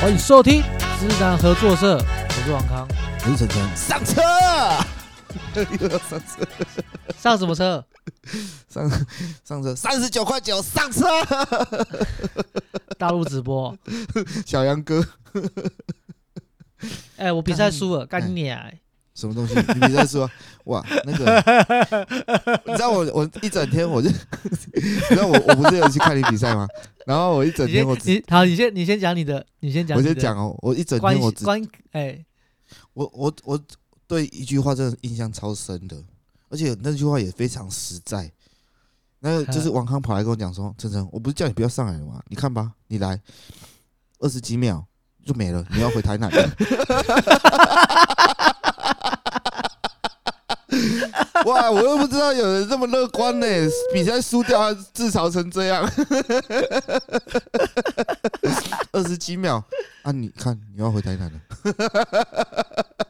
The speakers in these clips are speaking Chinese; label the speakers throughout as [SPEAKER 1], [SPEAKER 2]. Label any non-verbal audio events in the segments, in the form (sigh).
[SPEAKER 1] 欢迎收听直男合作社，我是王康。
[SPEAKER 2] 我是晨晨，
[SPEAKER 3] 上车，又要上车，
[SPEAKER 1] 上什么车？
[SPEAKER 3] (laughs) 上上车，三十九块九，上
[SPEAKER 1] (laughs)
[SPEAKER 3] 车。
[SPEAKER 1] 大陆直播。
[SPEAKER 3] 小杨哥，
[SPEAKER 1] 哎、我比赛输了，干你娘！
[SPEAKER 3] 哎什么东西？你别
[SPEAKER 1] (laughs)
[SPEAKER 3] 再说，哇，那个，你知道我我一整天我就， (laughs) 你知道我我不是有去看你比赛吗？然后我一整
[SPEAKER 1] 你先
[SPEAKER 3] 天我只，
[SPEAKER 1] 你好，你先你先讲你的，你先讲
[SPEAKER 3] 我
[SPEAKER 1] 你的。
[SPEAKER 3] 先讲哦，我一整
[SPEAKER 1] 关
[SPEAKER 3] 天我
[SPEAKER 1] 系
[SPEAKER 3] 只，
[SPEAKER 1] 关哎，
[SPEAKER 3] 我我我对一句话真的印象超深的，而且那句话也非常实在。那个就是王康跑来跟我讲说：“晨晨，我不是叫你不要上来了吗？你看吧，你来二十几秒就没了， (laughs) 你要回台南。”哇！我又不知道有人这么乐观呢、比赛输掉还自嘲成这样， (laughs) 二十几秒啊！你看，你要回台南了。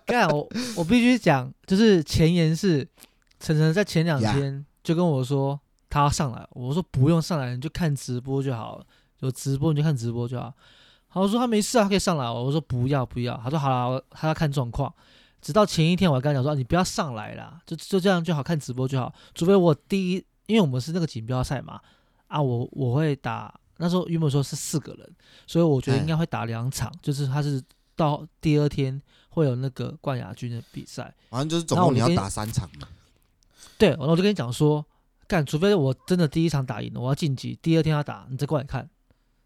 [SPEAKER 1] 干我我必须讲，就是前言是晨晨在前两
[SPEAKER 3] 呀
[SPEAKER 1] 天就跟我说他要上来，我说不用上来，你就看直播就好了，有直播你就看直播就好。好，我说他没事啊，他可以上来哦。我说不要不要，他说好了，我他要看状况。直到前一天我还跟他讲说、啊你不要上来啦，就就这样就好，看直播就好。除非我第一，因为我们是那个锦标赛嘛，啊，我我会打那时候原本说是四个人，所以我觉得应该会打两场，就是他是到第二天会有那个冠亚军的比赛。
[SPEAKER 3] 反正就是总
[SPEAKER 1] 那我们
[SPEAKER 3] 共你要
[SPEAKER 1] 今天
[SPEAKER 3] 打三场嘛。
[SPEAKER 1] 对，然后我就跟你讲说，干，除非我真的第一场打赢了，我要晋级，第二天要打，你再过来看。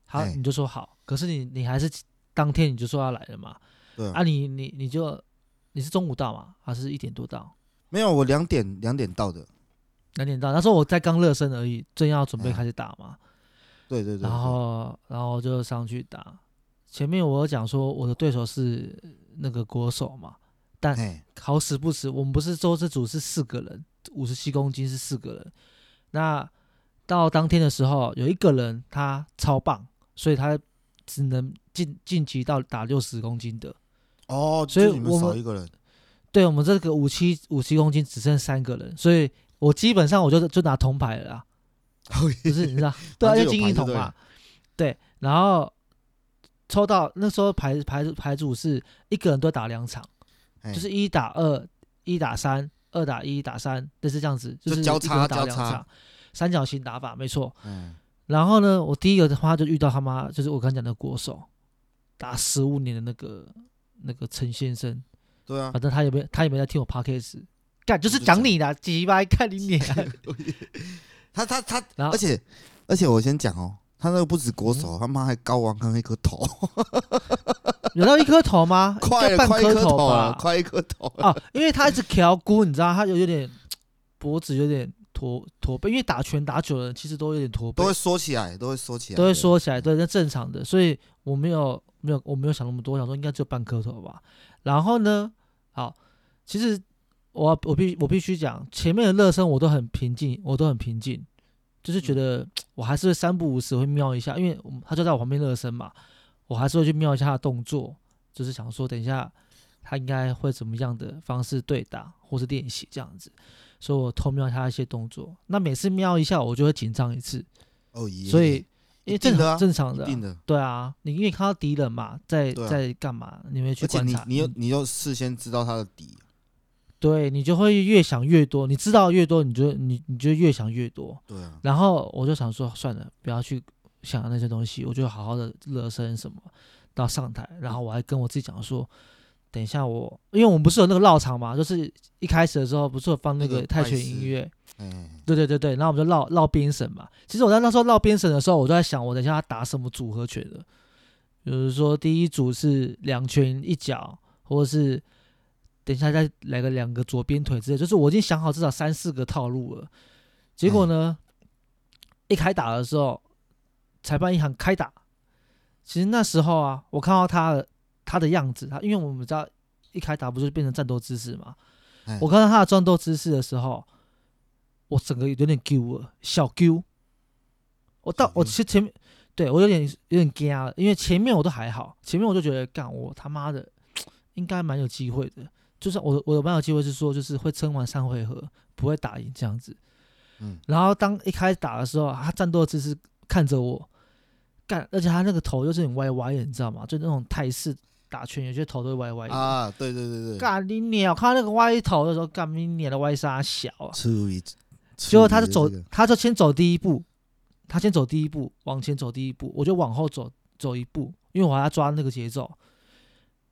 [SPEAKER 1] 好，
[SPEAKER 3] 哎
[SPEAKER 1] 你就说好，可是你你还是当天你就说要来了嘛？
[SPEAKER 3] 对
[SPEAKER 1] 啊你，你你就你是中午到嘛，还是一点多到？
[SPEAKER 3] 没有，我两点两点到的。
[SPEAKER 1] 两点到，那时候我在刚热身而已，正要准备开始打嘛，
[SPEAKER 3] 对对对对
[SPEAKER 1] 然后然后就上去打。前面我有讲说我的对手是那个国手嘛，但
[SPEAKER 3] 哎，
[SPEAKER 1] 好死不死，我们不是周这组是四个人，五十七公斤是四个人。那到当天的时候，有一个人他超棒，所以他只能晋晋级到打六十公斤的。
[SPEAKER 3] 哦，
[SPEAKER 1] 所以
[SPEAKER 3] 就是你
[SPEAKER 1] 我
[SPEAKER 3] 们
[SPEAKER 1] 们
[SPEAKER 3] 少一个人，
[SPEAKER 1] 对我们这个五七五七公斤只剩三个人，所以我基本上我就就拿铜牌了啦，就是你知道，对啊，
[SPEAKER 3] 反正
[SPEAKER 1] 要
[SPEAKER 3] 有
[SPEAKER 1] 金
[SPEAKER 3] 牌
[SPEAKER 1] 银
[SPEAKER 3] 就
[SPEAKER 1] 铜
[SPEAKER 3] 对
[SPEAKER 1] 嘛
[SPEAKER 3] 了，
[SPEAKER 1] 对，然后抽到那时候牌牌牌组是一个人都打两场。
[SPEAKER 3] 哎
[SPEAKER 1] 就是一打二，一打三，二打一，打三，类似这样子，
[SPEAKER 3] 就是交
[SPEAKER 1] 一个
[SPEAKER 3] 叉
[SPEAKER 1] 人打
[SPEAKER 3] 交
[SPEAKER 1] 两
[SPEAKER 3] 叉
[SPEAKER 1] 场，三角形打法没错。
[SPEAKER 3] 哎
[SPEAKER 1] 然后呢，我第一个的话就遇到他妈，就是我刚讲的国手，打十五年的那个那个陈先生，
[SPEAKER 3] 对啊
[SPEAKER 1] 反，正他也没他也没在听我 podcast，干就是
[SPEAKER 3] 就
[SPEAKER 1] 讲
[SPEAKER 3] 讲
[SPEAKER 1] 你的，几百看你脸，
[SPEAKER 3] 他他他，
[SPEAKER 1] 然后
[SPEAKER 3] (laughs) 而且而且我先讲哦，他那个不止国手，
[SPEAKER 1] 嗯
[SPEAKER 3] 他妈还高王康一颗
[SPEAKER 1] (laughs)
[SPEAKER 3] 头，
[SPEAKER 1] 有到一颗头吗？应
[SPEAKER 3] (laughs) 快
[SPEAKER 1] 该
[SPEAKER 3] 了
[SPEAKER 1] 半
[SPEAKER 3] 快一颗
[SPEAKER 1] 头
[SPEAKER 3] 头
[SPEAKER 1] 吧
[SPEAKER 3] 了，，快一颗头了，
[SPEAKER 1] 啊，因为他一直调箍，你知道，他有有点脖子有点驼驼背，因为打拳打久了，其实都有点驼背
[SPEAKER 3] 都会，缩起来，都会缩起来，
[SPEAKER 1] 都会缩起来，对，那正常的，所以我没有没有我没有想那么多，我想说应该只有半颗头吧。然后呢，好，其实我要我必我必须讲，前面的热身我都很平静，我都很平静，就是
[SPEAKER 3] 嗯
[SPEAKER 1] 觉得我还是会三不五时会瞄一下，因为我们他就在我旁边热身嘛，我还是会去瞄一下他的动作，就是想说等一下他应该会怎么样的方式对打或是练习这样子，所以我偷瞄他一些动作。那每次瞄一下，我就会紧张一次。
[SPEAKER 3] 对，哦耶，
[SPEAKER 1] 所以因为
[SPEAKER 3] 一
[SPEAKER 1] 正
[SPEAKER 3] 定的
[SPEAKER 1] 常
[SPEAKER 3] 啊
[SPEAKER 1] 正常
[SPEAKER 3] 一
[SPEAKER 1] 的啊，
[SPEAKER 3] 定的，
[SPEAKER 1] 对啊，你因为看到敌人嘛，在
[SPEAKER 3] 对啊
[SPEAKER 1] 在干嘛，你会去
[SPEAKER 3] 而且
[SPEAKER 1] 观
[SPEAKER 3] 你
[SPEAKER 1] 察，
[SPEAKER 3] 你又
[SPEAKER 1] 嗯
[SPEAKER 3] 你又事先知道他的底，
[SPEAKER 1] 对你就会越想越多，你知道越多，你就你你就越想越多。
[SPEAKER 3] 对啊，
[SPEAKER 1] 然后我就想说，算了，不要去想那些东西，我就好好的热身什么，到上台，然后我还跟我自己讲说。等一下我，因为我们不是有那个绕场嘛，就是一开始的时候不是有放那
[SPEAKER 3] 那个
[SPEAKER 1] 个泰
[SPEAKER 3] 拜
[SPEAKER 1] 拳
[SPEAKER 3] 师
[SPEAKER 1] 音乐，
[SPEAKER 3] 哎，
[SPEAKER 1] 对对对对，然后我们就绕绕边绳嘛。其实我在那时候绕边绳的时候，我就在想，我等一下要打什么组合拳的。比如说第一组是两拳一脚，或者是等一下再来个两个左边腿之类，就是我已经想好至少三四个套路了。结果呢，一开打的时候，裁判一喊开打，其实那时候啊，我看到他的他的样子，他因为我们知道一开打不就是变成战斗姿势嘛，
[SPEAKER 3] 哎
[SPEAKER 1] 我看到他的战斗姿势的时候，我整个有点揪了，小揪。我到
[SPEAKER 3] 小
[SPEAKER 1] 我
[SPEAKER 3] 揪
[SPEAKER 1] 其实前面对我有点有点惊啊了，因为前面我都还好，前面我就觉得干我他妈的应该蛮有机会的，就是我我有蛮有机会是说就是会撑完三回合不会打赢这样子。
[SPEAKER 3] 嗯，
[SPEAKER 1] 然后当一开始打的时候，他战斗姿势看着我，干，而且他那个头又是很歪歪的，你知道吗？就那种泰式打拳，有些头都会歪歪的。
[SPEAKER 3] 啊，对对对对，
[SPEAKER 1] 哎干你鸟！看到那个歪头的时候，干你鸟的歪沙小啊！
[SPEAKER 3] 出于
[SPEAKER 1] 结果他就走
[SPEAKER 3] 出于这个，
[SPEAKER 1] 他就先走第一步，他先走第一步，往前走第一步，我就往后走走一步，因为我还要抓那个节奏。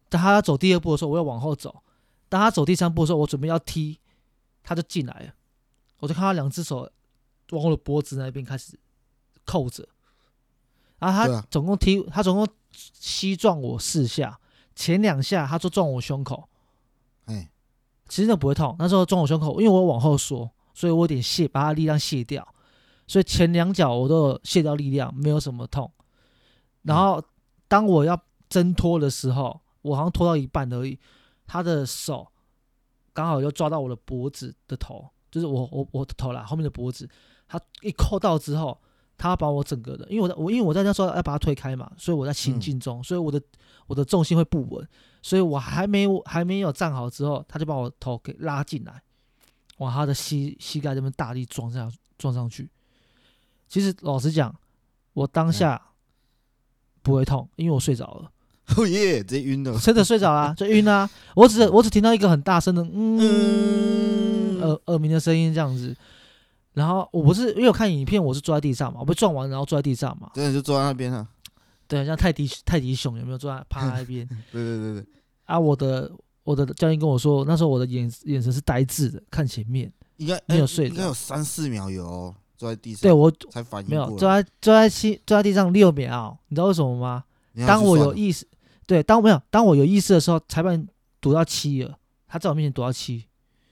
[SPEAKER 1] 当他走第二步的时候，我要往后走；当他走第三步的时候，我准备要踢，他就进来了。我就看他两只手往我的脖子那边开始扣着，然后
[SPEAKER 3] 对
[SPEAKER 1] 他
[SPEAKER 3] 啊
[SPEAKER 1] 总共踢，他总共膝撞我四下，前两下他就撞我胸口，
[SPEAKER 3] 哎，
[SPEAKER 1] 其实那不会痛，那时候撞我胸口，因为我往后缩，所以我有点卸，把它力量卸掉，所以前两脚我都有卸掉力量，没有什么痛。然后当我要挣脱的时候，我好像脱到一半而已，他的手刚好又抓到我的脖子的头，就是我我我的头啦，后面的脖子，他一扣到之后，他把我整个的，因为我在我因为我在那时候要把他推开嘛，所以我在行进中，所以我的我的重心会不稳，所以我还没有还没有站好之后，他就把我头给拉进来，往他的膝膝盖这边大力撞上撞上去。其实老实讲，我当下不会痛，因为我睡着
[SPEAKER 3] (laughs)
[SPEAKER 1] 了。
[SPEAKER 3] (laughs) 哦耶，直接晕
[SPEAKER 1] (laughs)
[SPEAKER 3] 了，
[SPEAKER 1] 真的睡着啦、啊就晕啦、我只我只听到一个很大声的嗯
[SPEAKER 3] 嗯
[SPEAKER 1] 耳耳鸣的声音这样子。然后我不是因为我看影片，我是坐在地上嘛，我被撞完然后坐在地上嘛，
[SPEAKER 3] 真的就坐在那边啊，
[SPEAKER 1] 对，像泰迪泰迪熊有没有坐在趴在那
[SPEAKER 3] (laughs)
[SPEAKER 1] 边
[SPEAKER 3] 对对对对，
[SPEAKER 1] 啊？我的我的教练跟我说，那时候我的眼眼神是呆滞的，看前面，
[SPEAKER 3] 应该
[SPEAKER 1] 没有
[SPEAKER 3] 哎
[SPEAKER 1] 睡着
[SPEAKER 3] 应该有三四秒有哦，坐在地上，
[SPEAKER 1] 对我
[SPEAKER 3] 才反应
[SPEAKER 1] 没有
[SPEAKER 3] 过来
[SPEAKER 1] 坐在坐在地坐在地上六秒，你知道为什么吗？
[SPEAKER 3] 你要
[SPEAKER 1] 当
[SPEAKER 3] 去
[SPEAKER 1] 我
[SPEAKER 3] 算
[SPEAKER 1] 有
[SPEAKER 3] 了
[SPEAKER 1] 意识，对，当没有当我有意识的时候，裁判赌到七了，他在我面前赌到七，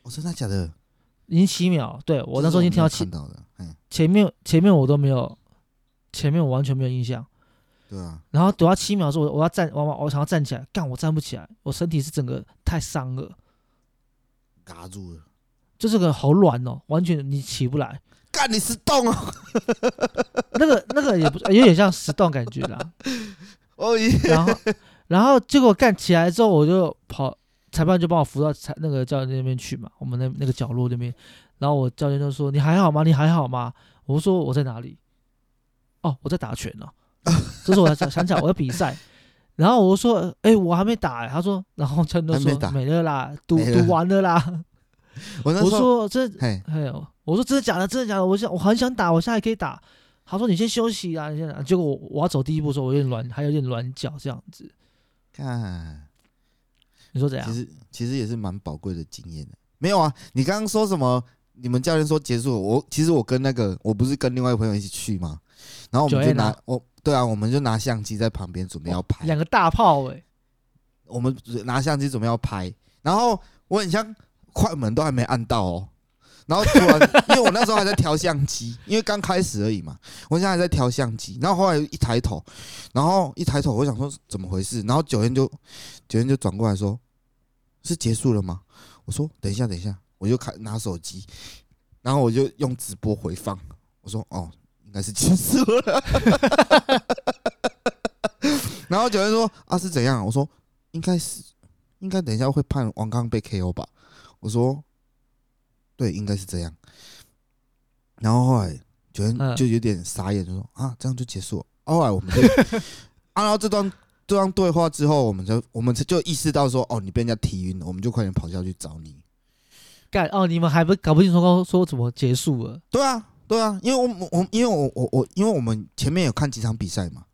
[SPEAKER 3] 哦，真的假的？
[SPEAKER 1] 已经七秒了，对我那时候已经听到
[SPEAKER 3] 到
[SPEAKER 1] 七
[SPEAKER 3] 看，到的，嗯，
[SPEAKER 1] 前面前面我都没有，前面我完全没有印象。
[SPEAKER 3] 对啊，
[SPEAKER 1] 然后躲到七秒的时候，我我要站，我我我想要站起来，干我站不起来，我身体是整个太伤了，
[SPEAKER 3] 嘎住了，
[SPEAKER 1] 就是个好软哦，完全你起不来。
[SPEAKER 3] 干你是洞啊！ (laughs)
[SPEAKER 1] 那个那个也不有点像石洞感觉啦。
[SPEAKER 3] 哦耶， (laughs)
[SPEAKER 1] 然后然后结果干起来之后，我就跑，裁判就把我扶到裁那个教练那边去嘛，我们那那个角落那边。然后我教练就说：“你还好吗？你还好吗？”我说：“我在哪里？”哦， (laughs) 我在打拳呢、这是我想想起来我在比赛。然后我就说：“哎、我还没打、欸。”他说：“然后教练就
[SPEAKER 3] 还没
[SPEAKER 1] 说
[SPEAKER 3] 打
[SPEAKER 1] 没了啦，赌
[SPEAKER 3] 没了
[SPEAKER 1] 赌完了啦。
[SPEAKER 3] 我” (laughs) 那
[SPEAKER 1] 我
[SPEAKER 3] 时候，
[SPEAKER 1] 说：“这
[SPEAKER 3] 嘿，
[SPEAKER 1] 哎呦，我说真的假的？真的假的？我想我很想打，我现在可以打。他说你先休息啊，你先打。结果我我要走第一步的时候，我有点软，还有点软脚这样子。
[SPEAKER 3] 看，
[SPEAKER 1] 你说怎
[SPEAKER 3] 其
[SPEAKER 1] 样？
[SPEAKER 3] 实其实也是蛮宝贵的经验的。没有啊，你刚刚说什么？你们教练说结束了，我其实我跟那个我不是跟另外一个朋友一起去嘛，然后我们就
[SPEAKER 1] Joanna
[SPEAKER 3] 拿我对啊，我们就拿相机在旁边准备要拍，
[SPEAKER 1] 两个大炮哎、
[SPEAKER 3] 我们拿相机准备要拍，然后我很像快门都还没按到哦，然后突然，因为我那时候还在调相机，因为刚开始而已嘛，我现在还在调相机，然后后来一抬头，然后一抬头，我想说怎么回事，然后九天就九天就转过来说，是结束了吗？我说等一下，等一下，我就开拿手机，然后我就用直播回放，我说哦，应该是结束了。 (laughs) 然后九天说啊是怎样？我说应该是，应该等一下会判王刚被 KO 吧？我说对，应该是这样。然后后来九天
[SPEAKER 1] 嗯
[SPEAKER 3] 就有点傻眼，就说啊这样就结束了。后来我们就 (laughs) 啊，然后这段这段对话之后，我们就我们就意识到说，哦，你被人家踢晕了，我们就快点跑下去找你。
[SPEAKER 1] 干哦，你们还不搞不清楚说说怎么结束了？
[SPEAKER 3] 对啊，对啊，因为我们我因为我我我因为我们前面有看几场比赛嘛，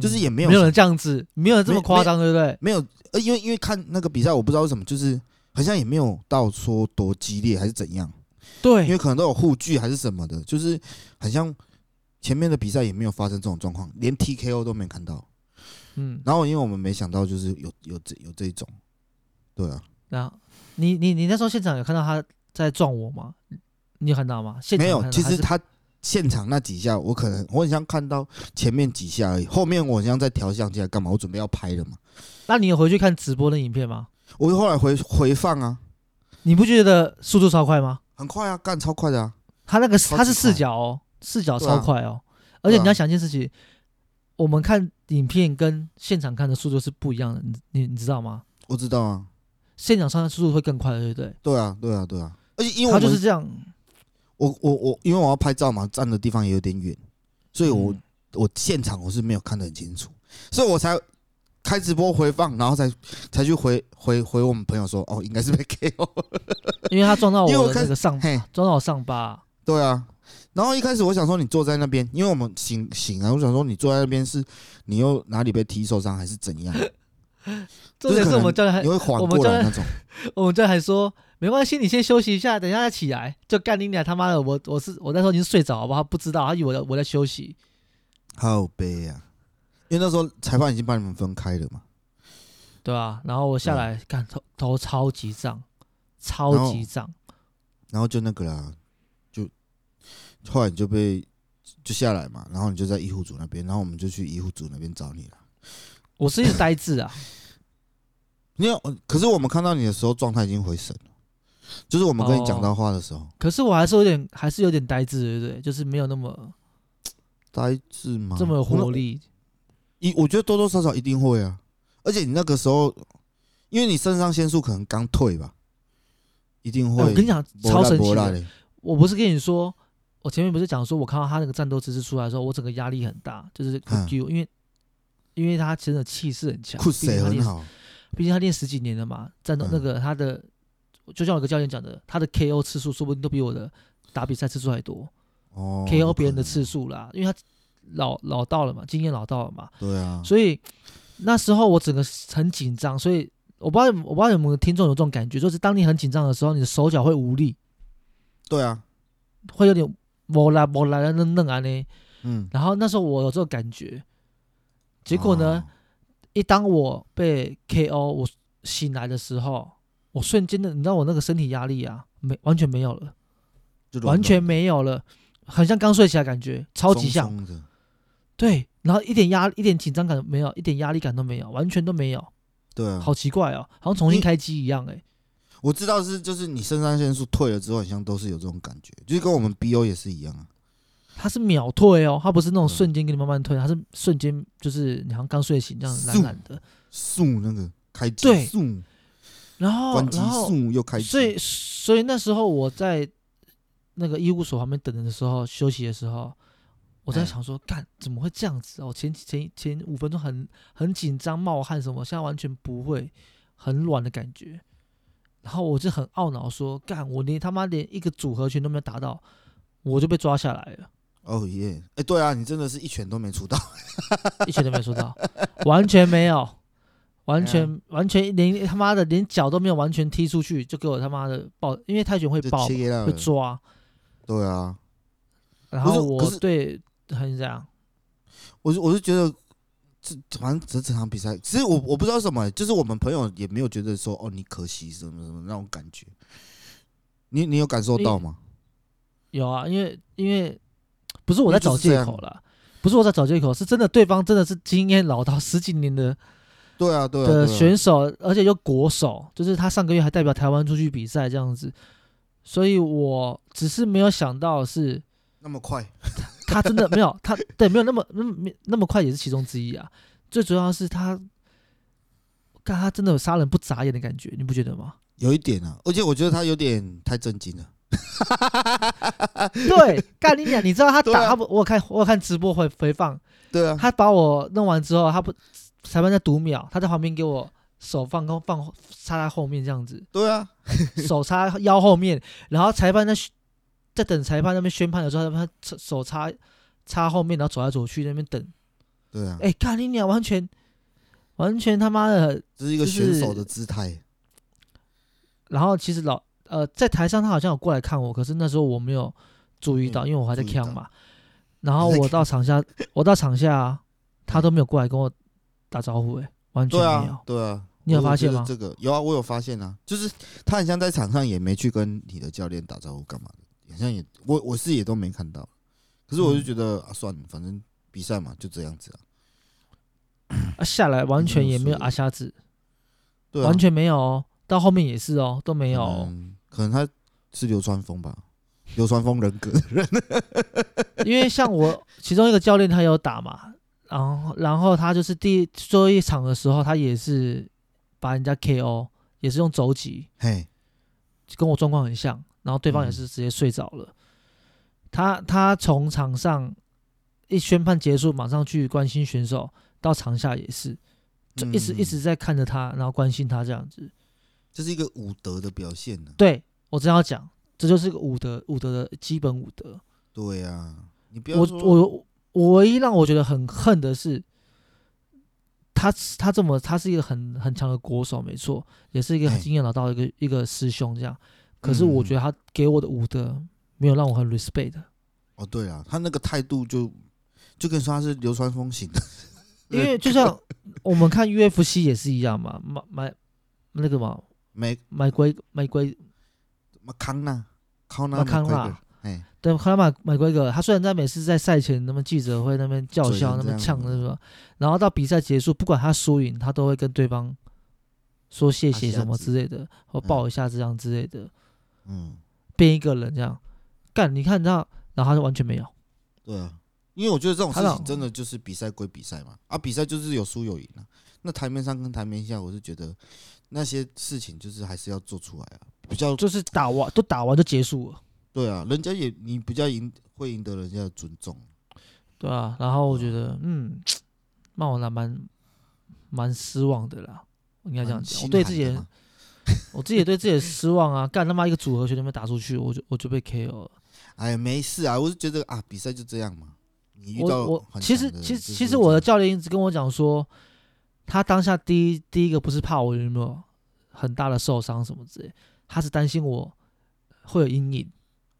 [SPEAKER 3] 就是也没有
[SPEAKER 1] 嗯没有人这样子，没有人这么夸张，对不对？
[SPEAKER 3] 没有，呃，因为因为看那个比赛，我不知道为什么，就是好像也没有到说多激烈还是怎样，因
[SPEAKER 1] 对，
[SPEAKER 3] 为可能都有护具还是什么的，就是好像前面的比赛也没有发生这种状况，连 TKO 都没看到。
[SPEAKER 1] 嗯，
[SPEAKER 3] 然后因为我们没想到就是有有这有这一种，对啊，
[SPEAKER 1] 然后你你你那时候现场有看到他在撞我吗？你有看到吗？现场
[SPEAKER 3] 没有
[SPEAKER 1] 看，到
[SPEAKER 3] 其
[SPEAKER 1] 还
[SPEAKER 3] 实
[SPEAKER 1] 是
[SPEAKER 3] 他现场那几下，我可能我很像看到前面几下而已，后面我很像在调相机来干嘛？我准备要拍了嘛。
[SPEAKER 1] 那你有回去看直播的影片吗？
[SPEAKER 3] 我后来回回放啊，
[SPEAKER 1] 你不觉得速度超快吗？
[SPEAKER 3] 很快啊，干超快的啊，
[SPEAKER 1] 他那个
[SPEAKER 3] 超级
[SPEAKER 1] 他是视
[SPEAKER 3] 快
[SPEAKER 1] 角哦，视角
[SPEAKER 3] 对啊
[SPEAKER 1] 超快哦，而
[SPEAKER 3] 对
[SPEAKER 1] 且你
[SPEAKER 3] 啊
[SPEAKER 1] 要想一件事情，我们看影片跟现场看的速度是不一样的，你你你知道吗？
[SPEAKER 3] 我知道啊，
[SPEAKER 1] 现场上的速度会更快，对不对？
[SPEAKER 3] 对啊，对啊，对啊。而且因为
[SPEAKER 1] 他
[SPEAKER 3] 我
[SPEAKER 1] 就是
[SPEAKER 3] 们
[SPEAKER 1] 这样，
[SPEAKER 3] 我我我，因为我要拍照嘛，站的地方也有点远，所以我
[SPEAKER 1] 嗯
[SPEAKER 3] 我现场我是没有看得很清楚，所以我才开直播回放，然后才才去回回回我们朋友说，哦，应该是被 (laughs) KO 了。
[SPEAKER 1] 因为他撞到我
[SPEAKER 3] 因为我
[SPEAKER 1] 的
[SPEAKER 3] 看
[SPEAKER 1] 那个上，
[SPEAKER 3] 嘿，
[SPEAKER 1] 撞到我上巴，
[SPEAKER 3] 对啊。然后一开始我想说你坐在那边，因为我们醒醒啊，我想说你坐在那边是你又哪里被踢受伤还是怎样，
[SPEAKER 1] (laughs) 重点
[SPEAKER 3] 就是可
[SPEAKER 1] 是
[SPEAKER 3] 能
[SPEAKER 1] 我们教练还
[SPEAKER 3] 你，会缓
[SPEAKER 1] 我们
[SPEAKER 3] 过来
[SPEAKER 1] 教
[SPEAKER 3] 那种。
[SPEAKER 1] 我们教练还说没关系，你先休息一下，等一下再起来。就干你俩他妈的，我我是我那时候已经睡着，好不好？他不知道，他以为我在我在休息。
[SPEAKER 3] 好悲啊！因为那时候裁判已经把你们分开了嘛，
[SPEAKER 1] 对啊，然后我下
[SPEAKER 3] 嗯
[SPEAKER 1] 来看头头超级胀，超级胀，
[SPEAKER 3] 然后就那个啦，就后来你就被就下来嘛，然后你就在医护组那边，然后我们就去医护组那边找你了。
[SPEAKER 1] 我是一直呆滞啊，
[SPEAKER 3] 因为我可是我们看到你的时候，状态已经回神了，就是我们跟你讲到话的时候，
[SPEAKER 1] 可是我还是有点还是有点呆滞，对不对？就是没有那么
[SPEAKER 3] 呆滞吗？
[SPEAKER 1] 这么有活
[SPEAKER 3] 啊我，
[SPEAKER 1] 力。
[SPEAKER 3] 一我觉得多多少少一定会啊，而且你那个时候，因为你肾上腺素可能刚退吧，一定
[SPEAKER 1] 哎
[SPEAKER 3] 会。
[SPEAKER 1] 我跟你讲，超神奇
[SPEAKER 3] 没啦
[SPEAKER 1] 的，
[SPEAKER 3] 没啦
[SPEAKER 1] 我不是跟你说，我前面不是讲说，我看到他那个战斗姿势出来的时候，我整个压力很大，就是
[SPEAKER 3] 嗯
[SPEAKER 1] 就因为因为他真的气势很强
[SPEAKER 3] 酷，
[SPEAKER 1] 毕竟
[SPEAKER 3] 谁
[SPEAKER 1] 他
[SPEAKER 3] 很
[SPEAKER 1] 练，
[SPEAKER 3] 好，
[SPEAKER 1] 毕竟他练十几年了嘛，战斗
[SPEAKER 3] 嗯
[SPEAKER 1] 那个他的，就像有个教练讲的，他的 KO 次数说不定都比我的打比赛次数还多、
[SPEAKER 3] 哦
[SPEAKER 1] k o 别人的次
[SPEAKER 3] 数，
[SPEAKER 1] 数啦，因为他老老到了嘛，经验老到了嘛，
[SPEAKER 3] 对啊，
[SPEAKER 1] 所以那时候我整个很紧张，所以我不知道我不知道有没有听众有这种感觉，就是当你很紧张的时候，你的手脚会无力，
[SPEAKER 3] 对啊，
[SPEAKER 1] 会有点磨啦磨啦的嫩嫩啊呢。
[SPEAKER 3] 嗯，
[SPEAKER 1] 然后那时候我有这个感觉，结果呢，
[SPEAKER 3] 哦？
[SPEAKER 1] 一当我被 KO，我醒来的时候，我瞬间的，你知道我那个身体压力啊，没完全没有了，
[SPEAKER 3] 就软
[SPEAKER 1] 完全
[SPEAKER 3] 软
[SPEAKER 1] 没有了，很像刚睡起来的感觉，超级像，
[SPEAKER 3] 松松的
[SPEAKER 1] 对，然后一点压一点紧张感没有，一点压力感都没有，完全都没有，
[SPEAKER 3] 对啊，
[SPEAKER 1] 好奇怪哦，好像重新
[SPEAKER 3] 你
[SPEAKER 1] 开机一样哎、
[SPEAKER 3] 我知道是就是你肾上腺素退了之后，好像都是有这种感觉，就是跟我们 BO 也是一样啊。
[SPEAKER 1] 它是秒退哦，它不是那种
[SPEAKER 3] 嗯
[SPEAKER 1] 瞬间给你慢慢退，它是瞬间就是你好像刚睡醒这样懒
[SPEAKER 3] 咻
[SPEAKER 1] 懒的，
[SPEAKER 3] 速那个开机，
[SPEAKER 1] 对
[SPEAKER 3] 速
[SPEAKER 1] 然后
[SPEAKER 3] 关机，
[SPEAKER 1] 然后
[SPEAKER 3] 速又开机，
[SPEAKER 1] 所以，所以那时候我在那个医务所旁边等人的时候，休息的时候，我在
[SPEAKER 3] 嗯
[SPEAKER 1] 想说，干、怎么会这样子啊？我前前前五分钟很很紧张、冒汗什么，现在完全不会，很软的感觉。然后我就很懊恼说，干，我连他妈连一个组合拳都没有打到，我就被抓下来了，
[SPEAKER 3] 哦耶，哎，对啊，你真的是一拳都没出到，
[SPEAKER 1] 一拳都没有说
[SPEAKER 3] (laughs)
[SPEAKER 1] 到，完全没有。完全、
[SPEAKER 3] 嗯
[SPEAKER 1] 完全连他妈的连脚都没有完全踢出去，就给我他妈的抱，因为泰拳会
[SPEAKER 3] 就
[SPEAKER 1] 抱
[SPEAKER 3] 切了
[SPEAKER 1] 会。抓，
[SPEAKER 3] 对啊，
[SPEAKER 1] 然
[SPEAKER 3] 不是
[SPEAKER 1] 后
[SPEAKER 3] 可
[SPEAKER 1] 我
[SPEAKER 3] 是
[SPEAKER 1] 对很这样，
[SPEAKER 3] 我是我是觉得。这反正这整场比赛，其实我我不知道什么、就是我们朋友也没有觉得说哦你可惜什么什么那种感觉，你你有感受到吗？
[SPEAKER 1] 有啊，因为因为不是我在找
[SPEAKER 3] 就是这
[SPEAKER 1] 借
[SPEAKER 3] 样
[SPEAKER 1] 口啦，不是我在找借口，是真的对方真的是经验老到十几年的
[SPEAKER 3] 对啊，对啊，
[SPEAKER 1] 的
[SPEAKER 3] 对啊
[SPEAKER 1] 选手，而且又国手，就是他上个月还代表台湾出去比赛这样子，所以我只是没有想到是
[SPEAKER 3] 那么快，
[SPEAKER 1] 他真的没有他对没有那么那么那么快也是其中之一啊，最主要是他。看他真的有杀人不眨眼的感觉，你不觉得吗？ (laughs)
[SPEAKER 3] 有一点啊，而且我觉得他有点太震惊了。
[SPEAKER 1] 对，干你讲，你知道他
[SPEAKER 3] 对
[SPEAKER 1] 打、
[SPEAKER 3] 啊
[SPEAKER 1] 他不？我有看我有看直播回回放，
[SPEAKER 3] 对啊，
[SPEAKER 1] 他把我弄完之后，他不裁判在读秒，他在旁边给我手放空放插在后面这样子，
[SPEAKER 3] 对啊，
[SPEAKER 1] 手插腰后面，然后裁判在宣在等裁判那边宣判的时候，他他手插插后面，然后走来走去那边等。
[SPEAKER 3] 对啊，
[SPEAKER 1] 哎、看你俩完全完全他妈的！
[SPEAKER 3] 这是一个选手的姿态。
[SPEAKER 1] 然后其实老呃在台上他好像有过来看我，可是那时候我没有注意到，
[SPEAKER 3] 嗯
[SPEAKER 1] 因为我还在
[SPEAKER 3] 注意到
[SPEAKER 1] 呛嘛。然后我到场下，我到场下他都没有过来跟我打招呼、哎，完全
[SPEAKER 3] 嗯对
[SPEAKER 1] 没有。
[SPEAKER 3] 啊，对啊，
[SPEAKER 1] 你有
[SPEAKER 3] 我
[SPEAKER 1] 发现
[SPEAKER 3] 觉得
[SPEAKER 1] 吗
[SPEAKER 3] 这个有啊，我有发现啊，就是他很像在场上也没去跟你的教练打招呼干嘛的，好像也我我是也都没看到。可是我就觉得、啊，算了，反正比赛嘛，就这样子啊。
[SPEAKER 1] 啊，下来完全也没有
[SPEAKER 3] 嗯是
[SPEAKER 1] 阿瞎子，
[SPEAKER 3] 对啊，
[SPEAKER 1] 完全没有哦，到后面也是哦，都没
[SPEAKER 3] 没
[SPEAKER 1] 有哦，
[SPEAKER 3] 可能他是流川枫吧，流川
[SPEAKER 1] (laughs)
[SPEAKER 3] 枫人格的人。
[SPEAKER 1] (laughs) 因为像我其中一个教练他有打嘛，然后然后他就是第最后一场的时候，他也是把人家 KO，也是用肘击，
[SPEAKER 3] 嘿，
[SPEAKER 1] 跟我状况很像，然后对方也
[SPEAKER 3] 嗯
[SPEAKER 1] 是直接睡着了，他他从场上。一宣判结束，马上去关心选手，到场下也是，就一直
[SPEAKER 3] 嗯
[SPEAKER 1] 一直在看着他，然后关心他这样子。
[SPEAKER 3] 这是一个武德的表现啊呢、
[SPEAKER 1] 对我真要讲，这就是个武德，武德的基本武德。
[SPEAKER 3] 对啊，你不要
[SPEAKER 1] 我
[SPEAKER 3] 说
[SPEAKER 1] 我我唯一让我觉得很恨的是，他他这么他是一个很很强的国手，没错，也是一个
[SPEAKER 3] 哎
[SPEAKER 1] 很经验老道的一个一个师兄这样。可是我
[SPEAKER 3] 嗯
[SPEAKER 1] 觉得他给我的武德没有让我很 respect
[SPEAKER 3] (laughs)
[SPEAKER 1] 的，
[SPEAKER 3] 哦，对啊，他那个态度就就跟说他是流川枫型的，
[SPEAKER 1] (laughs) 因为就
[SPEAKER 3] (laughs)
[SPEAKER 1] 像我们看 UFC 也是一样嘛，买买那个嘛，
[SPEAKER 3] 美
[SPEAKER 1] 买规买规，
[SPEAKER 3] 康纳康纳
[SPEAKER 1] 麦康纳
[SPEAKER 3] 美奎格，哎，
[SPEAKER 1] 对，克拉买买规格，他虽然在每次在赛前那么记者会那边叫
[SPEAKER 3] 嘴
[SPEAKER 1] 嚣
[SPEAKER 3] 成
[SPEAKER 1] 那
[SPEAKER 3] 这
[SPEAKER 1] 边
[SPEAKER 3] 样
[SPEAKER 1] 呛
[SPEAKER 3] 子
[SPEAKER 1] 那什么，然后到比赛结束，不管他输赢，他都会跟对方说谢
[SPEAKER 3] 打
[SPEAKER 1] 谢
[SPEAKER 3] 下
[SPEAKER 1] 什么
[SPEAKER 3] 子
[SPEAKER 1] 之类的，或
[SPEAKER 3] 嗯
[SPEAKER 1] 抱一下这样之类的，
[SPEAKER 3] 嗯，
[SPEAKER 1] 变一个人这样干，你看他，然后他就完全没有，
[SPEAKER 3] 对啊，因为我觉得这种事
[SPEAKER 1] 他
[SPEAKER 3] 情
[SPEAKER 1] 让
[SPEAKER 3] 真的就是比赛归比赛嘛，啊，比赛就是有输有赢啊。那台面上跟台面下，我是觉得那些事情就是还是要做出来啊，比较
[SPEAKER 1] 就是打完都打完就结束了，
[SPEAKER 3] 对啊，人家也你比较赢会赢得人家的尊重，
[SPEAKER 1] 对啊，然后我
[SPEAKER 3] 哦
[SPEAKER 1] 觉得嗯，曼我兰蛮蛮失望的啦，我应该这样
[SPEAKER 3] 蛮
[SPEAKER 1] 讲，我
[SPEAKER 3] 心
[SPEAKER 1] 对
[SPEAKER 3] 寒
[SPEAKER 1] 自己
[SPEAKER 3] 的
[SPEAKER 1] 的
[SPEAKER 3] 嘛
[SPEAKER 1] 我自己也对自己的失望啊！干他妈一个组合拳都没打出去，我就我就被 KO 了。
[SPEAKER 3] 哎呀，没事啊，我是觉得啊，比赛就这样嘛。你遇到
[SPEAKER 1] 我我
[SPEAKER 3] 很
[SPEAKER 1] 其
[SPEAKER 3] 强
[SPEAKER 1] 实
[SPEAKER 3] 的
[SPEAKER 1] 其实
[SPEAKER 3] 人就是
[SPEAKER 1] 其
[SPEAKER 3] 会
[SPEAKER 1] 实我的
[SPEAKER 3] 这
[SPEAKER 1] 教
[SPEAKER 3] 样
[SPEAKER 1] 练一直跟我讲说，他当下第一第一个不是怕我有没有很大的受伤什么之类，他是担心我会有阴影，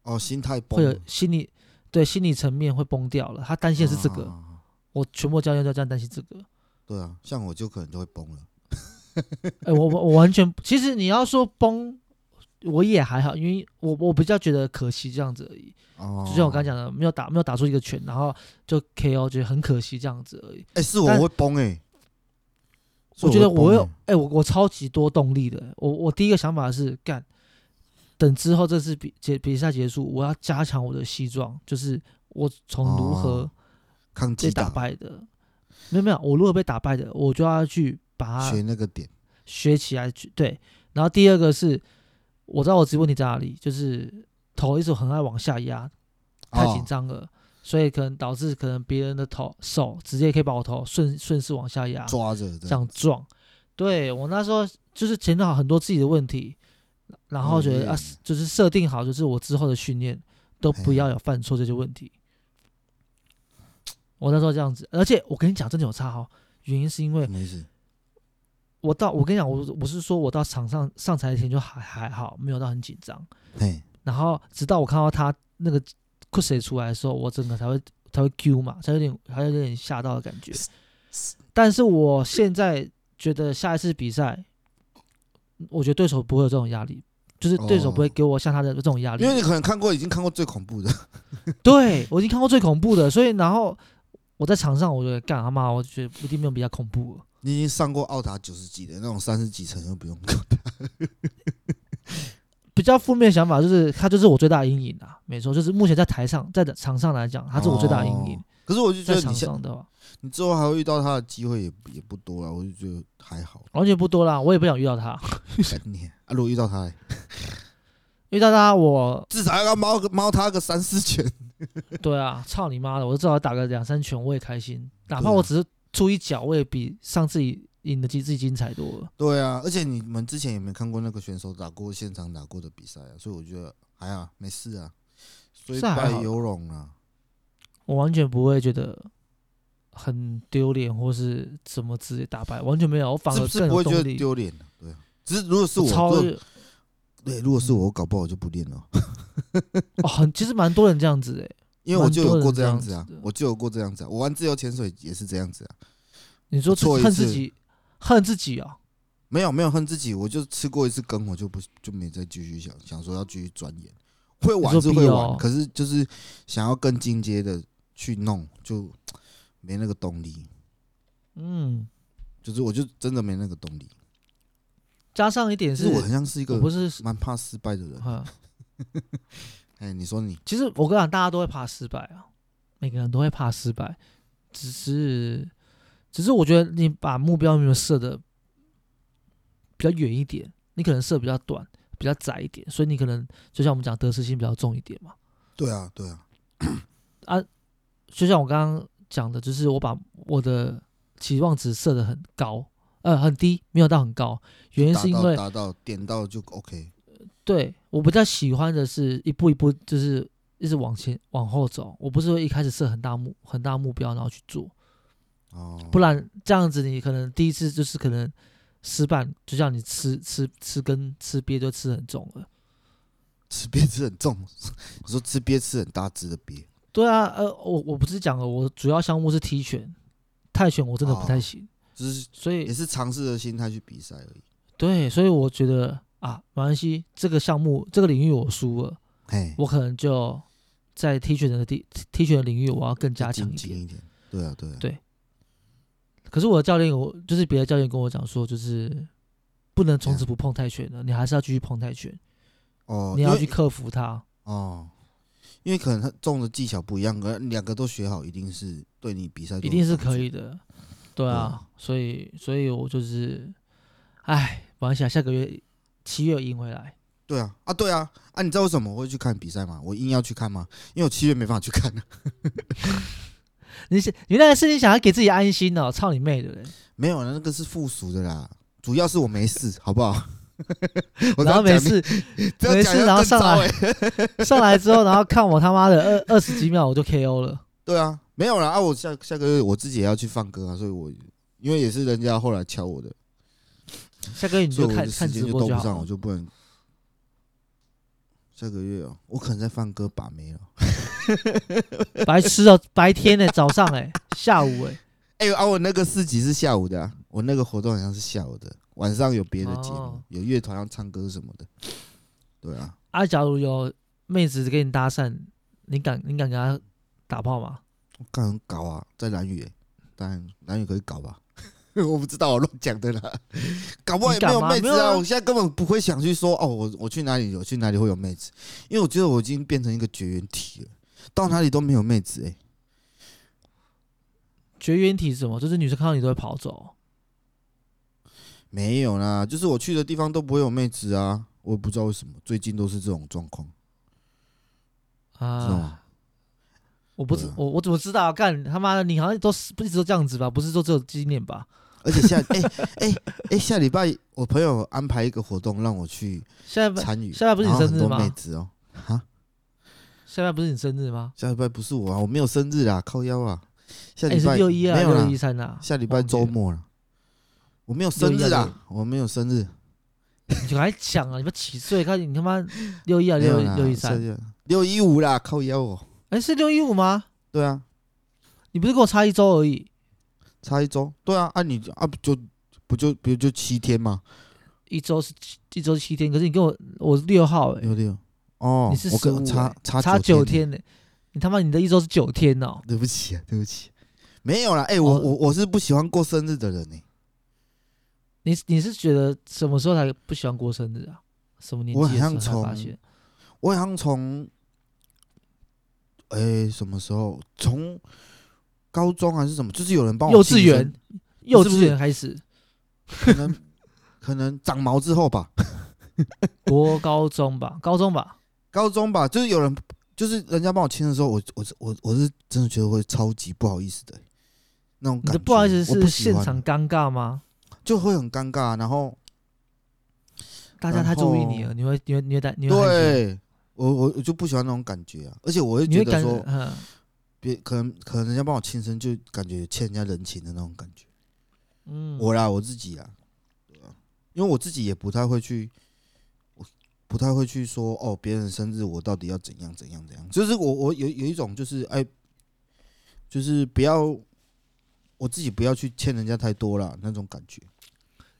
[SPEAKER 3] 哦，心态崩
[SPEAKER 1] 会有
[SPEAKER 3] 了，
[SPEAKER 1] 心理对心理层面会崩掉了。他担心的是这个，
[SPEAKER 3] 啊啊啊啊
[SPEAKER 1] 我全部教练都这样担心这个。
[SPEAKER 3] 对啊，像我就可能就会崩了。
[SPEAKER 1] 哎、我我我完全其实你要说崩，我也还好，因为我我比较觉得可惜这样子而已。
[SPEAKER 3] 哦，
[SPEAKER 1] 就像我刚才，讲的，没有打没有打出一个拳，然后就 KO，觉得很可惜这样子而已。
[SPEAKER 3] 哎、是我
[SPEAKER 1] 但
[SPEAKER 3] 会崩哎、是
[SPEAKER 1] 我觉得
[SPEAKER 3] 会
[SPEAKER 1] 我
[SPEAKER 3] 崩
[SPEAKER 1] 有
[SPEAKER 3] 欸，
[SPEAKER 1] 哎、我我超级多动力的。我我第一个想法是干，等之后这次比结比赛结束，我要加强我的西装，就是我从如何
[SPEAKER 3] 哦抗
[SPEAKER 1] 被
[SPEAKER 3] 击
[SPEAKER 1] 打败的，没有没有，我如何被打败的，我就要去把
[SPEAKER 3] 学
[SPEAKER 1] 它
[SPEAKER 3] 那个点，
[SPEAKER 1] 学起来去。对，然后第二个是，我知道我自己问题在哪里，就是头一直很爱往下压，太紧
[SPEAKER 3] 哦
[SPEAKER 1] 张了，所以可能导致可能别人的头手直接可以把我头顺顺势往下压，
[SPEAKER 3] 抓着
[SPEAKER 1] 这
[SPEAKER 3] 这样，
[SPEAKER 1] 样撞。对我那时候就是检讨很多自己的问题，然后觉得、
[SPEAKER 3] 嗯
[SPEAKER 1] 啊，就是设定好，就是我之后的训练都不
[SPEAKER 3] 哎
[SPEAKER 1] 要有犯错这些问题。我那时候这样子，而且我跟你讲，真的有差哦。原因是因为
[SPEAKER 3] 什么意思？
[SPEAKER 1] 我到我跟你讲，我我是说我到场上上台前就还还好，没有到很紧张。
[SPEAKER 3] 嘿，
[SPEAKER 1] 然后直到我看到他那个 c 谁出来的时候，我整个才会才会 Q 嘛，才有点还有点吓到的感觉。但是我现在觉得下一次比赛，我觉得对手不会有这种压力，就是对手不会给我像他的这种压力。
[SPEAKER 3] 哦因为你可能看过，已经看过最恐怖的，
[SPEAKER 1] 对我已经看过最恐怖的，所以然后我在场上，我觉得干他妈，我觉得一定没有比较恐怖了。
[SPEAKER 3] 你已经上过奥塔九十级的那种三十几层就不用看。
[SPEAKER 1] 比较负面的想法就是，他就是我最大的阴影啊，没错，就是目前在台上在场上来讲，他是我最大的阴影
[SPEAKER 3] 哦。可是我就觉
[SPEAKER 1] 在
[SPEAKER 3] 得
[SPEAKER 1] 场
[SPEAKER 3] 你现
[SPEAKER 1] 上的话，。
[SPEAKER 3] 你之后还会遇到他的机会也也不多了，我就觉得还好
[SPEAKER 1] 完全不多啦，我也不想遇到他。
[SPEAKER 3] 干你啊，如果遇到他、欸，
[SPEAKER 1] 遇到他我，
[SPEAKER 3] 至少要猫个猫他个三四拳。
[SPEAKER 1] 对啊，操你妈的，我至少打个两三拳我也开心，哪怕
[SPEAKER 3] 对啊
[SPEAKER 1] 我只是出一脚，我也比上次赢的自己精彩多了。
[SPEAKER 3] 对啊，而且你们之前也没看过那个选手打过现场打过的比赛啊，所以我觉得还好，没事啊，虽
[SPEAKER 1] 是还
[SPEAKER 3] 败
[SPEAKER 1] 好
[SPEAKER 3] 犹荣啊。
[SPEAKER 1] 我完全不会觉得很丢脸或是怎么直接打败，完全没有，我反
[SPEAKER 3] 是
[SPEAKER 1] 而
[SPEAKER 3] 不是
[SPEAKER 1] 更
[SPEAKER 3] 不
[SPEAKER 1] 有
[SPEAKER 3] 会觉
[SPEAKER 1] 动
[SPEAKER 3] 得
[SPEAKER 1] 力。
[SPEAKER 3] 丢脸的？对啊，只是如果是我，
[SPEAKER 1] 超嗯
[SPEAKER 3] 如果对，如果是我，我搞不好我就不练
[SPEAKER 1] (laughs)
[SPEAKER 3] 了，
[SPEAKER 1] 哦，很其实蛮多人这样子哎、
[SPEAKER 3] 因为我就有过这样
[SPEAKER 1] 蛮多人这
[SPEAKER 3] 子
[SPEAKER 1] 样
[SPEAKER 3] 啊
[SPEAKER 1] 子的，
[SPEAKER 3] 我就有过这样子啊，我玩自由潜水也是这样子啊，
[SPEAKER 1] 你说自
[SPEAKER 3] 错一
[SPEAKER 1] 恨自
[SPEAKER 3] 次
[SPEAKER 1] 己，恨自己啊、
[SPEAKER 3] 没有没有恨自己，我就吃过一次羹，我就不就没再继续想想说要继续钻研，会玩
[SPEAKER 1] 你
[SPEAKER 3] 是
[SPEAKER 1] 说
[SPEAKER 3] 会
[SPEAKER 1] BO
[SPEAKER 3] 玩，可是就是想要更进阶的去弄，就没那个动力，
[SPEAKER 1] 嗯，
[SPEAKER 3] 就是我就真的没那个动力。
[SPEAKER 1] 加上一点
[SPEAKER 3] 其
[SPEAKER 1] 是
[SPEAKER 3] 实我很像是一
[SPEAKER 1] 我
[SPEAKER 3] 个
[SPEAKER 1] 不是，
[SPEAKER 3] 蛮怕失败的人。
[SPEAKER 1] 嗯，
[SPEAKER 3] 哎，你说你
[SPEAKER 1] 其实我跟你讲，大家都会怕失败啊，每个人都会怕失败，只是，只是我觉得你把目标有没有设的比较远一点，你可能设比较短、比较窄一点，所以你可能就像我们讲得失心比较重一点嘛。
[SPEAKER 3] 对啊，对啊，
[SPEAKER 1] 就像我刚刚讲的，就是我把我的期望值设的很高，呃，很低，没有到很高，原因
[SPEAKER 3] 达
[SPEAKER 1] 是因
[SPEAKER 3] 到
[SPEAKER 1] 为
[SPEAKER 3] 达到点到就 OK，
[SPEAKER 1] 对我比较喜欢的是一步一步，就是一直往前往后走，我不是会一开始设很大目很大目标然后去做，
[SPEAKER 3] 哦，
[SPEAKER 1] 不然这样子你可能第一次就是可能失败，就像你吃吃吃跟吃鳖就吃很重了。
[SPEAKER 3] 吃鳖吃很重， (laughs) 我说吃鳖吃很大只的鳖，
[SPEAKER 1] 对啊，呃，我我不是讲了，我主要项目是踢拳，泰拳我真的不太行，
[SPEAKER 3] 就是
[SPEAKER 1] 所以
[SPEAKER 3] 哦也是尝试的心态去比赛而已。
[SPEAKER 1] 对，所以我觉得啊，没关系，这个项目这个领域我输了，
[SPEAKER 3] 嘿，
[SPEAKER 1] 我可能就在踢拳的地踢拳的领域我要更加强一
[SPEAKER 3] 精进
[SPEAKER 1] 点。
[SPEAKER 3] 一点，对啊，对啊，
[SPEAKER 1] 对可是我的教练，我就是别的教练跟我讲说，就是不能从此不碰泰拳了，你还是要继续碰泰拳，
[SPEAKER 3] 嗯哦，
[SPEAKER 1] 你
[SPEAKER 3] 因
[SPEAKER 1] 要
[SPEAKER 3] 为
[SPEAKER 1] 去克服它。
[SPEAKER 3] 哦，因为可能他中的技巧不一样，可能两个都学好，一定是对你比赛都
[SPEAKER 1] 一定是
[SPEAKER 3] 有帮
[SPEAKER 1] 可
[SPEAKER 3] 助
[SPEAKER 1] 以的，对啊
[SPEAKER 3] 啊，
[SPEAKER 1] 所以所以我就是，哎，我还想下个月七月赢回来，
[SPEAKER 3] 对啊，啊对啊，啊你知道为什么我会去看比赛吗？我硬要去看吗？因为我七月没办法去看、啊。
[SPEAKER 1] 你是你那个事情想要给自己安心哦，操你妹的嘞！
[SPEAKER 3] 没有，那个是附属的啦，主要是我没事，好不好？ (laughs) 我
[SPEAKER 1] 然后
[SPEAKER 3] 这
[SPEAKER 1] 没
[SPEAKER 3] 样讲
[SPEAKER 1] 事
[SPEAKER 3] 你，这样
[SPEAKER 1] 没
[SPEAKER 3] 讲
[SPEAKER 1] 事
[SPEAKER 3] 要
[SPEAKER 1] 然后
[SPEAKER 3] 更
[SPEAKER 1] 上
[SPEAKER 3] 糟
[SPEAKER 1] 来
[SPEAKER 3] 欸
[SPEAKER 1] 上来之后，然后看我他妈的二二十几秒我就 KO 了，
[SPEAKER 3] 对啊，没有啦，啊我下下个月我自己也要去放歌啊，所以我因为也是人家后来敲我的，
[SPEAKER 1] 下个月你
[SPEAKER 3] 所
[SPEAKER 1] 就
[SPEAKER 3] 以我
[SPEAKER 1] 看
[SPEAKER 3] 的时
[SPEAKER 1] 看直
[SPEAKER 3] 间就
[SPEAKER 1] 播
[SPEAKER 3] 都
[SPEAKER 1] 就
[SPEAKER 3] 不
[SPEAKER 1] 好
[SPEAKER 3] 上，我
[SPEAKER 1] 了。
[SPEAKER 3] 就不能。下个月哦，我可能在放歌把妹了。
[SPEAKER 1] 白痴哦，白天呢、早上哎、下午哎、
[SPEAKER 3] 哎、啊，我那个市集是下午的、啊，我那个活动好像是下午的，晚上有别的节目，
[SPEAKER 1] 哦
[SPEAKER 3] 有乐团要唱歌什么的。对啊，
[SPEAKER 1] 啊，假如有妹子跟你搭讪，你敢你敢跟她打炮吗？
[SPEAKER 3] 我干很搞啊，在蓝宇、欸，当然蓝宇可以搞吧， (laughs) 我不知道，我乱讲的啦，搞不好也没有
[SPEAKER 1] 你
[SPEAKER 3] 妹
[SPEAKER 1] 干嘛
[SPEAKER 3] 子
[SPEAKER 1] 没有
[SPEAKER 3] 啊，
[SPEAKER 1] 啊
[SPEAKER 3] 我现在根本不会想去说哦，我我去哪里，我去哪里会有妹子，因为我觉得我已经变成一个绝缘体了，到哪里都没有妹子哎、
[SPEAKER 1] 绝缘体是什么？就是女生看到你都会跑走。
[SPEAKER 3] 没有啦，就是我去的地方都不会有妹子啊，我也不知道为什么，最近都是这种状况，知道吗？
[SPEAKER 1] 啊，我不知
[SPEAKER 3] 对啊
[SPEAKER 1] 我我怎么知道啊？干他妈的，你好像都是不一直都这样子吧？不是说只有今年吧？
[SPEAKER 3] 而且下 (laughs) 哎哎哎，下礼拜我朋友安排一个活动让我去
[SPEAKER 1] 现在不
[SPEAKER 3] 参与，
[SPEAKER 1] 下礼拜不是你
[SPEAKER 3] 然后
[SPEAKER 1] 生日
[SPEAKER 3] 很多
[SPEAKER 1] 吗
[SPEAKER 3] 妹子哦，哈，
[SPEAKER 1] 下礼拜不是你生日吗？
[SPEAKER 3] 下礼拜不是我啊，我没有生日啊，靠腰啊，下
[SPEAKER 1] 哎、
[SPEAKER 3] 礼
[SPEAKER 1] 是
[SPEAKER 3] 拜
[SPEAKER 1] 六一啊，
[SPEAKER 3] 没有
[SPEAKER 1] 六
[SPEAKER 3] 啦
[SPEAKER 1] 一，三啊，
[SPEAKER 3] 下礼拜周末了，我没有生日
[SPEAKER 1] 六一啊
[SPEAKER 3] 啊，我没有生日，
[SPEAKER 1] 你赶快讲啊！你们几岁？看你他妈六一啊，
[SPEAKER 3] 没
[SPEAKER 1] 六
[SPEAKER 3] 有
[SPEAKER 1] 一
[SPEAKER 3] 啦
[SPEAKER 1] 六一
[SPEAKER 3] 下
[SPEAKER 1] 三，
[SPEAKER 3] 礼拜六一五啦，靠腰哦，
[SPEAKER 1] 哎、是六一五吗？
[SPEAKER 3] 对啊，
[SPEAKER 1] 你不是跟我差一周而已，
[SPEAKER 3] 差一周，对啊，啊你啊不就不就不就七天嘛，
[SPEAKER 1] 一周是七一周七天，可是你跟我我六号哎、
[SPEAKER 3] 六六哦
[SPEAKER 1] 你是，
[SPEAKER 3] 我跟我
[SPEAKER 1] 15
[SPEAKER 3] 差差
[SPEAKER 1] 差
[SPEAKER 3] 九
[SPEAKER 1] 九
[SPEAKER 3] 天
[SPEAKER 1] 天呢、欸你他妈你的一周是九天哦、
[SPEAKER 3] 对不起啊，对不起，没有啦，哎我
[SPEAKER 1] 哦
[SPEAKER 3] 我我是不喜欢过生日的人欸呢。
[SPEAKER 1] 你你是觉得什么时候才不喜欢过生日啊？什么年纪
[SPEAKER 3] 我
[SPEAKER 1] 的
[SPEAKER 3] 好
[SPEAKER 1] 时候
[SPEAKER 3] 像
[SPEAKER 1] 才发
[SPEAKER 3] 从
[SPEAKER 1] 现？
[SPEAKER 3] 我好像从，哎、什么时候？从高中还是什么？就是有人帮我
[SPEAKER 1] 幼稚
[SPEAKER 3] 庆生
[SPEAKER 1] 园，，幼
[SPEAKER 3] 是不
[SPEAKER 1] 稚
[SPEAKER 3] 是
[SPEAKER 1] 园开始，
[SPEAKER 3] 可能 (laughs) 可能长毛之后吧，
[SPEAKER 1] 国高中吧，高中吧，
[SPEAKER 3] 高中吧，就是有人，就是人家帮我签的时候，我我我我是真的觉得会超级不好意思的、那种
[SPEAKER 1] 你
[SPEAKER 3] 感
[SPEAKER 1] 的
[SPEAKER 3] 觉。
[SPEAKER 1] 不好意思
[SPEAKER 3] 我
[SPEAKER 1] 是
[SPEAKER 3] 不喜
[SPEAKER 1] 现
[SPEAKER 3] 欢
[SPEAKER 1] 场尴尬吗？
[SPEAKER 3] 就会很尴尬，然后
[SPEAKER 1] 大家
[SPEAKER 3] 然
[SPEAKER 1] 太注意
[SPEAKER 3] 后
[SPEAKER 1] 你了，你会你会你会担你会害羞
[SPEAKER 3] 对我我我就不喜欢那种感觉啊，而且我会
[SPEAKER 1] 你
[SPEAKER 3] 觉
[SPEAKER 1] 会
[SPEAKER 3] 得
[SPEAKER 1] 感
[SPEAKER 3] 说，
[SPEAKER 1] 嗯，
[SPEAKER 3] 别可能可能人家帮我庆生，就感觉欠人家人情的那种感觉。
[SPEAKER 1] 嗯
[SPEAKER 3] 我啦，我自己啦，对啊，因为我自己也不太会去，我不太会去说哦，别人生日我到底要怎样怎样怎样，就是我我有有一种就是哎，就是不要我自己不要去欠人家太多啦那种感觉。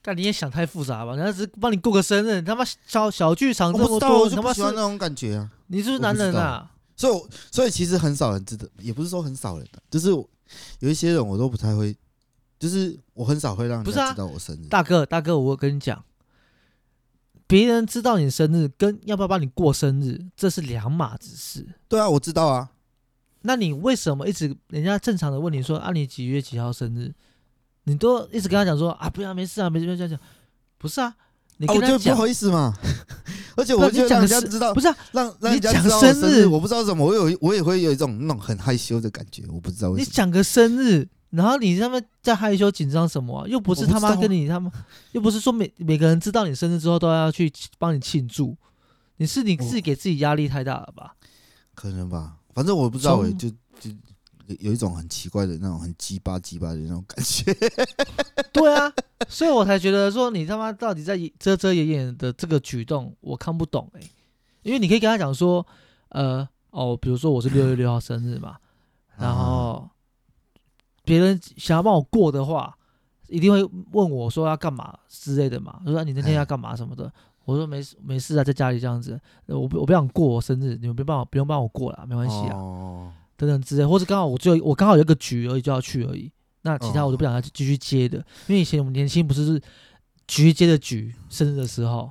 [SPEAKER 1] 但你也想太复杂吧？人家只是帮你过个生日，你他妈小小剧场
[SPEAKER 3] 我
[SPEAKER 1] 这
[SPEAKER 3] 不
[SPEAKER 1] 么
[SPEAKER 3] 知道，
[SPEAKER 1] 多，
[SPEAKER 3] 我
[SPEAKER 1] 你
[SPEAKER 3] 就
[SPEAKER 1] 他
[SPEAKER 3] 不
[SPEAKER 1] 妈
[SPEAKER 3] 喜
[SPEAKER 1] 是
[SPEAKER 3] 欢那种感觉啊，
[SPEAKER 1] 你是不是
[SPEAKER 3] 我
[SPEAKER 1] 男
[SPEAKER 3] 不知
[SPEAKER 1] 人
[SPEAKER 3] 道
[SPEAKER 1] 啊？
[SPEAKER 3] 所以我所以其实很少人知道，也不是说很少人啊，就是我有一些人我都不太会，就是我很少会让
[SPEAKER 1] 不
[SPEAKER 3] 人
[SPEAKER 1] 是啊
[SPEAKER 3] 家知道我生日。
[SPEAKER 1] 大哥大哥，我跟你讲，别人知道你生日跟要不要帮你过生日，这是两码子事。
[SPEAKER 3] 对啊，我知道啊，
[SPEAKER 1] 那你为什么一直人家正常的问你说啊你几月几号生日，你都一直跟他讲说啊不要没事啊没事没事没事，不是啊，你
[SPEAKER 3] 啊
[SPEAKER 1] 跟
[SPEAKER 3] 我
[SPEAKER 1] 他
[SPEAKER 3] 就不
[SPEAKER 1] (laughs) 讲，
[SPEAKER 3] 好意思嘛，而且
[SPEAKER 1] 不是
[SPEAKER 3] 我
[SPEAKER 1] 你
[SPEAKER 3] 觉得
[SPEAKER 1] 讲的
[SPEAKER 3] 让人家
[SPEAKER 1] 是
[SPEAKER 3] 知道
[SPEAKER 1] 不，是啊，
[SPEAKER 3] 让让
[SPEAKER 1] 你
[SPEAKER 3] 人家
[SPEAKER 1] 讲
[SPEAKER 3] 知道我
[SPEAKER 1] 生日
[SPEAKER 3] 日，我不知道为什么，我有我也会有一种那种很害羞的感觉，我不知道为
[SPEAKER 1] 你
[SPEAKER 3] 什么。
[SPEAKER 1] 讲个生日，然后你他妈在害羞紧张什么、啊？又不是
[SPEAKER 3] 我不
[SPEAKER 1] 他妈
[SPEAKER 3] 知道啊
[SPEAKER 1] 跟你他妈，又不是说每每个人知道你生日之后都要去帮你庆祝，你是你
[SPEAKER 3] 我
[SPEAKER 1] 自己给自己压力太大了吧？
[SPEAKER 3] 可能吧，反正我不知道、欸，
[SPEAKER 1] 从
[SPEAKER 3] 就就有有一种很奇怪的那种很鸡巴鸡巴的那种感觉。
[SPEAKER 1] 对啊，所以我才觉得说你他妈到底在遮遮掩掩的这个举动，我看不懂哎、因为你可以跟他讲说，呃，哦，比如说我是 (laughs) 六月六号生日嘛，然后别人想要帮我过的话，一定会问我说要干嘛之类的嘛，就说啊你那天
[SPEAKER 3] 哎
[SPEAKER 1] 要干嘛什么的。我说没事没事啊，在家里这样子，呃我不我不想过我生日，你们别帮我不用帮我过了，没关系啊，
[SPEAKER 3] 哦，
[SPEAKER 1] 等等之类，或者刚好我只有我刚好有一个局而已就要去而已，那其他
[SPEAKER 3] 哦
[SPEAKER 1] 我都不想再继续接的，因为以前我们年轻不是是局接的局，生日的时候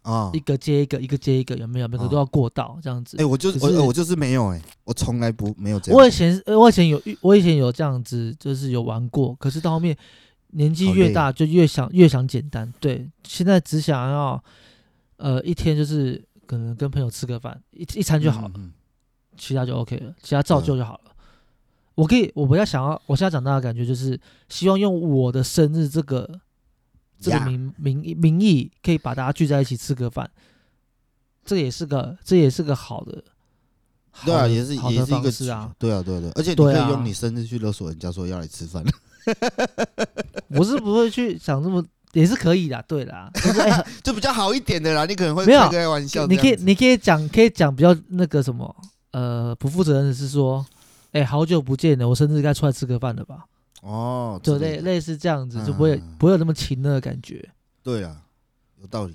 [SPEAKER 3] 啊，
[SPEAKER 1] 一个接一个，一个接一个，有没有？每个都要过到这样子
[SPEAKER 3] 哦哎、。我就是
[SPEAKER 1] 可是
[SPEAKER 3] 我我就是没有哎、我从来不没有这样。
[SPEAKER 1] 我以前呃我以前有遇我以前有这样子，就是有玩过，可是到后面年纪
[SPEAKER 3] 好
[SPEAKER 1] 越
[SPEAKER 3] 累
[SPEAKER 1] 大就越想越想简单，对，现在只想要呃一天就是可能跟朋友吃个饭，一一餐就好了，
[SPEAKER 3] 嗯。嗯
[SPEAKER 1] 其他就 OK 了，其他照旧就好了。我可以，我不要想要，我现在长大的感觉就是希望用我的生日这个这个
[SPEAKER 3] 呀
[SPEAKER 1] 名名名义，可以把大家聚在一起吃个饭，这也是个这也是个好的，好
[SPEAKER 3] 对啊，
[SPEAKER 1] 的
[SPEAKER 3] 也是
[SPEAKER 1] 好
[SPEAKER 3] 也
[SPEAKER 1] 的
[SPEAKER 3] 是一
[SPEAKER 1] 方
[SPEAKER 3] 个
[SPEAKER 1] 式啊
[SPEAKER 3] 局。，对啊，对啊对啊，而且你可
[SPEAKER 1] 对啊
[SPEAKER 3] 以用你生日去勒索人家说要来吃饭。 (laughs)
[SPEAKER 1] 我是不会去想这么，也是可以的，对啦。就是哎
[SPEAKER 3] 就比较好一点的啦。你可能会
[SPEAKER 1] 没有
[SPEAKER 3] 开开玩 (laughs) 笑这
[SPEAKER 1] 你
[SPEAKER 3] 样子，
[SPEAKER 1] 可以，你可以讲，可以讲比较那个什么，呃，不负责任的是说，哎、好久不见了，我生日该出来吃个饭了吧？
[SPEAKER 3] 哦，
[SPEAKER 1] 就
[SPEAKER 3] 之类
[SPEAKER 1] 类
[SPEAKER 3] 的
[SPEAKER 1] 类似这样子，就不会、
[SPEAKER 3] 嗯
[SPEAKER 1] 不会有那么勤的感觉，
[SPEAKER 3] 对啊，有道理。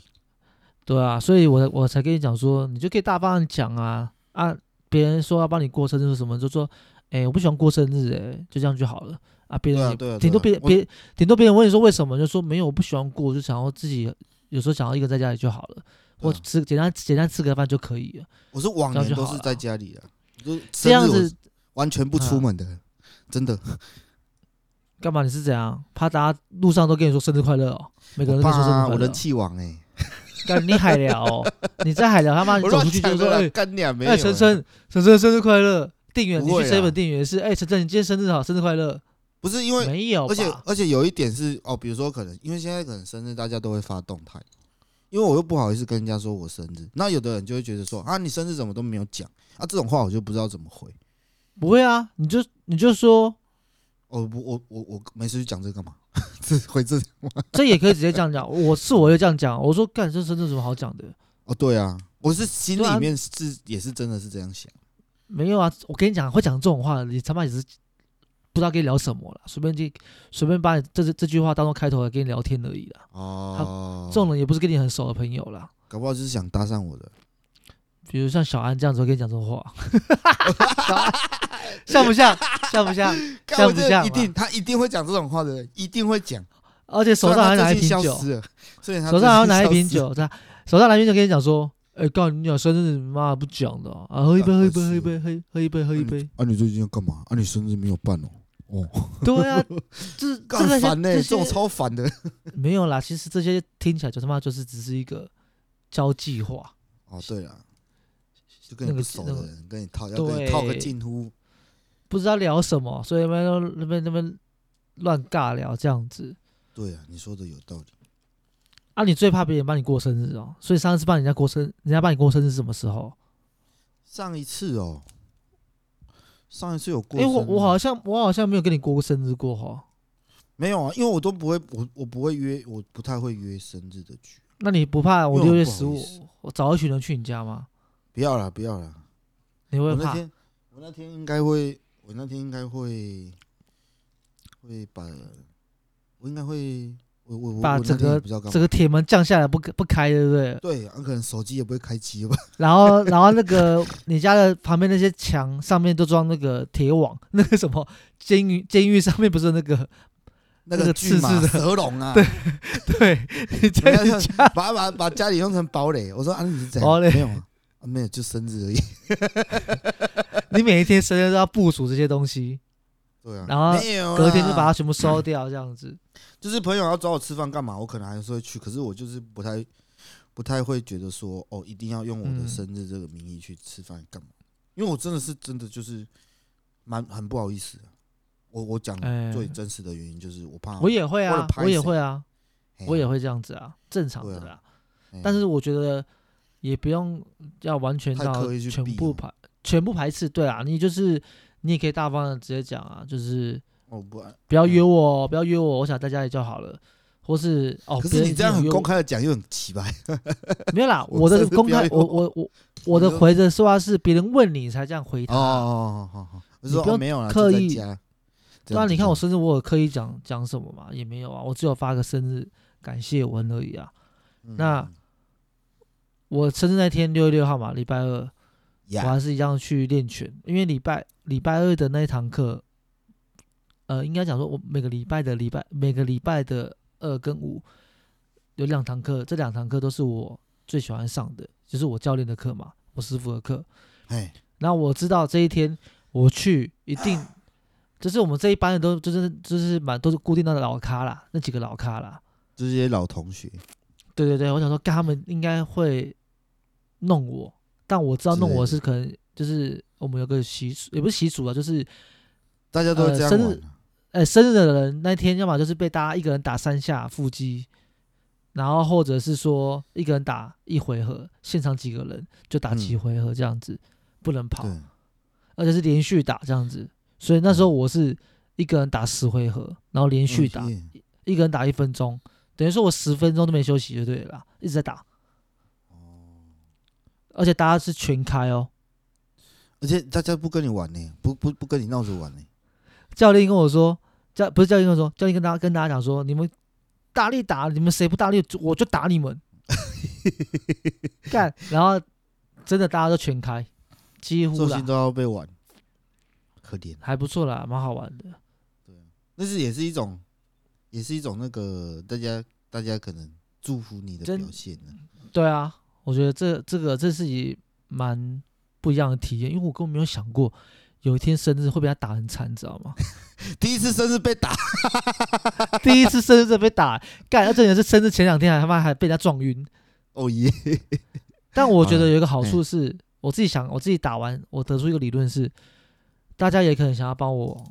[SPEAKER 1] 对啊。所以我才我才跟你讲说，你就可以大方的讲啊啊，别人说要帮你过生日什么，就说，哎、我不喜欢过生日、哎，就这样就好了。啊，别人
[SPEAKER 3] 对啊
[SPEAKER 1] 也
[SPEAKER 3] 对啊对啊
[SPEAKER 1] 顶多别
[SPEAKER 3] 我
[SPEAKER 1] 别顶多别人问你说为什么，就说没有，我不喜欢过，我就想要自己有时候想要一个人在家里就好了。
[SPEAKER 3] 对
[SPEAKER 1] 我
[SPEAKER 3] 啊
[SPEAKER 1] 吃简单简单吃个饭就可以了，
[SPEAKER 3] 我是往
[SPEAKER 1] 这样
[SPEAKER 3] 年
[SPEAKER 1] 就好
[SPEAKER 3] 都
[SPEAKER 1] 了
[SPEAKER 3] 是在家里的，就
[SPEAKER 1] 这样
[SPEAKER 3] 生日我
[SPEAKER 1] 子啊
[SPEAKER 3] 完全不出门的，真的。
[SPEAKER 1] 干嘛？你是怎样？怕大家路上都跟你说生日快乐哦，每个人
[SPEAKER 3] 我
[SPEAKER 1] 都跟
[SPEAKER 3] 爸
[SPEAKER 1] 你说生日
[SPEAKER 3] 啊
[SPEAKER 1] 快
[SPEAKER 3] 我
[SPEAKER 1] 乐
[SPEAKER 3] 人
[SPEAKER 1] 哦。
[SPEAKER 3] 气王哎，
[SPEAKER 1] 干你海聊哦，你在海聊他妈，你
[SPEAKER 3] 我
[SPEAKER 1] 走
[SPEAKER 3] 乱
[SPEAKER 1] 出去就
[SPEAKER 3] 讲
[SPEAKER 1] 说
[SPEAKER 3] 的
[SPEAKER 1] 哎
[SPEAKER 3] 啦，干你啊没有
[SPEAKER 1] 哎，
[SPEAKER 3] 欸。
[SPEAKER 1] 晨晨，晨晨生日快乐！店员，你
[SPEAKER 3] 不
[SPEAKER 1] 去
[SPEAKER 3] 会啊
[SPEAKER 1] seven
[SPEAKER 3] 啦
[SPEAKER 1] 店员是，哎，晨晨，你今天生日好，生日快乐。
[SPEAKER 3] 不是因为，
[SPEAKER 1] 没有吧，
[SPEAKER 3] 而且而且有一点是哦，比如说可能因为现在可能生日大家都会发动态，因为我又不好意思跟人家说我生日，那有的人就会觉得说啊你生日怎么都没有讲啊这种话我就不知道怎么回。
[SPEAKER 1] 不会啊，你就你就说，
[SPEAKER 3] 哦不我我我没事去讲这个干嘛？ (laughs) 这回这
[SPEAKER 1] 这也可以直接这样讲。我是我就这样讲，我说干这生日有什么好讲的？
[SPEAKER 3] 哦，对啊，我是心
[SPEAKER 1] 对啊
[SPEAKER 3] 里面是、也是真的是这样想，
[SPEAKER 1] 没有啊，我跟你讲，会讲这种话的，你他妈也是不知道跟你聊什么了，随便就随便把你这这这句话当做开头来跟你聊天而已啦。
[SPEAKER 3] 哦
[SPEAKER 1] 这，种人也不是跟你很熟的朋友啦。
[SPEAKER 3] 搞不好就是想搭讪我的，
[SPEAKER 1] 比如像小安这样子会跟你讲这种
[SPEAKER 3] (laughs)
[SPEAKER 1] 话，小安像不像？像不像？
[SPEAKER 3] 干
[SPEAKER 1] 像
[SPEAKER 3] 我
[SPEAKER 1] 不
[SPEAKER 3] 真的
[SPEAKER 1] 像
[SPEAKER 3] 一
[SPEAKER 1] 嘛
[SPEAKER 3] 定他一定会讲这种话的人，一定会讲，
[SPEAKER 1] 而且手上还
[SPEAKER 3] 虽然
[SPEAKER 1] 拿
[SPEAKER 3] 他
[SPEAKER 1] 一
[SPEAKER 3] 最
[SPEAKER 1] 瓶
[SPEAKER 3] 近消
[SPEAKER 1] 酒，
[SPEAKER 3] 失了，所以他
[SPEAKER 1] 手上还要拿一
[SPEAKER 3] 最近
[SPEAKER 1] 瓶
[SPEAKER 3] 消失了，
[SPEAKER 1] 酒，他手上拿一瓶酒跟你讲说：“哎、告诉你讲生日，妈不讲的啊，喝一杯，喝一杯，喝一杯，喝喝一杯，喝一
[SPEAKER 3] (laughs)
[SPEAKER 1] 杯。
[SPEAKER 3] 啊，你最近要干嘛？啊，你生日没有办哦。哦，”
[SPEAKER 1] 对啊，这这
[SPEAKER 3] (laughs) 干
[SPEAKER 1] 个
[SPEAKER 3] 烦呢、
[SPEAKER 1] 这
[SPEAKER 3] 这种
[SPEAKER 1] 些
[SPEAKER 3] 超烦的。
[SPEAKER 1] 没有啦。其实这些听起来就他妈就是只是一个交际话，
[SPEAKER 3] 哦，对了，就跟你
[SPEAKER 1] 那
[SPEAKER 3] 不
[SPEAKER 1] 个
[SPEAKER 3] 熟
[SPEAKER 1] 那
[SPEAKER 3] 的
[SPEAKER 1] 个
[SPEAKER 3] 人跟你套，要跟你
[SPEAKER 1] 对
[SPEAKER 3] 套个近乎，
[SPEAKER 1] 不知道聊什么，所以那边都那边那边乱尬聊这样子。
[SPEAKER 3] 对啊，你说的有道理。
[SPEAKER 1] 啊，你最怕别人帮你过生日哦，所以上次帮人家过生，人家帮你过生日是什么时候？
[SPEAKER 3] 上一次哦，上一次有过
[SPEAKER 1] 因
[SPEAKER 3] 生
[SPEAKER 1] 为
[SPEAKER 3] 日吗，
[SPEAKER 1] 哎我我好像我好像没有跟你过过生日过哦哈，
[SPEAKER 3] 没有啊，因为我都不会，我我不会约，我不太会约生日的局。
[SPEAKER 1] 那你不怕我
[SPEAKER 3] 因
[SPEAKER 1] 六
[SPEAKER 3] 为
[SPEAKER 1] 月
[SPEAKER 3] 我
[SPEAKER 1] 十
[SPEAKER 3] 不好
[SPEAKER 1] 五
[SPEAKER 3] 意思
[SPEAKER 1] 我找一群人去你家吗？
[SPEAKER 3] 不要啦，不要啦。
[SPEAKER 1] 你会
[SPEAKER 3] 我那
[SPEAKER 1] 怕？
[SPEAKER 3] 天，我那天应该会，我那天应该会，会把，我应该会，我我我
[SPEAKER 1] 把
[SPEAKER 3] 我那
[SPEAKER 1] 整
[SPEAKER 3] 天也
[SPEAKER 1] 个
[SPEAKER 3] 不知道干嘛
[SPEAKER 1] 这个铁门降下来不不开，对不对？
[SPEAKER 3] 对，啊可能手机也不会开机
[SPEAKER 1] (laughs)
[SPEAKER 3] 吧。
[SPEAKER 1] 然后然后那个你家的旁边那些墙上面都装那个铁网，那个什么监狱监狱上面不是那个
[SPEAKER 3] 那
[SPEAKER 1] 那个
[SPEAKER 3] 个
[SPEAKER 1] 刺
[SPEAKER 3] 巨马
[SPEAKER 1] 刺的
[SPEAKER 3] 蛇龙
[SPEAKER 1] (laughs)
[SPEAKER 3] 啊，
[SPEAKER 1] 对，你在
[SPEAKER 3] 人
[SPEAKER 1] 你
[SPEAKER 3] 家
[SPEAKER 1] 家
[SPEAKER 3] 把把把家里弄成堡垒。我说啊，你是怎样？
[SPEAKER 1] 堡垒
[SPEAKER 3] 没有啊，啊没有，就生日而已。
[SPEAKER 1] 你每一天生日都要部署这些东西，
[SPEAKER 3] (laughs) 对啊，
[SPEAKER 1] 然后
[SPEAKER 3] 没有啦
[SPEAKER 1] 隔天就把它全部收掉，这样子。
[SPEAKER 3] 就是朋友要找我吃饭干嘛，我可能还是会去，可是我就是不太不太会觉得说哦，一定要用我的
[SPEAKER 1] 嗯
[SPEAKER 3] 生日这个名义去吃饭干嘛，因为我真的是真的就是蛮很不好意思的。我我讲
[SPEAKER 1] 哎
[SPEAKER 3] 最真实的原因就是我怕
[SPEAKER 1] 我也会
[SPEAKER 3] 为了
[SPEAKER 1] 啊，
[SPEAKER 3] 拍
[SPEAKER 1] 我也
[SPEAKER 3] 谁
[SPEAKER 1] 会啊，
[SPEAKER 3] 嘿啊
[SPEAKER 1] 我也会这样子啊，正常的
[SPEAKER 3] 对
[SPEAKER 1] 啦。
[SPEAKER 3] 嘿啊
[SPEAKER 1] 但是我觉得也不用要完全
[SPEAKER 3] 太
[SPEAKER 1] 到
[SPEAKER 3] 刻意去
[SPEAKER 1] 全
[SPEAKER 3] 避
[SPEAKER 1] 部
[SPEAKER 3] 哦
[SPEAKER 1] 排全部排斥。对啊，你就是你也可以大方的直接讲啊，就是
[SPEAKER 3] 我哦不爱，
[SPEAKER 1] 不要约
[SPEAKER 3] 嗯
[SPEAKER 1] 我，不要约我，我想在家里就好了。或是哦，
[SPEAKER 3] 可
[SPEAKER 1] 别
[SPEAKER 3] 是
[SPEAKER 1] 人
[SPEAKER 3] 你
[SPEAKER 1] 一
[SPEAKER 3] 这
[SPEAKER 1] 定
[SPEAKER 3] 样
[SPEAKER 1] 有
[SPEAKER 3] 很
[SPEAKER 1] 约
[SPEAKER 3] 公
[SPEAKER 1] 我
[SPEAKER 3] 开的讲又很奇怪，
[SPEAKER 1] 没有啦，
[SPEAKER 3] (laughs) 我
[SPEAKER 1] 我的
[SPEAKER 3] 真的
[SPEAKER 1] 公
[SPEAKER 3] 不要
[SPEAKER 1] 开，
[SPEAKER 3] 用
[SPEAKER 1] 我我我我的
[SPEAKER 3] 你说
[SPEAKER 1] 回的说话是别人问你才这样回
[SPEAKER 3] 哦
[SPEAKER 1] 答啊。
[SPEAKER 3] 哦哦哦哦，我
[SPEAKER 1] 你
[SPEAKER 3] 说
[SPEAKER 1] 不
[SPEAKER 3] 哦
[SPEAKER 1] 要
[SPEAKER 3] 没有啦，
[SPEAKER 1] 刻
[SPEAKER 3] 就在
[SPEAKER 1] 意
[SPEAKER 3] 家。这
[SPEAKER 1] 对啊，
[SPEAKER 3] 样
[SPEAKER 1] 你
[SPEAKER 3] 子
[SPEAKER 1] 看我
[SPEAKER 3] 这
[SPEAKER 1] 生
[SPEAKER 3] 样
[SPEAKER 1] 日，我有刻意讲讲什么嘛？也没有啊，我只有发个生日感谢文而已啊。
[SPEAKER 3] 嗯
[SPEAKER 1] 那
[SPEAKER 3] 嗯
[SPEAKER 1] 我生日那天六月六号嘛，礼拜二，我
[SPEAKER 3] 呀
[SPEAKER 1] 还是一样去练拳，因为礼拜礼拜二的那一堂课，呃，应该讲说，我每个礼拜的礼拜每个礼拜的二跟五有两堂课，这两堂课都是我最喜欢上的，就是我教练的课嘛，我师傅的课。
[SPEAKER 3] 哎
[SPEAKER 1] 然后我知道这一天我去一定， (sighs) 就是我们这一班的都就是就是蛮都是固定到的老咖啦，那几个老咖啦。
[SPEAKER 3] 就是这些老同学，
[SPEAKER 1] 对对对，我想说，干他们应该会弄我，但我知道弄我
[SPEAKER 3] 之
[SPEAKER 1] 是可能就是我们有个习俗，也不是习俗啊，就是
[SPEAKER 3] 大家都会
[SPEAKER 1] 呃
[SPEAKER 3] 这样
[SPEAKER 1] 生日
[SPEAKER 3] 玩啊
[SPEAKER 1] 呃生日的人那天，要么就是被大家一个人打三下腹肌，然后或者是说一个人打一回合，现场几个人就打几
[SPEAKER 3] 嗯
[SPEAKER 1] 回合这样子，不能跑。
[SPEAKER 3] 对。
[SPEAKER 1] 而且是连续打这样子。所以那时候我是一个人打十回合，然后连续打，
[SPEAKER 3] 嗯
[SPEAKER 1] 一个人打一分钟，等于说我十分钟都没休息就对了啦，一直在打。而且大家是全开哦，
[SPEAKER 3] 而且大家不跟你玩呢、不不不跟你闹着玩呢、
[SPEAKER 1] 教练跟我说，教不是教练跟我说，教练跟大家跟大家讲说，你们大力打，你们谁不大力，我就打你们。干，然后真的大家都全开，几乎
[SPEAKER 3] 寿
[SPEAKER 1] 啦
[SPEAKER 3] 星，都要被玩，可怜。
[SPEAKER 1] 还不错啦，蛮好玩的。
[SPEAKER 3] 那是也是一种，也是一种那个大家大家可能祝福你的
[SPEAKER 1] 真
[SPEAKER 3] 表现呢、
[SPEAKER 1] 对啊，我觉得这这个这是也蛮不一样的体验，因为我根本没有想过有一天生日会被他打很惨，你知道吗？
[SPEAKER 3] 第一次生日被打，
[SPEAKER 1] (laughs) 第一次生日就被打，干，而且也是生日前两天还他妈还被人家撞晕。
[SPEAKER 3] 哦耶！
[SPEAKER 1] 但我觉
[SPEAKER 3] 好
[SPEAKER 1] 得
[SPEAKER 3] 了
[SPEAKER 1] 有一个好处是，我自己想，我自己打完，我得出一个理论是，大家也可能想要帮我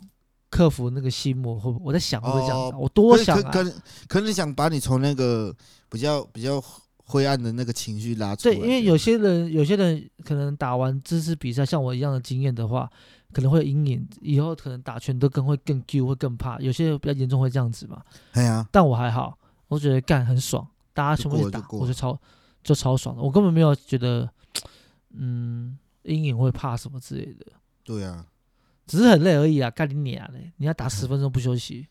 [SPEAKER 1] 克服那个心魔，会不我在想会不会这样子啊、
[SPEAKER 3] 哦
[SPEAKER 1] 我多
[SPEAKER 3] 可
[SPEAKER 1] 想
[SPEAKER 3] 可可
[SPEAKER 1] 啊，
[SPEAKER 3] 能可能想把你从那个比较比较灰暗的那个情绪拉出来。
[SPEAKER 1] 对，因为有些人有些人可能打完知识比赛，像我一样的经验的话，可能会有阴影，以后可能打拳都更会更 Q，会更怕。有些比较严重会这样子嘛，
[SPEAKER 3] 哎呀，
[SPEAKER 1] 但我还好，我觉得干很爽，大家全部一起
[SPEAKER 3] 就
[SPEAKER 1] 打，
[SPEAKER 3] 过了就过了
[SPEAKER 1] 我就超就超爽的，我根本没有觉得，嗯，阴影会怕什么之类的，
[SPEAKER 3] 对啊，
[SPEAKER 1] 只是很累而已啊，干你娘嘞！你要
[SPEAKER 3] 嗯
[SPEAKER 1] 打十分钟不休息，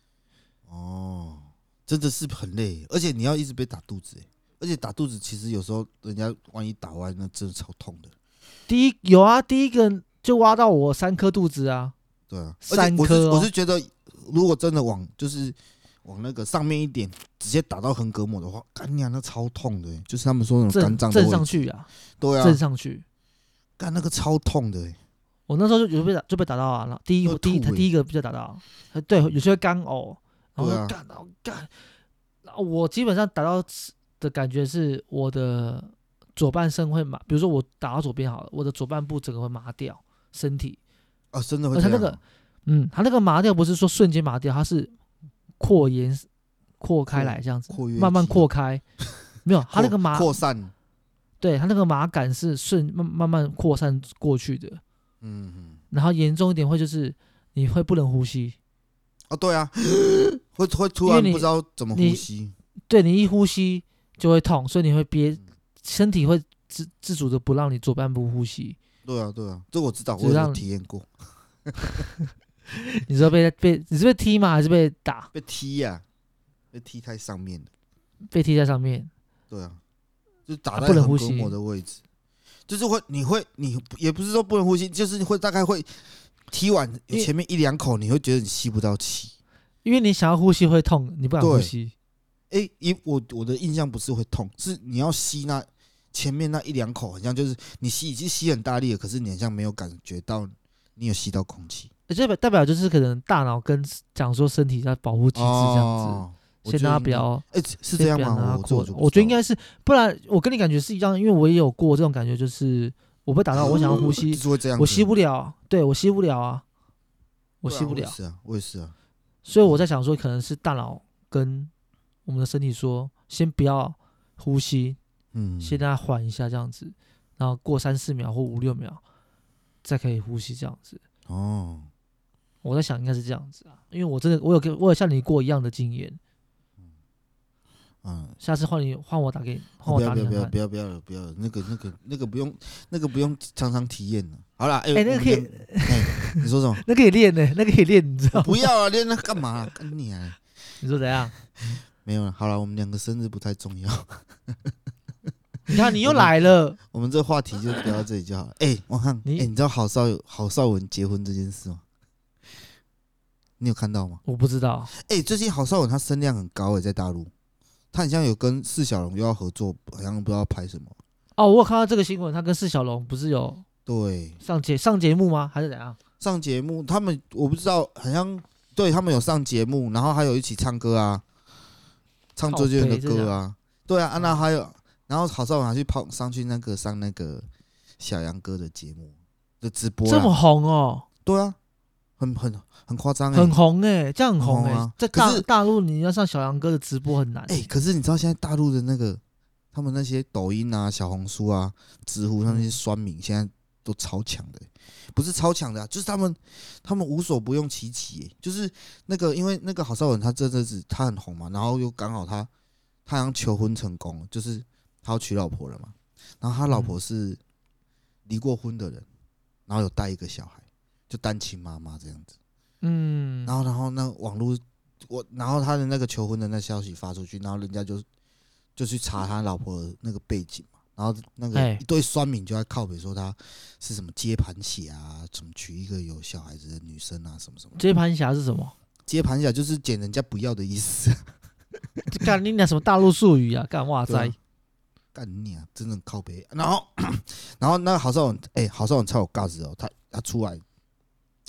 [SPEAKER 3] 哦，真的是很累，而且你要一直被打肚子、欸，而且打肚子其实有时候人家万一打歪，那真的超痛的。
[SPEAKER 1] 第一有啊，第一个就挖到我三颗肚子啊，
[SPEAKER 3] 对啊，而且
[SPEAKER 1] 三
[SPEAKER 3] 我是
[SPEAKER 1] 颗哦
[SPEAKER 3] 我是觉得，如果真的往就是往那个上面一点，直接打到横膈膜的话，干娘那超痛的欸、就是他们说那种
[SPEAKER 1] 震
[SPEAKER 3] 肝脏的
[SPEAKER 1] 震
[SPEAKER 3] 位
[SPEAKER 1] 上
[SPEAKER 3] 置，
[SPEAKER 1] 去啊，
[SPEAKER 3] 对
[SPEAKER 1] 震
[SPEAKER 3] 啊，
[SPEAKER 1] 上去。
[SPEAKER 3] 干那个超痛的欸、
[SPEAKER 1] 我那时候就有被打就被打到啊，然后第一
[SPEAKER 3] 会
[SPEAKER 1] 第一
[SPEAKER 3] 吐
[SPEAKER 1] 他
[SPEAKER 3] 欸
[SPEAKER 1] 第一个就打到，呃对，有些会干呕，然后
[SPEAKER 3] 对
[SPEAKER 1] 就
[SPEAKER 3] 啊
[SPEAKER 1] 干到干，然后我基本上打到的感觉是我的左半身会麻，比如说我打到左边好了，我的左半部整个会麻掉，身体，
[SPEAKER 3] 啊，真的会
[SPEAKER 1] 而且
[SPEAKER 3] 这
[SPEAKER 1] 那
[SPEAKER 3] 样。
[SPEAKER 1] 个嗯，它那个麻掉不是说瞬间麻掉，它是扩延扩开来这样子
[SPEAKER 3] 扩，约
[SPEAKER 1] 慢慢
[SPEAKER 3] 肌啊
[SPEAKER 1] 扩开，没有，它那个
[SPEAKER 3] 扩
[SPEAKER 1] 麻，
[SPEAKER 3] 扩散，
[SPEAKER 1] 对它那个麻感是顺慢慢慢扩散过去的，
[SPEAKER 3] 嗯嗯，
[SPEAKER 1] 然后严重一点会就是你会不能呼吸，
[SPEAKER 3] 哦对啊， (laughs) 会会突
[SPEAKER 1] 因为
[SPEAKER 3] 然
[SPEAKER 1] 你
[SPEAKER 3] 不知道怎么呼
[SPEAKER 1] 你
[SPEAKER 3] 吸，
[SPEAKER 1] 对你一呼吸就会痛，所以你会
[SPEAKER 3] 嗯
[SPEAKER 1] 憋，身体会自自主的不让你左半部呼吸，
[SPEAKER 3] 对啊对啊，这我知道，
[SPEAKER 1] 只
[SPEAKER 3] 我有
[SPEAKER 1] 让
[SPEAKER 3] 体验过，
[SPEAKER 1] 你知道被被你是被踢吗？还是被打？
[SPEAKER 3] 被踢呀、被踢太上面了，
[SPEAKER 1] 被踢在上面，
[SPEAKER 3] 对啊，就打
[SPEAKER 1] 啊
[SPEAKER 3] 在
[SPEAKER 1] 不
[SPEAKER 3] 横
[SPEAKER 1] 能呼
[SPEAKER 3] 膈膜
[SPEAKER 1] 吸
[SPEAKER 3] 的位置，就是会，你会，你也不是说不能呼吸，就是会大概会踢完
[SPEAKER 1] 因为
[SPEAKER 3] 前面一两口，你会觉得你吸不到气。
[SPEAKER 1] 因为你想要呼吸会痛，你不敢呼
[SPEAKER 3] 对
[SPEAKER 1] 吸。
[SPEAKER 3] 诶，一我我的印象不是会痛，是你要吸那前面那一两口，好像就是你吸已经吸很大力了，可是你好像没有感觉到你有吸到空气。
[SPEAKER 1] 这代代表就是可能大脑跟讲说身体在保护机制这样子，
[SPEAKER 3] 哦我
[SPEAKER 1] 先
[SPEAKER 3] 觉
[SPEAKER 1] 让它
[SPEAKER 3] 得应
[SPEAKER 1] 不
[SPEAKER 3] 该
[SPEAKER 1] 要
[SPEAKER 3] 哎、是这
[SPEAKER 1] 先
[SPEAKER 3] 样
[SPEAKER 1] 不要让它
[SPEAKER 3] 吗？我这
[SPEAKER 1] 过
[SPEAKER 3] 我就不
[SPEAKER 1] 我觉得应
[SPEAKER 3] 知道
[SPEAKER 1] 该是，不然我跟你感觉是一样，因为我也有过这种感觉，就是我被打到，我想要呼
[SPEAKER 3] (laughs) 就
[SPEAKER 1] 吸，
[SPEAKER 3] 是会这样子，
[SPEAKER 1] 我吸不了，对我吸不了啊，我
[SPEAKER 3] 对啊
[SPEAKER 1] 吸不了
[SPEAKER 3] 也，是啊，我也是啊，
[SPEAKER 1] 所以我在想说，可能是大脑跟我们的身体说，先不要呼吸，
[SPEAKER 3] 嗯，
[SPEAKER 1] 先让它缓一下这样子，然后过三四秒或五六秒，再可以呼吸这样子。
[SPEAKER 3] 哦，
[SPEAKER 1] 我在想应该是这样子啊，因为我真的我有跟我有像你过一样的经验，
[SPEAKER 3] 嗯，
[SPEAKER 1] 下次换你换我打
[SPEAKER 3] (laughs)
[SPEAKER 1] 给你，换
[SPEAKER 3] 不
[SPEAKER 1] 我
[SPEAKER 3] 要
[SPEAKER 1] 哦打
[SPEAKER 3] 不
[SPEAKER 1] 你
[SPEAKER 3] 要
[SPEAKER 1] 看
[SPEAKER 3] 不要
[SPEAKER 1] 看
[SPEAKER 3] 不。要不要了不要了，那个那个那个不用那个不用常常体验了。好啦，哎、
[SPEAKER 1] 哎那个
[SPEAKER 3] 我们
[SPEAKER 1] 可以
[SPEAKER 3] 两哎、你说什
[SPEAKER 1] (laughs)
[SPEAKER 3] 么？
[SPEAKER 1] 那可以练呢、那可以练，你知道
[SPEAKER 3] 我
[SPEAKER 1] 吗？
[SPEAKER 3] 不要啊，练那干嘛、啊？跟你啊，
[SPEAKER 1] 你说怎样？
[SPEAKER 3] 没有了。好了，我们两个生日不太重要，
[SPEAKER 1] 你看你又来了，
[SPEAKER 3] 我们这话题就聊到这里就好了。哎、王翰，哎、
[SPEAKER 1] 你
[SPEAKER 3] 你知道郝邵郝邵文结婚这件事吗？你有看到吗？
[SPEAKER 1] 我不知道，
[SPEAKER 3] 哎、最近郝邵文他声量很高哎、在大陆，他好像有跟释小龙又要合作，好像不知道拍什么。
[SPEAKER 1] 哦，我有看到这个新闻，他跟释小龙不是有
[SPEAKER 3] 对，
[SPEAKER 1] 上节上节目吗？还是怎样？
[SPEAKER 3] 上节目，他们我不知道，好像对他们有上节目，然后还有一起唱歌啊，唱周杰伦的歌啊，对啊，啊那还有，然后郝邵文还去跑上去那个上那个小杨哥的节目的直播
[SPEAKER 1] 这
[SPEAKER 3] 啊，
[SPEAKER 1] 么红哦，
[SPEAKER 3] 对啊，很很很夸张哎
[SPEAKER 1] 很，红哎、这样很红哎、
[SPEAKER 3] 很红啊
[SPEAKER 1] 在
[SPEAKER 3] 可
[SPEAKER 1] 大
[SPEAKER 3] 是
[SPEAKER 1] 大陆你要上小杨哥的直播很难
[SPEAKER 3] 哎、可是你知道现在大陆的那个他们那些抖音啊、小红书啊、知乎上那些酸民现在都超强的欸、不是超强的、啊，就是他们他们无所不用其极欸、就是那个因为那个郝邵文他这阵子他很红嘛，然后又刚好他他好像求婚成功了，就是他要娶老婆了嘛，然后他老婆是离过婚的人，然后有带一个小孩，就单亲妈妈这样子。
[SPEAKER 1] 嗯，
[SPEAKER 3] 然后然后那网络我，然后他的那个求婚的那消息发出去，然后人家就就去查他老婆的那个背景嘛，然后那个
[SPEAKER 1] 哎
[SPEAKER 3] 一堆酸民就在靠北说他是什么接盘侠啊，怎么娶一个有小孩子的女生啊，什么什么
[SPEAKER 1] 接盘侠是什么？
[SPEAKER 3] 接盘侠就是捡人家不要的意思、啊，
[SPEAKER 1] 这干你俩什么大陆术语啊？干哇
[SPEAKER 3] (laughs) 对啊
[SPEAKER 1] 塞！
[SPEAKER 3] 干你啊，真的很靠北。然后 (clears throat) 然后那个郝邵文，哎、郝邵文超有尬子哦，他他出来，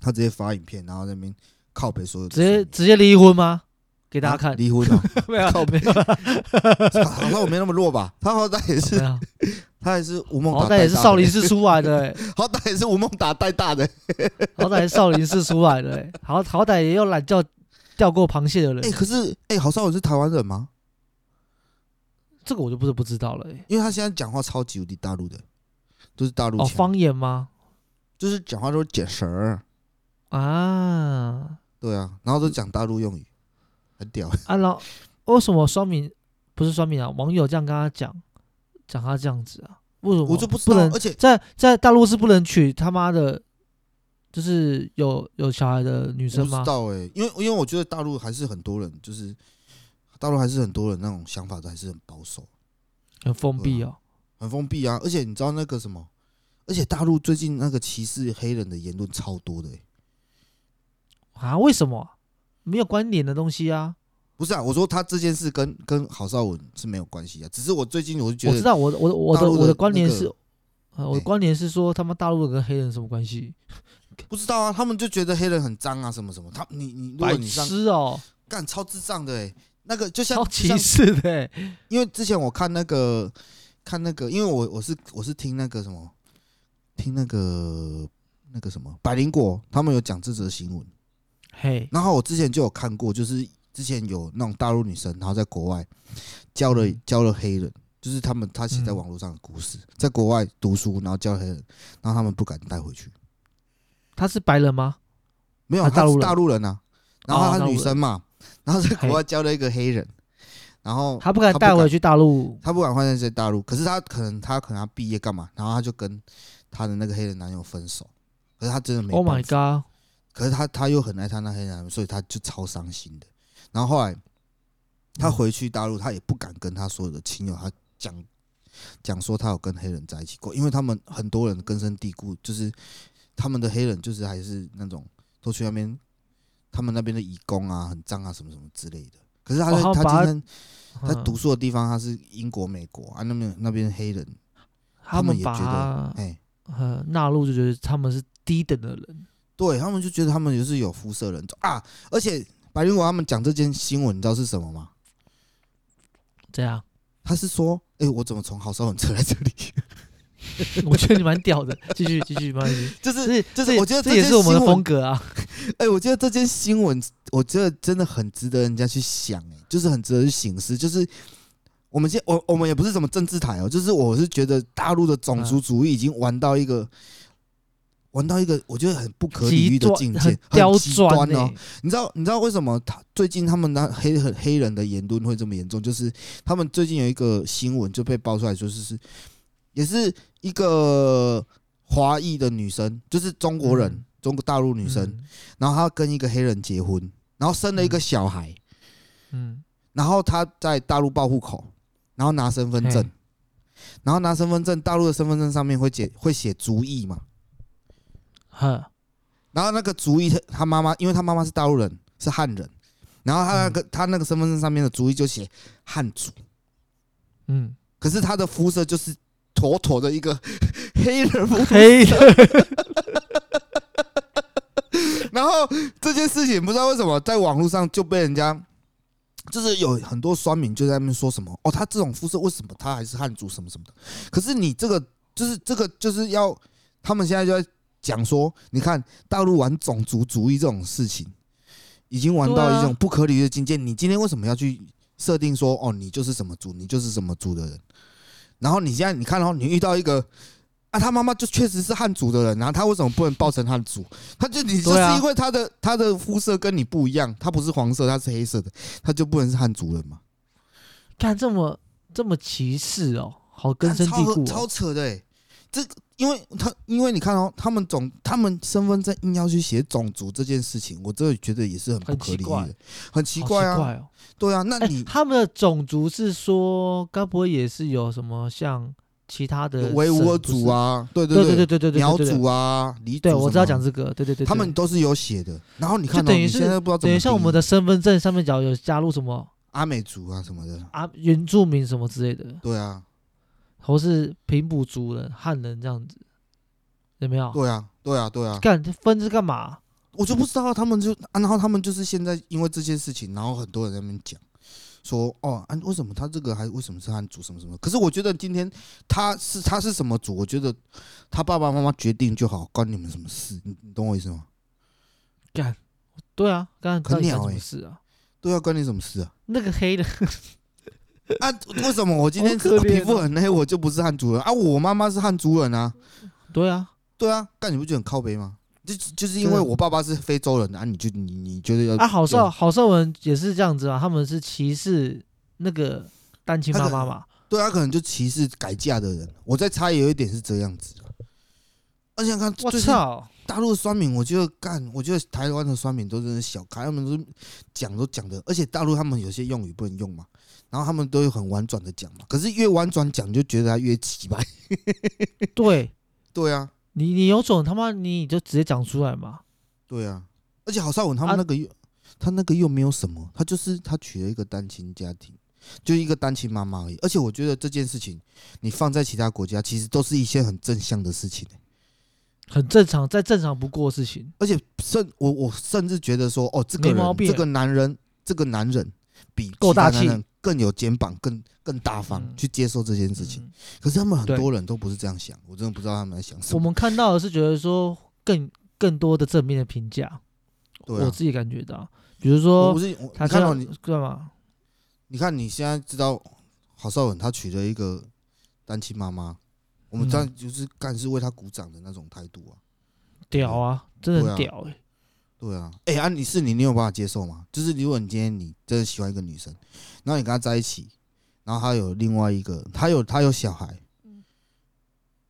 [SPEAKER 3] 他直接发影片，然后在那边靠北所有的
[SPEAKER 1] 直
[SPEAKER 3] 酸
[SPEAKER 1] 接
[SPEAKER 3] 民
[SPEAKER 1] 直接离婚吗？给大
[SPEAKER 3] 啊
[SPEAKER 1] 家
[SPEAKER 3] (laughs)
[SPEAKER 1] 看，
[SPEAKER 3] 离婚了、
[SPEAKER 1] 没有
[SPEAKER 3] 靠
[SPEAKER 1] 没有
[SPEAKER 3] 郝邵文没那么弱吧？他好歹也是
[SPEAKER 1] 没有，
[SPEAKER 3] 他还是吴孟达
[SPEAKER 1] 嗯好
[SPEAKER 3] 带大的，
[SPEAKER 1] 歹也是少林寺出来的、欸，
[SPEAKER 3] 好歹也是吴孟达带大的。欸
[SPEAKER 1] 好歹也是少林寺出来的、欸，好好歹也有懒觉钓过螃蟹的人，
[SPEAKER 3] 哎、可是哎，郝、邵文是台湾人吗？
[SPEAKER 1] 这个我就不是不知道了、欸。
[SPEAKER 3] 因为他现在讲话超级无敌大陆的，都是大陆
[SPEAKER 1] 哦，
[SPEAKER 3] 腔，
[SPEAKER 1] 方言吗？
[SPEAKER 3] 就是讲话都是卷舌儿，
[SPEAKER 1] 啊
[SPEAKER 3] 对啊，然后都讲大陆用语，很屌。欸
[SPEAKER 1] 啊，老为什么双敏不是双敏啊？网友这样跟他讲，讲他这样子啊？为什么？
[SPEAKER 3] 我就不知
[SPEAKER 1] 不
[SPEAKER 3] 道
[SPEAKER 1] 能，
[SPEAKER 3] 而且
[SPEAKER 1] 在在大陆是不能娶他妈的，就是有有小孩的女
[SPEAKER 3] 我
[SPEAKER 1] 生
[SPEAKER 3] 不知
[SPEAKER 1] 吗？
[SPEAKER 3] 道哎、因为因为我觉得大陆还是很多人，就是大陆还是很多人那种想法都还是很保守，
[SPEAKER 1] 很封闭哦。
[SPEAKER 3] 很封闭啊。而且你知道那个什么？而且大陆最近那个歧视黑人的言论超多的、欸，
[SPEAKER 1] 啊？为什么？没有关联的东西啊！
[SPEAKER 3] 不是啊，我说他这件事跟跟郝邵文是没有关系啊，只是我最近我就觉
[SPEAKER 1] 我
[SPEAKER 3] 得
[SPEAKER 1] 知道，我的我的我
[SPEAKER 3] 大
[SPEAKER 1] 的
[SPEAKER 3] 陆的
[SPEAKER 1] 我的关联
[SPEAKER 3] 那个
[SPEAKER 1] 是，呃，我的
[SPEAKER 3] 哎
[SPEAKER 1] 关联是说他妈大陆人跟黑人什么关系？
[SPEAKER 3] 不知道啊，他们就觉得黑人很脏啊，什么什么。他你你，如果
[SPEAKER 1] 白
[SPEAKER 3] 你上
[SPEAKER 1] 痴哦，
[SPEAKER 3] 干超智障的哎、那个就像
[SPEAKER 1] 超
[SPEAKER 3] 就
[SPEAKER 1] 歧
[SPEAKER 3] 像
[SPEAKER 1] 视的
[SPEAKER 3] (laughs)
[SPEAKER 1] 欸。
[SPEAKER 3] 因为之前我看那个看那个，因为我我是我是听那个什么，听那个那个什么百灵果，他们有讲这则新闻，
[SPEAKER 1] 嘿，
[SPEAKER 3] 然后我之前就有看过，就是之前有那种大陆女生，然后在国外教了
[SPEAKER 1] 嗯
[SPEAKER 3] 教了黑人，就是他们他写在
[SPEAKER 1] 嗯
[SPEAKER 3] 网络上的故事，在国外读书，然后教黑人，然后他们不敢带回去，
[SPEAKER 1] 他是白人吗？
[SPEAKER 3] 没有
[SPEAKER 1] 啊
[SPEAKER 3] 他
[SPEAKER 1] 大陆
[SPEAKER 3] 是
[SPEAKER 1] 人
[SPEAKER 3] 大陆人啊，然后
[SPEAKER 1] 哦
[SPEAKER 3] 她
[SPEAKER 1] 大陆
[SPEAKER 3] 女
[SPEAKER 1] 人
[SPEAKER 3] 生嘛，然后在国
[SPEAKER 1] 嘿
[SPEAKER 3] 外教了一个黑人，然后
[SPEAKER 1] 他不敢
[SPEAKER 3] 他不
[SPEAKER 1] 带回
[SPEAKER 3] 敢
[SPEAKER 1] 去大陆。
[SPEAKER 3] 他不敢换在大陆，可是他可能他可能他毕业干嘛，然后他就跟他的那个黑人男友分手，可是他真的没
[SPEAKER 1] Oh
[SPEAKER 3] 办
[SPEAKER 1] my
[SPEAKER 3] 法
[SPEAKER 1] god！
[SPEAKER 3] 可是他他又很爱他那黑人男友，所以他就超伤心的。然后后来他回去大陆，他也不敢跟他所有的亲友他讲讲说他有跟黑人在一起过，因为他们很多人根深蒂固，就是他们的黑人就是还是那种都去那边，他们那边的义工啊很脏啊什么什么之类的。可是他在、
[SPEAKER 1] 哦
[SPEAKER 3] 他
[SPEAKER 1] 把他
[SPEAKER 3] 今天他
[SPEAKER 1] 嗯
[SPEAKER 3] 读书的地方，他是英国、美国啊，那边那边黑人，
[SPEAKER 1] 他
[SPEAKER 3] 们
[SPEAKER 1] 们
[SPEAKER 3] 也
[SPEAKER 1] 把
[SPEAKER 3] 觉得
[SPEAKER 1] 他
[SPEAKER 3] 哎、
[SPEAKER 1] 呃纳入就觉得他们是低等的人，
[SPEAKER 3] 对他们就觉得他们就是有肤色人种啊，而且白灵果他们讲这件新闻，你知道是什么吗？
[SPEAKER 1] 这样， (laughs)
[SPEAKER 3] 他是说，哎、我怎么从好烧很扯来这里？ (laughs)
[SPEAKER 1] 我觉得你蛮屌的，继续继续，没关系。
[SPEAKER 3] 就
[SPEAKER 1] 这
[SPEAKER 3] 是
[SPEAKER 1] 是
[SPEAKER 3] 就是，我觉得
[SPEAKER 1] 这也
[SPEAKER 3] 件
[SPEAKER 1] 是我们的
[SPEAKER 3] 新闻
[SPEAKER 1] 风格啊。
[SPEAKER 3] 哎、我觉得这件新闻，我觉得真的很值得人家去想、哎，就是很值得去醒思。就是我们现我我们也不是什么政治台哦，就是我是觉得大陆的种
[SPEAKER 1] 嗯
[SPEAKER 3] 族主义已经玩到一个、玩到一个我觉得很不可理喻
[SPEAKER 1] 极
[SPEAKER 3] 的
[SPEAKER 1] 端
[SPEAKER 3] 境界，
[SPEAKER 1] 很
[SPEAKER 3] 很
[SPEAKER 1] 刁
[SPEAKER 3] 极端
[SPEAKER 1] 钻
[SPEAKER 3] 哦
[SPEAKER 1] 欸。
[SPEAKER 3] 你知道你知道为什么他最近他们那黑很黑人的言论会这么严重？就是他们最近有一个新闻就被爆出来，就是是也是一个华裔的女生，就是中国人，
[SPEAKER 1] 嗯
[SPEAKER 3] 中国大陆女生。
[SPEAKER 1] 嗯
[SPEAKER 3] 然后她跟一个黑人结婚，然后生了一个小孩，
[SPEAKER 1] 嗯，
[SPEAKER 3] 然后她在大陆报户口，然后拿身份证
[SPEAKER 1] 嘿，
[SPEAKER 3] 然后拿身份证，大陆的身份证上面会写会写族裔嘛，
[SPEAKER 1] 呵，
[SPEAKER 3] 然后那个族裔她她妈妈，因为她妈妈是大陆人，是汉人，然后她那个她那个身份证上面的族裔就写汉族，
[SPEAKER 1] 嗯，
[SPEAKER 3] 可是她的肤色就是妥妥的一个 (laughs) 黑人肤
[SPEAKER 1] 黑 (laughs) 的，
[SPEAKER 3] 然后这件事情不知道为什么在网络上就被人家，就是有很多酸民就在那边说什么哦，他这种肤色为什么他还是汉族什么什么的？可是你这个就是这个就是要，他们现在就在讲说，你看大陆玩种族主义这种事情，已经玩到
[SPEAKER 1] 对啊
[SPEAKER 3] 一种不可理喻的境界。你今天为什么要去设定说哦，你就是什么族，你就是什么族的人？然后你现在你看哦，你遇到一个。啊，他妈妈就确实是汉族的人，啊然后他为什么不能报成汉族？他就你就是
[SPEAKER 1] 对啊
[SPEAKER 3] 因为他的、他的肤色跟你不一样，他不是黄色，他是黑色的，他就不能是汉族人嘛？
[SPEAKER 1] 看这么这么歧视哦，好根深蒂
[SPEAKER 3] 超
[SPEAKER 1] 固、
[SPEAKER 3] 超
[SPEAKER 1] 哦。
[SPEAKER 3] 扯的、欸，这个因为他因为你看哦，他们种他们身份证硬要去写种族这件事情，我真的觉得也是很不
[SPEAKER 1] 很
[SPEAKER 3] 可
[SPEAKER 1] 奇
[SPEAKER 3] 理喻
[SPEAKER 1] 怪
[SPEAKER 3] 的，很奇
[SPEAKER 1] 好
[SPEAKER 3] 怪啊，
[SPEAKER 1] 哦！
[SPEAKER 3] 对啊，那
[SPEAKER 1] 哎、 (laughs)
[SPEAKER 3] 你
[SPEAKER 1] 他们的种族是说，该不会也是有什么像其他的
[SPEAKER 3] 有维吾尔
[SPEAKER 1] 省不是
[SPEAKER 3] 族？啊，对
[SPEAKER 1] 对
[SPEAKER 3] 对
[SPEAKER 1] 对对对对，
[SPEAKER 3] 苗
[SPEAKER 1] 对
[SPEAKER 3] 族，啊，黎
[SPEAKER 1] 对对
[SPEAKER 3] 族
[SPEAKER 1] 我
[SPEAKER 3] 什
[SPEAKER 1] 知道
[SPEAKER 3] 么
[SPEAKER 1] 讲这个，对对对，
[SPEAKER 3] 他们
[SPEAKER 1] 对
[SPEAKER 3] 都是有写的，然后你看、
[SPEAKER 1] 就
[SPEAKER 3] 哦，
[SPEAKER 1] 等于
[SPEAKER 3] 你
[SPEAKER 1] 是
[SPEAKER 3] 现在不知道怎
[SPEAKER 1] 等
[SPEAKER 3] 么
[SPEAKER 1] 于像我们
[SPEAKER 3] 定义
[SPEAKER 1] 的身份证上面角有加入什么
[SPEAKER 3] 阿美族啊什么的，
[SPEAKER 1] 啊原住民什么之类的，
[SPEAKER 3] 对啊，
[SPEAKER 1] 或是平埔族人、汉人这样子，有没有？
[SPEAKER 3] 对啊，对啊，对啊，
[SPEAKER 1] 干这分是干嘛？
[SPEAKER 3] 我就不知道他们就、啊，然后他们就是现在因为这件事情，然后很多人在那边讲说，哦，啊，为什么他这个还为什么是汉族什么什么？可是我觉得今天他是他是什么族，我觉得他爸爸妈妈决定就好，关你们什么事？你你懂我意思吗？
[SPEAKER 1] 对啊，干
[SPEAKER 3] 很
[SPEAKER 1] 到底干
[SPEAKER 3] 鸟
[SPEAKER 1] 什么
[SPEAKER 3] 欸
[SPEAKER 1] 事啊？
[SPEAKER 3] 对啊，关你什么事啊？
[SPEAKER 1] 那个黑的， (laughs)
[SPEAKER 3] 啊，为什么我今天
[SPEAKER 1] 好可怜哦
[SPEAKER 3] 皮肤很黑，我就不是汉族人啊？我妈妈是汉族人啊，
[SPEAKER 1] 对啊，
[SPEAKER 3] 对啊，但你不觉得很靠背吗？就就是因为
[SPEAKER 1] 真的
[SPEAKER 3] 我爸爸是非洲人啊，你就你你觉得要
[SPEAKER 1] 啊，郝
[SPEAKER 3] 要
[SPEAKER 1] 邵郝邵文也是这样子啊，他们是歧视那个单亲
[SPEAKER 3] 他
[SPEAKER 1] 妈
[SPEAKER 3] 可
[SPEAKER 1] 妈嘛，
[SPEAKER 3] 对啊他可能就歧视改嫁的人。我在猜有一点是这样子的。啊而且看，
[SPEAKER 1] 我
[SPEAKER 3] 最近
[SPEAKER 1] 操，
[SPEAKER 3] 大陆的酸民，我觉得干，我觉得台湾的酸民都真的小看，他们都讲都讲的，而且大陆他们有些用语不能用嘛，然后他们都有很婉转的讲嘛，可是越婉转讲就觉得他越奇怪。
[SPEAKER 1] 对
[SPEAKER 3] (laughs) 对啊，
[SPEAKER 1] 你你有种他妈你就直接讲出来嘛，
[SPEAKER 3] 对啊，而且郝邵文他们
[SPEAKER 1] 啊
[SPEAKER 3] 那个又、他那个又没有什么，他就是他娶了一个单亲家庭，就一个单亲妈妈而已。而且我觉得这件事情，你放在其他国家，其实都是一些很正向的事情、欸
[SPEAKER 1] 很正常，再正常不过的事情。
[SPEAKER 3] 而且甚我我甚至觉得说，哦，这个
[SPEAKER 1] 没毛
[SPEAKER 3] 人
[SPEAKER 1] 病
[SPEAKER 3] 这个男人这个男人比
[SPEAKER 1] 够大气
[SPEAKER 3] 其他男人更有肩膀，更更大方、
[SPEAKER 1] 嗯
[SPEAKER 3] 去接受这件事情。
[SPEAKER 1] 嗯
[SPEAKER 3] 可是他们很
[SPEAKER 1] 对
[SPEAKER 3] 多人都不是这样想，我真的不知道他们在想什
[SPEAKER 1] 我
[SPEAKER 3] 么。
[SPEAKER 1] 们看到的是觉得说更更多的正面的评价，
[SPEAKER 3] 对啊
[SPEAKER 1] 我自己感觉到，比如
[SPEAKER 3] 我
[SPEAKER 1] 说
[SPEAKER 3] 不是我
[SPEAKER 1] 他
[SPEAKER 3] 你看到
[SPEAKER 1] 这
[SPEAKER 3] 哦你
[SPEAKER 1] 样干嘛？
[SPEAKER 3] 你看你现在知道郝邵文他娶了一个单亲妈妈，我们
[SPEAKER 1] 嗯
[SPEAKER 3] 这样就是干是为他鼓掌的那种态度啊。
[SPEAKER 1] 屌啊，真的
[SPEAKER 3] 对
[SPEAKER 1] 很
[SPEAKER 3] 啊
[SPEAKER 1] 屌哎、
[SPEAKER 3] 对啊，哎、啊，你是你，你有办法接受吗？就是如果你今天你真的喜欢一个女生，然后你跟她在一起，然后她有另外一个，她有她有小孩，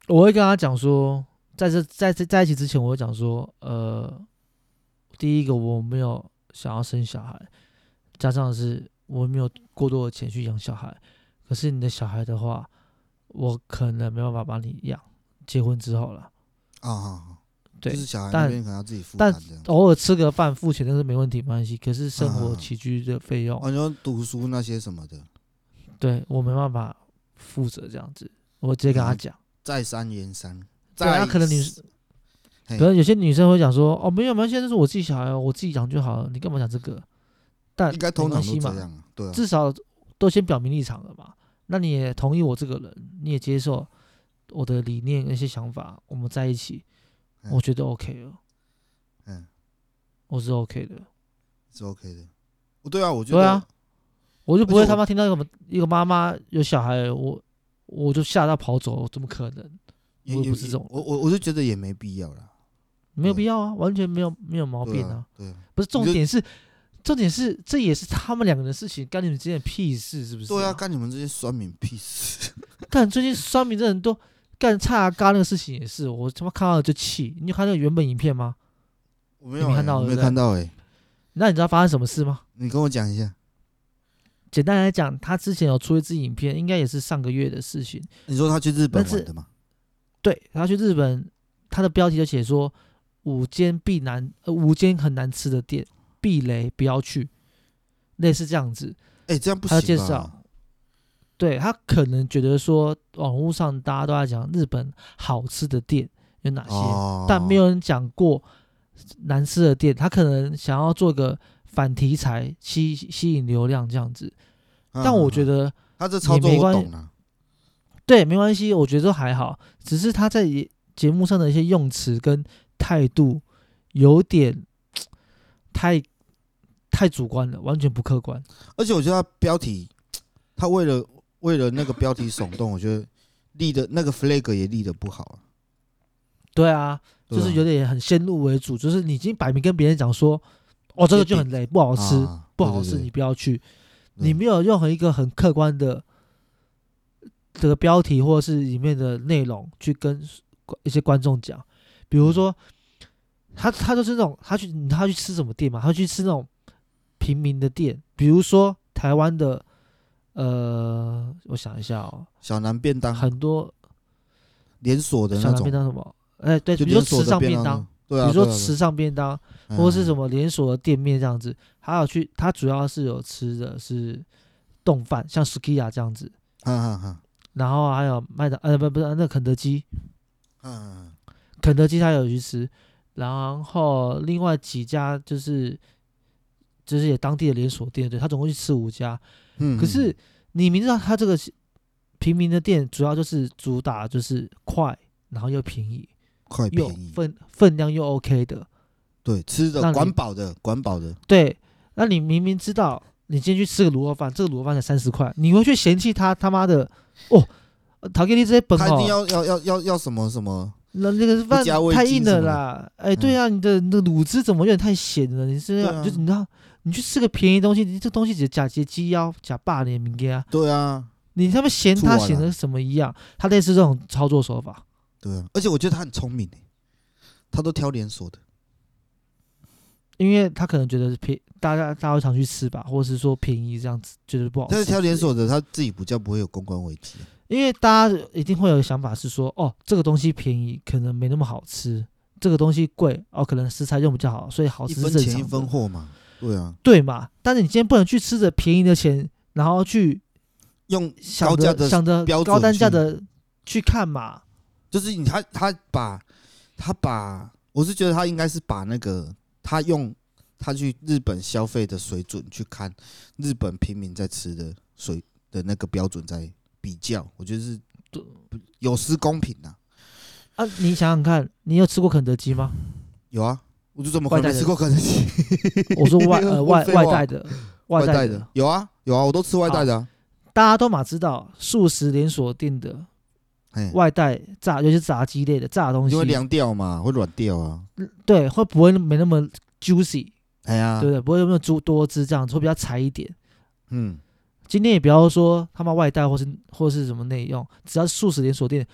[SPEAKER 1] 我会跟他讲说，在这在这在一起之前，我会讲说，呃，第一个我没有想要生小孩，加上是我没有过多的钱去养小孩。可是你的小孩的话，我可能没办法帮你养，结婚之后了，
[SPEAKER 3] 啊啊，啊
[SPEAKER 1] 对
[SPEAKER 3] 就是小孩
[SPEAKER 1] 但
[SPEAKER 3] 那边可能要自己负担
[SPEAKER 1] 但哦
[SPEAKER 3] 这样。
[SPEAKER 1] 偶尔吃个饭付钱那是没问题，没关系。可是生
[SPEAKER 3] 啊啊
[SPEAKER 1] 活
[SPEAKER 3] 啊
[SPEAKER 1] 起居的费用，
[SPEAKER 3] 哦，你说读书那些什么的，
[SPEAKER 1] 对我没办法负责这样子，我直接跟他
[SPEAKER 3] 嗯
[SPEAKER 1] 讲。
[SPEAKER 3] 再三言三，
[SPEAKER 1] 对啊，
[SPEAKER 3] 再
[SPEAKER 1] 可能你
[SPEAKER 3] 嘿
[SPEAKER 1] 可能有些女生会讲说，哦，没有没有，现在是我自己小孩，我自己养就好了，你干嘛讲这个？但
[SPEAKER 3] 应该通常
[SPEAKER 1] 没关系
[SPEAKER 3] 都
[SPEAKER 1] 嘛
[SPEAKER 3] 这样啊，对啊，
[SPEAKER 1] 至少都先表明立场了嘛。那你也同意我这个人，你也接受我的理念那些想法，我们在一起，
[SPEAKER 3] 嗯
[SPEAKER 1] 我觉得 OK 了，
[SPEAKER 3] 嗯，
[SPEAKER 1] 我是 OK 的，
[SPEAKER 3] 是 OK 的。哦，对啊，我觉
[SPEAKER 1] 对啊
[SPEAKER 3] 得，
[SPEAKER 1] 我就不
[SPEAKER 3] 而且
[SPEAKER 1] 会
[SPEAKER 3] 我
[SPEAKER 1] 他妈听到一个一个妈妈有小孩，我我就吓到跑走，怎么可能？
[SPEAKER 3] 也
[SPEAKER 1] 我
[SPEAKER 3] 也
[SPEAKER 1] 也不是这种人
[SPEAKER 3] 我我我就觉得也没必要啦，
[SPEAKER 1] 没有
[SPEAKER 3] 对
[SPEAKER 1] 必要啊，完全没有没有毛
[SPEAKER 3] 嗯对
[SPEAKER 1] 病
[SPEAKER 3] 啊，对啊，
[SPEAKER 1] 不是重
[SPEAKER 3] 就
[SPEAKER 1] 点是，重点是这也是他们两个人的事情，干你们之间的屁事是不是、
[SPEAKER 3] 对啊，干你们这些酸民屁事！ (laughs)
[SPEAKER 1] 干最近酸民这很多，干差嘎那个事情也是，我他妈看到了就气。你有看那个原本影片吗？
[SPEAKER 3] 我没
[SPEAKER 1] 你
[SPEAKER 3] 有
[SPEAKER 1] 没
[SPEAKER 3] 欸
[SPEAKER 1] 看到
[SPEAKER 3] 我
[SPEAKER 1] 对
[SPEAKER 3] 没
[SPEAKER 1] 不
[SPEAKER 3] 有
[SPEAKER 1] 对
[SPEAKER 3] 看到哎，
[SPEAKER 1] 那你知道发生什么事吗？
[SPEAKER 3] 你跟我讲一下。
[SPEAKER 1] 简单来讲，他之前有出一支影片，应该也是上个月的事情。
[SPEAKER 3] 你说他去日本
[SPEAKER 1] 但是
[SPEAKER 3] 玩的嘛？
[SPEAKER 1] 对，他去日本，他的标题就写说五间必难，呃，五间很难吃的店，避雷不要去，类似这样子。
[SPEAKER 3] 哎，这样不
[SPEAKER 1] 他要
[SPEAKER 3] 行
[SPEAKER 1] 介
[SPEAKER 3] 吧
[SPEAKER 1] 绍？，对他可能觉得说网络上大家都在讲日本好吃的店有哪些，
[SPEAKER 3] 哦，
[SPEAKER 1] 但没有人讲过难吃的店，他可能想要做个反题材吸吸引流量这样子。
[SPEAKER 3] 嗯。
[SPEAKER 1] 但我觉
[SPEAKER 3] 得
[SPEAKER 1] 得
[SPEAKER 3] 他这操作
[SPEAKER 1] 也没
[SPEAKER 3] 我
[SPEAKER 1] 关
[SPEAKER 3] 懂啊了，
[SPEAKER 1] 对没关系，我觉得都还好，只是他在也节目上的一些用词跟态度有点太太主观了，完全不客观。
[SPEAKER 3] 而且我觉得他标题，他为了为了那个标题耸动，我觉得立的那个 flag 也立的不好啊。
[SPEAKER 1] 对啊，
[SPEAKER 3] 对
[SPEAKER 1] 就
[SPEAKER 3] 啊
[SPEAKER 1] 是有点很先入为主，就是你已经摆明跟别人讲说，哦，这个就很雷，不好吃，
[SPEAKER 3] 啊
[SPEAKER 1] 不
[SPEAKER 3] 对
[SPEAKER 1] 好
[SPEAKER 3] 对
[SPEAKER 1] 吃，
[SPEAKER 3] 对
[SPEAKER 1] 你不要去。
[SPEAKER 3] 对
[SPEAKER 1] 你没有用一个很客观的这个标题或者是里面的内容去跟一些观众讲，比
[SPEAKER 3] 嗯
[SPEAKER 1] 如说他他就是那种他去他去吃什么店嘛，他去吃那种平民的店，比如说台湾的呃，我想一下哦，
[SPEAKER 3] 小南便当
[SPEAKER 1] 很多
[SPEAKER 3] 连锁的
[SPEAKER 1] 小
[SPEAKER 3] 那
[SPEAKER 1] 南
[SPEAKER 3] 种
[SPEAKER 1] 便，当什么，哎对，
[SPEAKER 3] 就
[SPEAKER 1] 比如说
[SPEAKER 3] 连锁
[SPEAKER 1] 时
[SPEAKER 3] 的
[SPEAKER 1] 尚
[SPEAKER 3] 便
[SPEAKER 1] 便当。，
[SPEAKER 3] 对
[SPEAKER 1] 比
[SPEAKER 3] 啊，
[SPEAKER 1] 如说
[SPEAKER 3] 对啊
[SPEAKER 1] 时，尚便当，
[SPEAKER 3] 对啊
[SPEAKER 1] 或是什
[SPEAKER 3] 嗯
[SPEAKER 1] 么连锁的店面这样子，还有去他主要是有吃的是冻饭，像 Skia 这样子，
[SPEAKER 3] 嗯嗯嗯
[SPEAKER 1] 然后还有麦当呃不不是那肯德基，
[SPEAKER 3] 嗯嗯
[SPEAKER 1] 肯德基他有去吃，然后另外几家就是就是也当地的连锁店，对他总共去吃五家，
[SPEAKER 3] 嗯，嗯
[SPEAKER 1] 可是你明知道他这个平民的店主要就是主打就是快，然后又便宜，
[SPEAKER 3] 快便
[SPEAKER 1] 又
[SPEAKER 3] 宜，
[SPEAKER 1] 分分量又 OK 的，
[SPEAKER 3] 对，吃的
[SPEAKER 1] 让你
[SPEAKER 3] 管饱的，管饱的，
[SPEAKER 1] 对，那你明明知道你今天去吃个卤肉饭，这个卤肉饭才三十块，你会去嫌弃他他妈的哦，陶给你这些本
[SPEAKER 3] 他一定
[SPEAKER 1] 哦，
[SPEAKER 3] 要要要要要什么什么，
[SPEAKER 1] 那那个饭
[SPEAKER 3] 加味
[SPEAKER 1] 太
[SPEAKER 3] 精
[SPEAKER 1] 硬
[SPEAKER 3] 什
[SPEAKER 1] 了
[SPEAKER 3] 么的嗯
[SPEAKER 1] 啦，哎，对啊，你的你的卤汁怎么有点太咸了？你是要、
[SPEAKER 3] 对啊
[SPEAKER 1] 就你知道，你去吃个便宜东西，你这东西只假节鸡腰、假霸年明给啊，
[SPEAKER 3] 对啊，
[SPEAKER 1] 你他妈嫌
[SPEAKER 3] 醋
[SPEAKER 1] 他
[SPEAKER 3] 完
[SPEAKER 1] 嫌
[SPEAKER 3] 了
[SPEAKER 1] 的什么一样？他类似这种操作手法，
[SPEAKER 3] 对啊，而且我觉得他很聪明欸他都挑连锁的，
[SPEAKER 1] 因为他可能觉得便大家大家会常去吃吧，或者是说便宜这样子，觉得不好吃
[SPEAKER 3] 但
[SPEAKER 1] 之
[SPEAKER 3] 是
[SPEAKER 1] 类的。
[SPEAKER 3] 挑连锁的，他自己比较不会有公关危机，啊
[SPEAKER 1] 因为大家一定会有想法是说，哦，这个东西便宜，可能没那么好吃；这个东西贵，哦，可能食材用比较好，所以好
[SPEAKER 3] 一
[SPEAKER 1] 吃
[SPEAKER 3] 分
[SPEAKER 1] 哦是正常
[SPEAKER 3] 钱
[SPEAKER 1] 的
[SPEAKER 3] 一分货嘛，对啊，
[SPEAKER 1] 对嘛？但是你今天不能去吃着便宜的钱，然后去
[SPEAKER 3] 用
[SPEAKER 1] 想
[SPEAKER 3] 高价
[SPEAKER 1] 着
[SPEAKER 3] 的
[SPEAKER 1] 想着
[SPEAKER 3] 标准
[SPEAKER 1] 高单价
[SPEAKER 3] 去
[SPEAKER 1] 的去看嘛。
[SPEAKER 3] 就是你他他把他把，我是觉得他应该是把那个他用他去日本消费的水准去看日本平民在吃的水的那个标准在比较，我觉得是
[SPEAKER 1] 对
[SPEAKER 3] 不有失公平呐、
[SPEAKER 1] 啊，你想想看，你有吃过肯德基
[SPEAKER 3] (laughs)
[SPEAKER 1] 吗？
[SPEAKER 3] 有啊，我就怎么可能
[SPEAKER 1] 外带
[SPEAKER 3] 没
[SPEAKER 1] 的
[SPEAKER 3] 吃过肯德基？
[SPEAKER 1] 我说外呃外
[SPEAKER 3] (laughs) 废话
[SPEAKER 1] 外带的，外
[SPEAKER 3] 外带
[SPEAKER 1] 带
[SPEAKER 3] 的
[SPEAKER 1] 的，
[SPEAKER 3] 有啊有啊，我都吃外带的、啊，
[SPEAKER 1] 大家都嘛知道，素食连锁店的
[SPEAKER 3] 哎，
[SPEAKER 1] 啊外带炸，尤其是炸鸡类的炸的东
[SPEAKER 3] 因为
[SPEAKER 1] 西，
[SPEAKER 3] 凉掉嘛，会软掉啊，
[SPEAKER 1] 对，会不会没那么 juicy？
[SPEAKER 3] 哎呀
[SPEAKER 1] 对，不对？不会那么诸多汁这样子，会比较柴一点。
[SPEAKER 3] 嗯，
[SPEAKER 1] 今天也不要说他妈外带或是或是什么内用，只要是素食连锁店，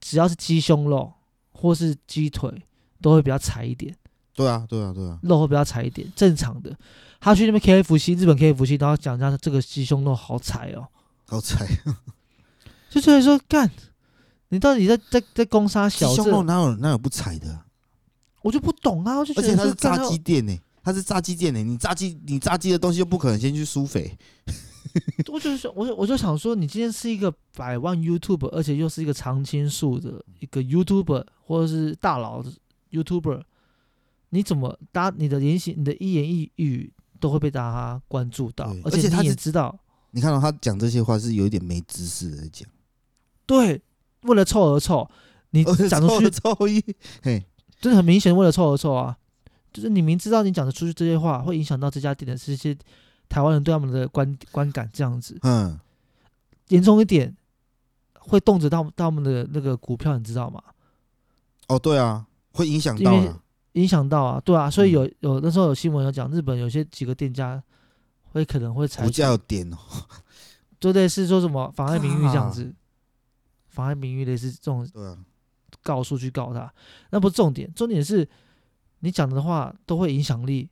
[SPEAKER 1] 只要是鸡胸肉或是鸡腿，都会比较柴一点，
[SPEAKER 3] 对啊对啊对啊，
[SPEAKER 1] 肉会比较柴一点，正常的。他去那边 KFC 日本 KFC，然后讲一下这个鸡胸肉好柴哦，
[SPEAKER 3] 好菜，
[SPEAKER 1] 就觉得说干，你到底在在在攻杀
[SPEAKER 3] 鸡
[SPEAKER 1] 小
[SPEAKER 3] 胸肉
[SPEAKER 1] 这，
[SPEAKER 3] 哪有哪有不踩的、啊？
[SPEAKER 1] 我就不懂啊，我就觉
[SPEAKER 3] 而
[SPEAKER 1] 得
[SPEAKER 3] 且它
[SPEAKER 1] 说
[SPEAKER 3] 是炸
[SPEAKER 1] 干
[SPEAKER 3] 鸡店呢、它是炸鸡店呢、你炸鸡，你炸鸡的东西又不可能先去苏肥，
[SPEAKER 1] 我就是想我就我就想说，你今天是一个百万 YouTube，而且又是一个常青树的一个 YouTuber 或者是大佬 YouTuber，你怎么搭你的言行、你的一言一语都会被大家关注到
[SPEAKER 3] 对，
[SPEAKER 1] 而
[SPEAKER 3] 而且他
[SPEAKER 1] 你也
[SPEAKER 3] 是
[SPEAKER 1] 知道，
[SPEAKER 3] 你看到、哦他讲这些话是有一点没知识的在讲，
[SPEAKER 1] 对，为了凑而凑，
[SPEAKER 3] (laughs)
[SPEAKER 1] 你讲出去
[SPEAKER 3] 超一，嘿，
[SPEAKER 1] 真的很明显，为了凑而凑啊，就是你明知道你讲的出去这些话会影响到这家店的这些台湾人对他们的观观感，这样子
[SPEAKER 3] 嗯，
[SPEAKER 1] 严重一点会动辄到到他们的那个股票，你知道吗？
[SPEAKER 3] 哦，对啊，会影响
[SPEAKER 1] 因
[SPEAKER 3] 到
[SPEAKER 1] 为
[SPEAKER 3] 啦，
[SPEAKER 1] 影响到啊，对啊，所
[SPEAKER 3] 嗯
[SPEAKER 1] 以有有那时候有新闻有讲，日本有些几个店家会可能会裁
[SPEAKER 3] 股
[SPEAKER 1] 减
[SPEAKER 3] 价有点哦，
[SPEAKER 1] 就类似说什么妨碍名誉这样
[SPEAKER 3] 啊
[SPEAKER 1] 子，妨碍名誉类似这种
[SPEAKER 3] 对啊，
[SPEAKER 1] 告诉去告他，那不是重点，重点是你讲的话都会影响力，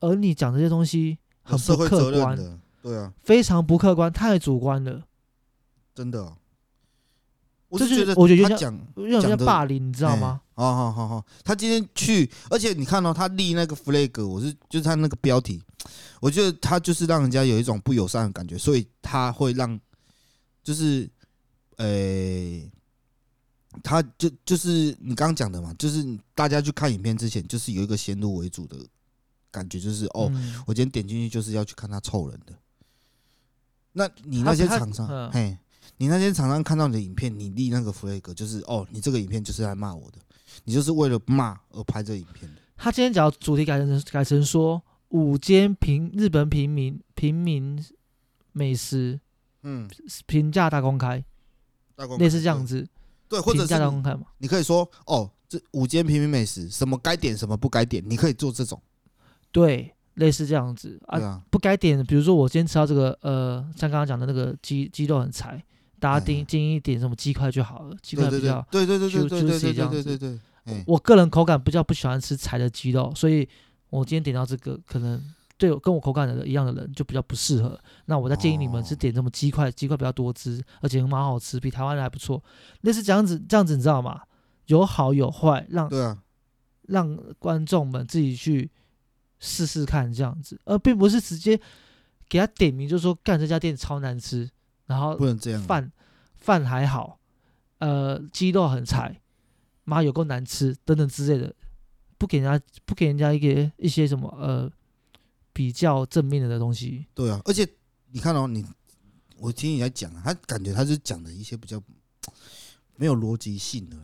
[SPEAKER 1] 而你讲这些东西
[SPEAKER 3] 有
[SPEAKER 1] 很
[SPEAKER 3] 社
[SPEAKER 1] 不
[SPEAKER 3] 会责
[SPEAKER 1] 客
[SPEAKER 3] 任
[SPEAKER 1] 观，
[SPEAKER 3] 的，对啊，
[SPEAKER 1] 非常不客观，太主观了，
[SPEAKER 3] 真的哦，我
[SPEAKER 1] 这
[SPEAKER 3] 是觉
[SPEAKER 1] 就
[SPEAKER 3] 得
[SPEAKER 1] 是我觉得
[SPEAKER 3] 他
[SPEAKER 1] 就
[SPEAKER 3] 讲，
[SPEAKER 1] 有点
[SPEAKER 3] 讲
[SPEAKER 1] 像
[SPEAKER 3] 得
[SPEAKER 1] 霸凌，你知道吗？
[SPEAKER 3] 哎？好好好好，他今天去，而且你看到、他立那个 flag，我是就是他那个标题，我觉得他就是让人家有一种不友善的感觉，所以他会让，就是，呃、他就就是你刚刚讲的嘛，就是大家去看影片之前，就是有一个先入为主的感觉，就是哦，
[SPEAKER 1] 嗯
[SPEAKER 3] 我今天点进去就是要去看他凑人的。那你那
[SPEAKER 1] 他
[SPEAKER 3] 些
[SPEAKER 1] 他
[SPEAKER 3] 厂商，
[SPEAKER 1] 嗯
[SPEAKER 3] 嘿，你那些厂商看到你的影片，你立那个 flag 就是哦，你这个影片就是来骂我的，你就是为了骂而拍这个影片的。
[SPEAKER 1] 他今天只要主题改成改成说五间平日本平民平民美食
[SPEAKER 3] 嗯，
[SPEAKER 1] 评价大公开，
[SPEAKER 3] 大公
[SPEAKER 1] 类似这样子，
[SPEAKER 3] 对，或者
[SPEAKER 1] 评价大
[SPEAKER 3] 是你
[SPEAKER 1] 公开嘛？
[SPEAKER 3] 你可以说哦，这五间平民美食什么该点什么不该点，你可以做这种
[SPEAKER 1] 对，类似这样子啊
[SPEAKER 3] 对，啊，
[SPEAKER 1] 不该点，比如说我今天吃到这个，呃，像刚刚讲的那个鸡鸡肉很柴，大家
[SPEAKER 3] 哎
[SPEAKER 1] 定
[SPEAKER 3] 哎
[SPEAKER 1] 建议点什么鸡块就好了，鸡
[SPEAKER 3] 对
[SPEAKER 1] 块
[SPEAKER 3] 对
[SPEAKER 1] 比
[SPEAKER 3] 对
[SPEAKER 1] 较。
[SPEAKER 3] 对对对对
[SPEAKER 1] ju-
[SPEAKER 3] 对
[SPEAKER 1] juicy
[SPEAKER 3] 对对
[SPEAKER 1] 这样
[SPEAKER 3] 对
[SPEAKER 1] 子
[SPEAKER 3] 对对，哎，
[SPEAKER 1] 我个人口感比较不喜欢吃柴的鸡肉，所以我今天点到这个，可能对我跟我口感的一样的人就比较不适合。那我再建议你们
[SPEAKER 3] 哦
[SPEAKER 1] 是点什么鸡块，鸡块比较多汁，而且蛮好吃，比台湾的还不错。类似这样子，这样子你知道吗？有好有坏，让
[SPEAKER 3] 对啊，
[SPEAKER 1] 让观众们自己去试试看这样子，而并不是直接给他点名，就说干这家店超难吃，然后
[SPEAKER 3] 不能这样啊，
[SPEAKER 1] 饭饭还好，呃，鸡肉很柴，妈有够难吃等等之类的，不给人家不给人家一个一些什么呃比较正面的东西，
[SPEAKER 3] 对啊，而且你看哦，你我听你在讲啊，他感觉他是讲的一些比较没有逻辑性的，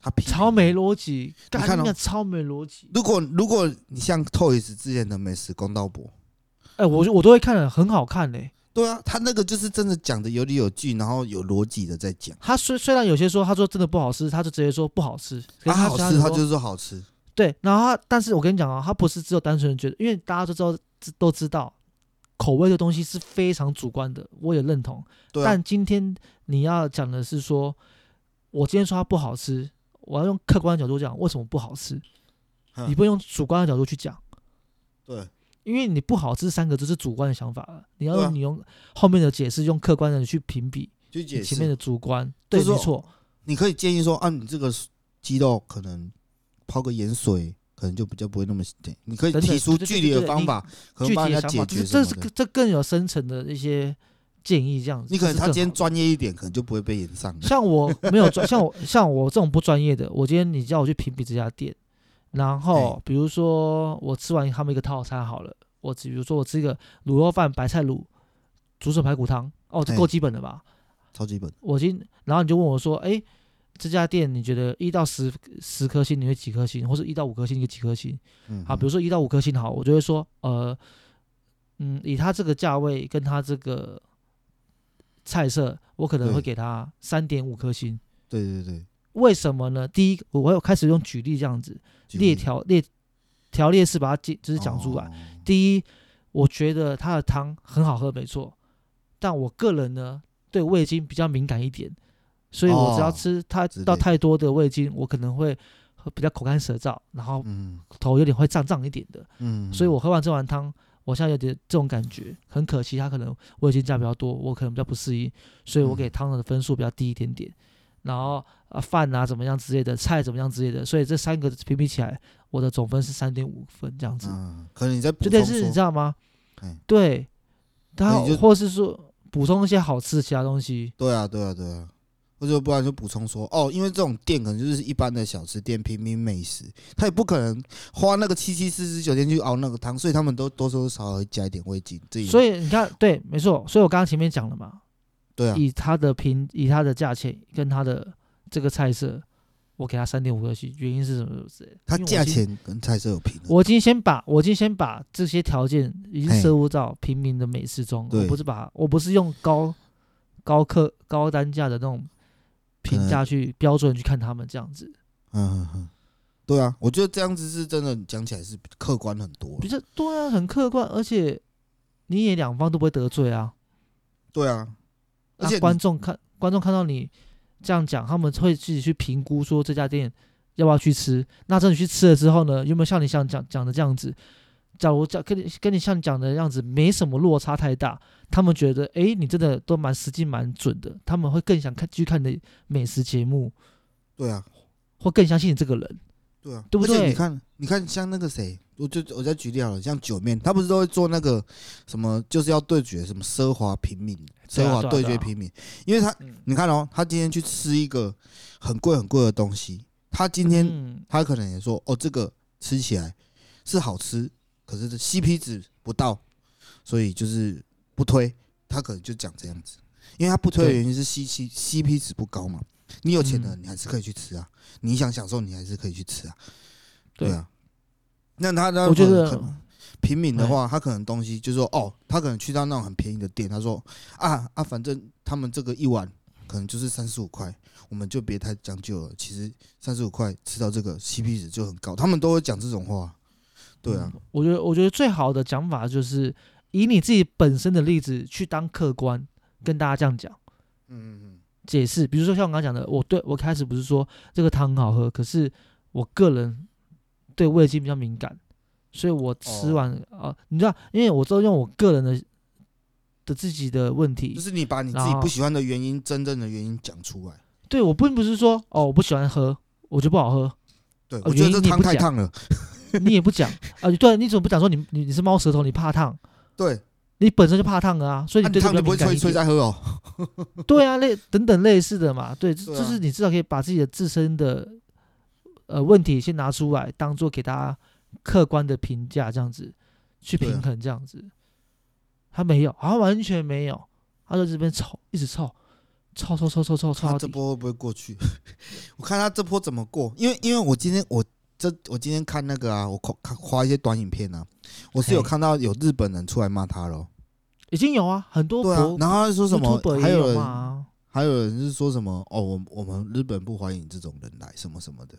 [SPEAKER 3] 他批评
[SPEAKER 1] 超没。逻辑，干
[SPEAKER 3] 看
[SPEAKER 1] 你
[SPEAKER 3] 哦
[SPEAKER 1] 娘超没逻辑。
[SPEAKER 3] 如果如果你像 Toys 之前的美食公道博，
[SPEAKER 1] 哎、我就我都会看的，很好看嘞、
[SPEAKER 3] 对啊，他那个就是真的讲的有理有据，然后有逻辑的在讲。
[SPEAKER 1] 他虽虽然有些说他说真的不好吃，他就直接说不好吃，可
[SPEAKER 3] 他
[SPEAKER 1] 是
[SPEAKER 3] 啊好
[SPEAKER 1] 虽然
[SPEAKER 3] 吃，
[SPEAKER 1] 说
[SPEAKER 3] 他就是说好吃，
[SPEAKER 1] 对，然后他，但是我跟你讲啊，他不是只有单纯地觉得，因为大家都知道知都知道，口味的东西是非常主观的，我也认同。
[SPEAKER 3] 对啊，
[SPEAKER 1] 但今天你要讲的是说，我今天说它不好吃，我要用客观的角度讲为什么不好吃，
[SPEAKER 3] 哼
[SPEAKER 1] 你不用主观的角度去讲，
[SPEAKER 3] 对
[SPEAKER 1] 因为你不好吃三个字是主观的想法了，你要
[SPEAKER 3] 对
[SPEAKER 1] 用、
[SPEAKER 3] 啊
[SPEAKER 1] 你用后面的解释，用客观的去评比
[SPEAKER 3] 去
[SPEAKER 1] 你
[SPEAKER 3] 解
[SPEAKER 1] 前面
[SPEAKER 3] 释。
[SPEAKER 1] 的主观，
[SPEAKER 3] 就
[SPEAKER 1] 对，
[SPEAKER 3] 是
[SPEAKER 1] 没
[SPEAKER 3] 说
[SPEAKER 1] 错，
[SPEAKER 3] 你可以建议说啊，你这个鸡肉可能泡个盐水，可能就比较不会那么。对你可以
[SPEAKER 1] 等等
[SPEAKER 3] 提出
[SPEAKER 1] 对对
[SPEAKER 3] 距
[SPEAKER 1] 对
[SPEAKER 3] 离的
[SPEAKER 1] 对
[SPEAKER 3] 方
[SPEAKER 1] 你
[SPEAKER 3] 法，可能
[SPEAKER 1] 具
[SPEAKER 3] 帮
[SPEAKER 1] 体
[SPEAKER 3] 人
[SPEAKER 1] 的想
[SPEAKER 3] 家解
[SPEAKER 1] 法，就
[SPEAKER 3] 决
[SPEAKER 1] 是
[SPEAKER 3] 什
[SPEAKER 1] 这
[SPEAKER 3] 么
[SPEAKER 1] 是
[SPEAKER 3] 的。
[SPEAKER 1] 这更有深层的一些建议，这样子。
[SPEAKER 3] 你可能
[SPEAKER 1] 这是
[SPEAKER 3] 他
[SPEAKER 1] 更
[SPEAKER 3] 今天
[SPEAKER 1] 好的
[SPEAKER 3] 专业一点，可能就不会被延上了。
[SPEAKER 1] (laughs) 像我没有专，像我像我这种不专业的，我今天你叫我去评比这家店，然后比如说我吃完他们一个套餐好了，我只比如说我吃一个卤肉饭、白菜卤、竹笋排骨汤，哦，这
[SPEAKER 3] 嘿
[SPEAKER 1] 够基本了吧？
[SPEAKER 3] 超基本，
[SPEAKER 1] 我今然后你就问我说，哎，这家店你觉得一到十十颗星，你会几颗星，或是一到五颗星，你会几颗星？
[SPEAKER 3] 嗯，
[SPEAKER 1] 好，比如说一到五颗星好，我就会说，呃，嗯，以他这个价位跟他这个菜色，我可能
[SPEAKER 3] 对
[SPEAKER 1] 会给他三点五颗星。
[SPEAKER 3] 对对对，
[SPEAKER 1] 为什么呢？第一个，我有开始用举例这样子
[SPEAKER 3] 举
[SPEAKER 1] 列
[SPEAKER 3] 例
[SPEAKER 1] 条列条列式把它解，就是讲出来。
[SPEAKER 3] 哦
[SPEAKER 1] 第一，我觉得它的汤很好喝，没错，但我个人呢对味精比较敏感一点，所以我只要
[SPEAKER 3] 哦
[SPEAKER 1] 吃它
[SPEAKER 3] 之
[SPEAKER 1] 到
[SPEAKER 3] 类的
[SPEAKER 1] 太多的味精，我可能会会比较口干舌燥，然后
[SPEAKER 3] 嗯
[SPEAKER 1] 头有点会胀胀一点的。
[SPEAKER 3] 嗯，
[SPEAKER 1] 所以我喝完这碗汤，我现在有点这种感觉，很可惜，它可能味精加比较多，我可能比较不适应，所以我给
[SPEAKER 3] 嗯
[SPEAKER 1] 汤的分数比较低一点点。然后啊，饭啊怎么样之类的，菜怎么样之类的，所以这三个评比起来，我的总分是三点五分这样子，
[SPEAKER 3] 嗯，可能你在补
[SPEAKER 1] 就
[SPEAKER 3] 充
[SPEAKER 1] 类似你知
[SPEAKER 3] 说，
[SPEAKER 1] 道吗
[SPEAKER 3] 哎？
[SPEAKER 1] 对，
[SPEAKER 3] 那
[SPEAKER 1] 它
[SPEAKER 3] 你就
[SPEAKER 1] 或是说补充一些好吃的其他东西，
[SPEAKER 3] 对啊对啊对啊，或者不然就补充说，哦，因为这种店可能就是一般的小吃店、平民美食，他也不可能花那个七七四十九天去熬那个汤，所以他们都多多少少会加一点味精。自己
[SPEAKER 1] 所以你看，对，没错，所以我刚刚前面讲了嘛，
[SPEAKER 3] 对啊，
[SPEAKER 1] 以它的平，以它的价钱跟它的这个菜色，我给它三点五颗星，原因是什么？
[SPEAKER 3] 它
[SPEAKER 1] 因为我
[SPEAKER 3] 价
[SPEAKER 1] 已经
[SPEAKER 3] 钱跟菜色有平衡。
[SPEAKER 1] 我已经先把我已经先把这些条件已经
[SPEAKER 3] 嘿
[SPEAKER 1] 摄入到平民的美食中，
[SPEAKER 3] 对
[SPEAKER 1] 我不是把我不是用高高客高单价的那种评价去标准去看他们这样子，
[SPEAKER 3] 嗯嗯嗯，对啊，我觉得这样子是真的讲起来是客观很多
[SPEAKER 1] 比。较对啊，很客观，而且你也两方都不会得罪啊。
[SPEAKER 3] 对啊，而
[SPEAKER 1] 那
[SPEAKER 3] 且
[SPEAKER 1] 观
[SPEAKER 3] 你
[SPEAKER 1] 众看观众看到你这样讲，他们会自己去评估说这家店要不要去吃。那真的去吃了之后呢，有没有像你想讲讲的这样子？假如讲跟你跟你像你讲的样子没什么落差太大，他们觉得诶，你真的都蛮实际蛮准的，他们会更想看继续看你的美食节目，
[SPEAKER 3] 对啊，
[SPEAKER 1] 或更相信你这个人。
[SPEAKER 3] 对啊，
[SPEAKER 1] 对不
[SPEAKER 3] 而且
[SPEAKER 1] 对
[SPEAKER 3] 你看，你看像那个谁，我就我再举例好了，像九面，他不是都会做那个什么，就是要对决什么奢华平民，
[SPEAKER 1] 对
[SPEAKER 3] 奢
[SPEAKER 1] 啊
[SPEAKER 3] 华
[SPEAKER 1] 对啊
[SPEAKER 3] 对
[SPEAKER 1] 对
[SPEAKER 3] 决
[SPEAKER 1] 啊
[SPEAKER 3] 平民，因为他
[SPEAKER 1] 嗯
[SPEAKER 3] 你看哦，他今天去吃一个很贵很贵的东西，他今天
[SPEAKER 1] 嗯
[SPEAKER 3] 他可能也说哦，这个吃起来是好吃，可是这 CP 值不到，所以就是不推。他可能就讲这样子，因为他不推的
[SPEAKER 1] 对
[SPEAKER 3] 原因是 C C CP 值不高嘛。你有钱的，
[SPEAKER 1] 嗯
[SPEAKER 3] 你还是可以去吃啊，你想享受，你还是可以去吃啊。
[SPEAKER 1] 对
[SPEAKER 3] 对啊，那他他
[SPEAKER 1] 我觉
[SPEAKER 3] 可能
[SPEAKER 1] 得
[SPEAKER 3] 可能平民的话，他可能东西就说哦，他可能去到那种很便宜的店，他说啊啊，反正他们这个一碗可能就是三十五块，我们就别太将就了。其实三十五块吃到这个 CP 值就很高，他们都会讲这种话。对啊，
[SPEAKER 1] 嗯我觉得我觉得最好的讲法就是以你自己本身的例子去当客观跟大家这样讲。
[SPEAKER 3] 嗯嗯
[SPEAKER 1] 解释，比如说像我刚刚讲的，我对我开始不是说这个汤很好喝，可是我个人对味精比较敏感，所以我
[SPEAKER 3] 哦
[SPEAKER 1] 吃完啊、呃你知道，因为我都用我个人的的自己的问
[SPEAKER 3] 嗯，就
[SPEAKER 1] 题，
[SPEAKER 3] 是你把你自己
[SPEAKER 1] 然后
[SPEAKER 3] 不喜欢的原因，真正的原因讲出来。
[SPEAKER 1] 对我并不是说哦我不喜欢喝，我觉得不好
[SPEAKER 3] (laughs)
[SPEAKER 1] 喝，
[SPEAKER 3] 对，
[SPEAKER 1] 哦
[SPEAKER 3] 我觉得
[SPEAKER 1] 原因
[SPEAKER 3] 这
[SPEAKER 1] 你
[SPEAKER 3] 汤
[SPEAKER 1] 不
[SPEAKER 3] 太
[SPEAKER 1] 讲
[SPEAKER 3] 烫了。
[SPEAKER 1] 你也不讲啊，对，你怎么不讲说你你你是猫舌头，你怕烫，
[SPEAKER 3] 对，
[SPEAKER 1] 你本身就怕烫的啊，所以
[SPEAKER 3] 那
[SPEAKER 1] 你对这
[SPEAKER 3] 他
[SPEAKER 1] 个
[SPEAKER 3] 们
[SPEAKER 1] 比
[SPEAKER 3] 不
[SPEAKER 1] 较
[SPEAKER 3] 会
[SPEAKER 1] 敏感
[SPEAKER 3] 吹
[SPEAKER 1] 一
[SPEAKER 3] 吹
[SPEAKER 1] 点，
[SPEAKER 3] 在喝哦。
[SPEAKER 1] 对啊，类等等类似的嘛，对，这
[SPEAKER 3] 对啊
[SPEAKER 1] 就是你至少可以把自己的自身的呃问题先拿出来，当做给大家客观的评价，这样子去
[SPEAKER 3] 对啊
[SPEAKER 1] 平衡这样子。他没有，他完全没有，他在这边凑，一直凑，凑凑凑凑凑凑
[SPEAKER 3] 他
[SPEAKER 1] 到
[SPEAKER 3] 这
[SPEAKER 1] 底。
[SPEAKER 3] 波会不会过去？ (laughs) 我看他这波怎么过，因为因为我今天我这我今天看那个啊，我看看花一些短影片啊，我是有
[SPEAKER 1] 嘿
[SPEAKER 3] 看到有日本人出来骂他咯。
[SPEAKER 1] 已经有啊，很多
[SPEAKER 3] 对啊
[SPEAKER 1] 博，
[SPEAKER 3] 然后他说什么
[SPEAKER 1] YouTuber，也
[SPEAKER 3] 还有
[SPEAKER 1] 有
[SPEAKER 3] 人
[SPEAKER 1] 嘛，
[SPEAKER 3] 还有人是说什么哦，我我们日本不欢迎这种人来什么什么的，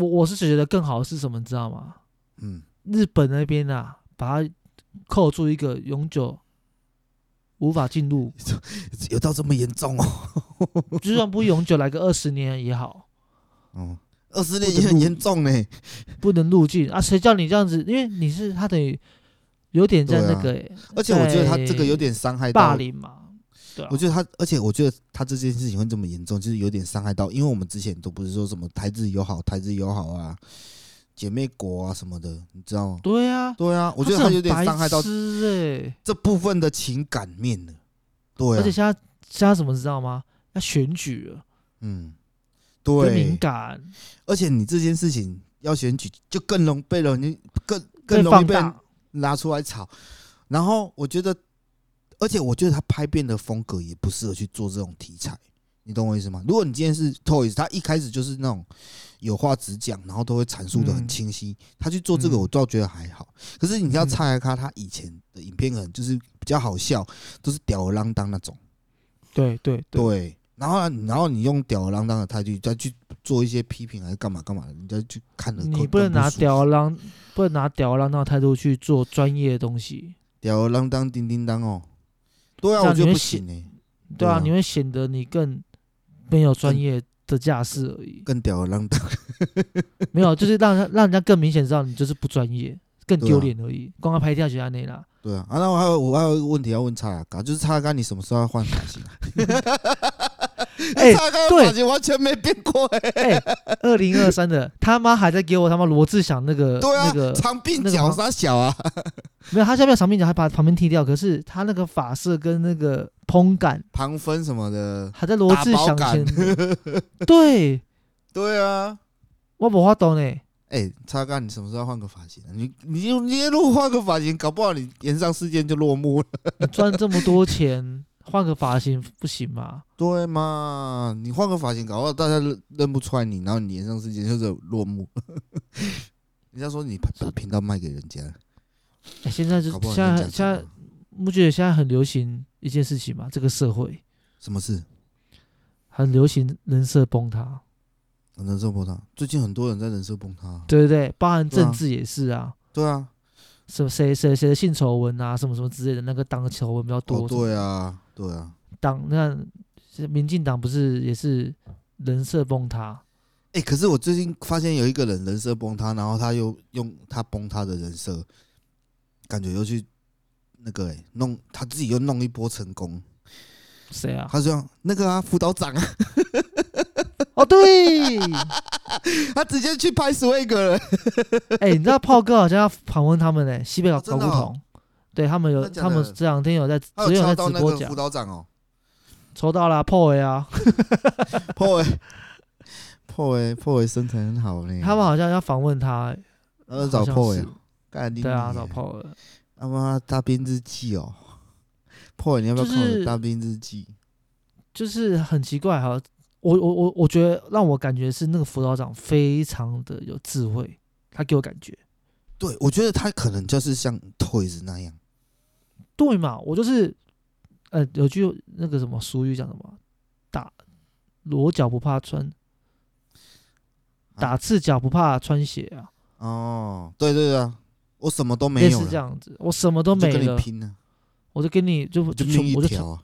[SPEAKER 1] 我我是觉得更好的是什么，你知道吗？
[SPEAKER 3] 嗯，
[SPEAKER 1] 日本那边啊，把它扣住一个永久无法进入
[SPEAKER 3] 有到这么严重哦？ (laughs)
[SPEAKER 1] 就算不永久，来个二十年也好，
[SPEAKER 3] 哦，二十年也很严重呢。
[SPEAKER 1] 不能入境啊！谁叫你这样子？因为你是他等于有点在那个、欸
[SPEAKER 3] 而且我觉得他这个有点伤害
[SPEAKER 1] 霸
[SPEAKER 3] 啊到，
[SPEAKER 1] 凌嘛，对啊
[SPEAKER 3] 我，觉得他，而且我觉得他这件事情会这么严重，就是有点伤害到，因为我们之前都不是说什么台日友好、台日友好啊、姐妹国啊什么的，你知道吗？
[SPEAKER 1] 对啊，
[SPEAKER 3] 对啊，我觉得他有点伤害到
[SPEAKER 1] 哎、欸
[SPEAKER 3] 这部分的情感面了。对、啊，
[SPEAKER 1] 而且现在现在怎么知道吗？要选举了，
[SPEAKER 3] 嗯，
[SPEAKER 1] 更敏
[SPEAKER 3] 对，
[SPEAKER 1] 感，
[SPEAKER 3] 而且你这件事情要选举，就更容被人更
[SPEAKER 1] 更
[SPEAKER 3] 更容易
[SPEAKER 1] 放
[SPEAKER 3] 被
[SPEAKER 1] 大，
[SPEAKER 3] 拿出来炒。然后我觉得，而且我觉得他拍片的风格也不适合去做这种题材，你懂我意思吗？如果你今天是 Toys，他一开始就是那种有话直讲，然后都会阐述的很
[SPEAKER 1] 嗯
[SPEAKER 3] 清晰，他去做这个
[SPEAKER 1] 嗯
[SPEAKER 3] 我倒觉得还好。可是你要
[SPEAKER 1] 嗯
[SPEAKER 3] 蔡阿咖，他以前的影片可能就是比较好笑，都是吊儿郎当那种。
[SPEAKER 1] 对对对，
[SPEAKER 3] 对，然后呢然后你用吊儿郎当的态度再去做一些批评还是干嘛干嘛的，人家就看了
[SPEAKER 1] 你不能拿
[SPEAKER 3] 屌
[SPEAKER 1] 吊儿郎，不能拿吊儿郎当的态度去做专业的东西，
[SPEAKER 3] 吊儿郎当叮叮当哦。对啊，
[SPEAKER 1] 这样
[SPEAKER 3] 我觉
[SPEAKER 1] 你
[SPEAKER 3] 得
[SPEAKER 1] 会
[SPEAKER 3] 不
[SPEAKER 1] 显
[SPEAKER 3] 行哎、
[SPEAKER 1] 对啊，
[SPEAKER 3] 对啊
[SPEAKER 1] 你会显得你更没有专业的架势而已。
[SPEAKER 3] 更吊儿郎当。
[SPEAKER 1] 没有， (laughs) 就是让人让人家更明显知道你就是不专业，更
[SPEAKER 3] 对啊
[SPEAKER 1] 丢脸而已。光要拍掉就安内啦， (laughs)
[SPEAKER 3] 对啊，啊，
[SPEAKER 1] (laughs)
[SPEAKER 3] 那我还有我还有一个问题要问蔡阿嘎，就是蔡阿嘎，你什么时候要换发型啊？
[SPEAKER 1] 哎
[SPEAKER 3] 他刚
[SPEAKER 1] 对
[SPEAKER 3] 发型完全没变过哎、
[SPEAKER 1] 哎，二零二三的他妈还在给我他妈罗志祥那个
[SPEAKER 3] 对啊，
[SPEAKER 1] 那个
[SPEAKER 3] 长鬓
[SPEAKER 1] 那个
[SPEAKER 3] 角
[SPEAKER 1] 吗
[SPEAKER 3] 啥小啊，
[SPEAKER 1] 没有，他下面长鬓角还把旁边剃掉，可是他那个发色跟那个蓬感
[SPEAKER 3] 旁分什么的，
[SPEAKER 1] 还在罗志祥
[SPEAKER 3] 打包
[SPEAKER 1] 前，
[SPEAKER 3] (laughs)
[SPEAKER 1] 对，
[SPEAKER 3] 对啊，
[SPEAKER 1] 我无法懂呢。
[SPEAKER 3] 哎、叉干，你什么时候要换个发型、啊？你你你如果换个发型，搞不好你延上事件就落幕了。 (laughs)
[SPEAKER 1] 你赚这么多钱，换个发型不行吗？
[SPEAKER 3] 对嘛？你换个发型，搞不好大家认认不出来你，然后你延上事件就是落幕。 (laughs) 人家说你把把频道卖给人家，
[SPEAKER 1] 哎现在就
[SPEAKER 3] 搞不好
[SPEAKER 1] 现
[SPEAKER 3] 人家
[SPEAKER 1] 在
[SPEAKER 3] 讲
[SPEAKER 1] 现在
[SPEAKER 3] 什么，
[SPEAKER 1] 不觉得现在很流行一件事情吗？这个社会
[SPEAKER 3] 什么事？
[SPEAKER 1] 很流行人设崩塌，
[SPEAKER 3] 人设崩塌，最近很多人在人设崩塌啊。
[SPEAKER 1] 对不对？包含
[SPEAKER 3] 对啊
[SPEAKER 1] 政治也是啊，
[SPEAKER 3] 对啊，
[SPEAKER 1] 什么谁谁谁的性丑闻啊，什么什么之类的，那个当丑闻比较多
[SPEAKER 3] 哦，。对啊，对啊。
[SPEAKER 1] 党那是民进党不是也是人设崩塌？
[SPEAKER 3] 哎、可是我最近发现有一个人人设崩塌，然后他又用他崩塌的人设，感觉又去那个哎、弄他自己又弄一波成功。
[SPEAKER 1] 谁
[SPEAKER 3] (laughs)
[SPEAKER 1] 啊？
[SPEAKER 3] 他这样那个啊，辅导长啊，
[SPEAKER 1] 哦，对， (laughs)
[SPEAKER 3] 他直接去拍 swag 了。
[SPEAKER 1] 哎、你知道炮哥好像要访问他们呢、西北搞
[SPEAKER 3] 哦
[SPEAKER 1] 搞
[SPEAKER 3] 真
[SPEAKER 1] 不
[SPEAKER 3] 的哦
[SPEAKER 1] 同，对他们有，
[SPEAKER 3] 真的假
[SPEAKER 1] 他们
[SPEAKER 3] 的
[SPEAKER 1] 这两天有在，
[SPEAKER 3] 他有
[SPEAKER 1] 只
[SPEAKER 3] 敲
[SPEAKER 1] 在
[SPEAKER 3] 到
[SPEAKER 1] 直
[SPEAKER 3] 那
[SPEAKER 1] 播
[SPEAKER 3] 个
[SPEAKER 1] 讲
[SPEAKER 3] 辅，导长哦，
[SPEAKER 1] 抽到啦，破尾啊，
[SPEAKER 3] 嗯破维，破维，破维身材很好呢。
[SPEAKER 1] 他们好像要访问他、欸，
[SPEAKER 3] 他要找
[SPEAKER 1] 好像
[SPEAKER 3] 破维
[SPEAKER 1] 是
[SPEAKER 3] 哦，干你
[SPEAKER 1] 对啊，
[SPEAKER 3] 娘
[SPEAKER 1] 找
[SPEAKER 3] 耶
[SPEAKER 1] 炮尾，
[SPEAKER 3] 他妈大兵日记哦，破维你要不要
[SPEAKER 1] 就
[SPEAKER 3] 看我
[SPEAKER 1] 是
[SPEAKER 3] 的大兵日记？
[SPEAKER 1] 就是很奇怪哈。我我我我觉得让我感觉是那个辅导长非常的有智慧，他给我感觉
[SPEAKER 3] 对，我觉得他可能就是像 Toys 那样，
[SPEAKER 1] 对嘛，我就是呃有句那个什么俗语讲什么，打裸脚不怕穿，
[SPEAKER 3] 啊
[SPEAKER 1] 打赤脚不怕穿鞋啊。
[SPEAKER 3] 哦，对对对啊，我什么都没
[SPEAKER 1] 类
[SPEAKER 3] 有
[SPEAKER 1] 似
[SPEAKER 3] 了，
[SPEAKER 1] 这样子，我什么都
[SPEAKER 3] 我就
[SPEAKER 1] 没
[SPEAKER 3] 跟
[SPEAKER 1] 了
[SPEAKER 3] 你，拼了，
[SPEAKER 1] 我就跟你就
[SPEAKER 3] 我就
[SPEAKER 1] 全
[SPEAKER 3] 命一
[SPEAKER 1] 我就
[SPEAKER 3] 条啊。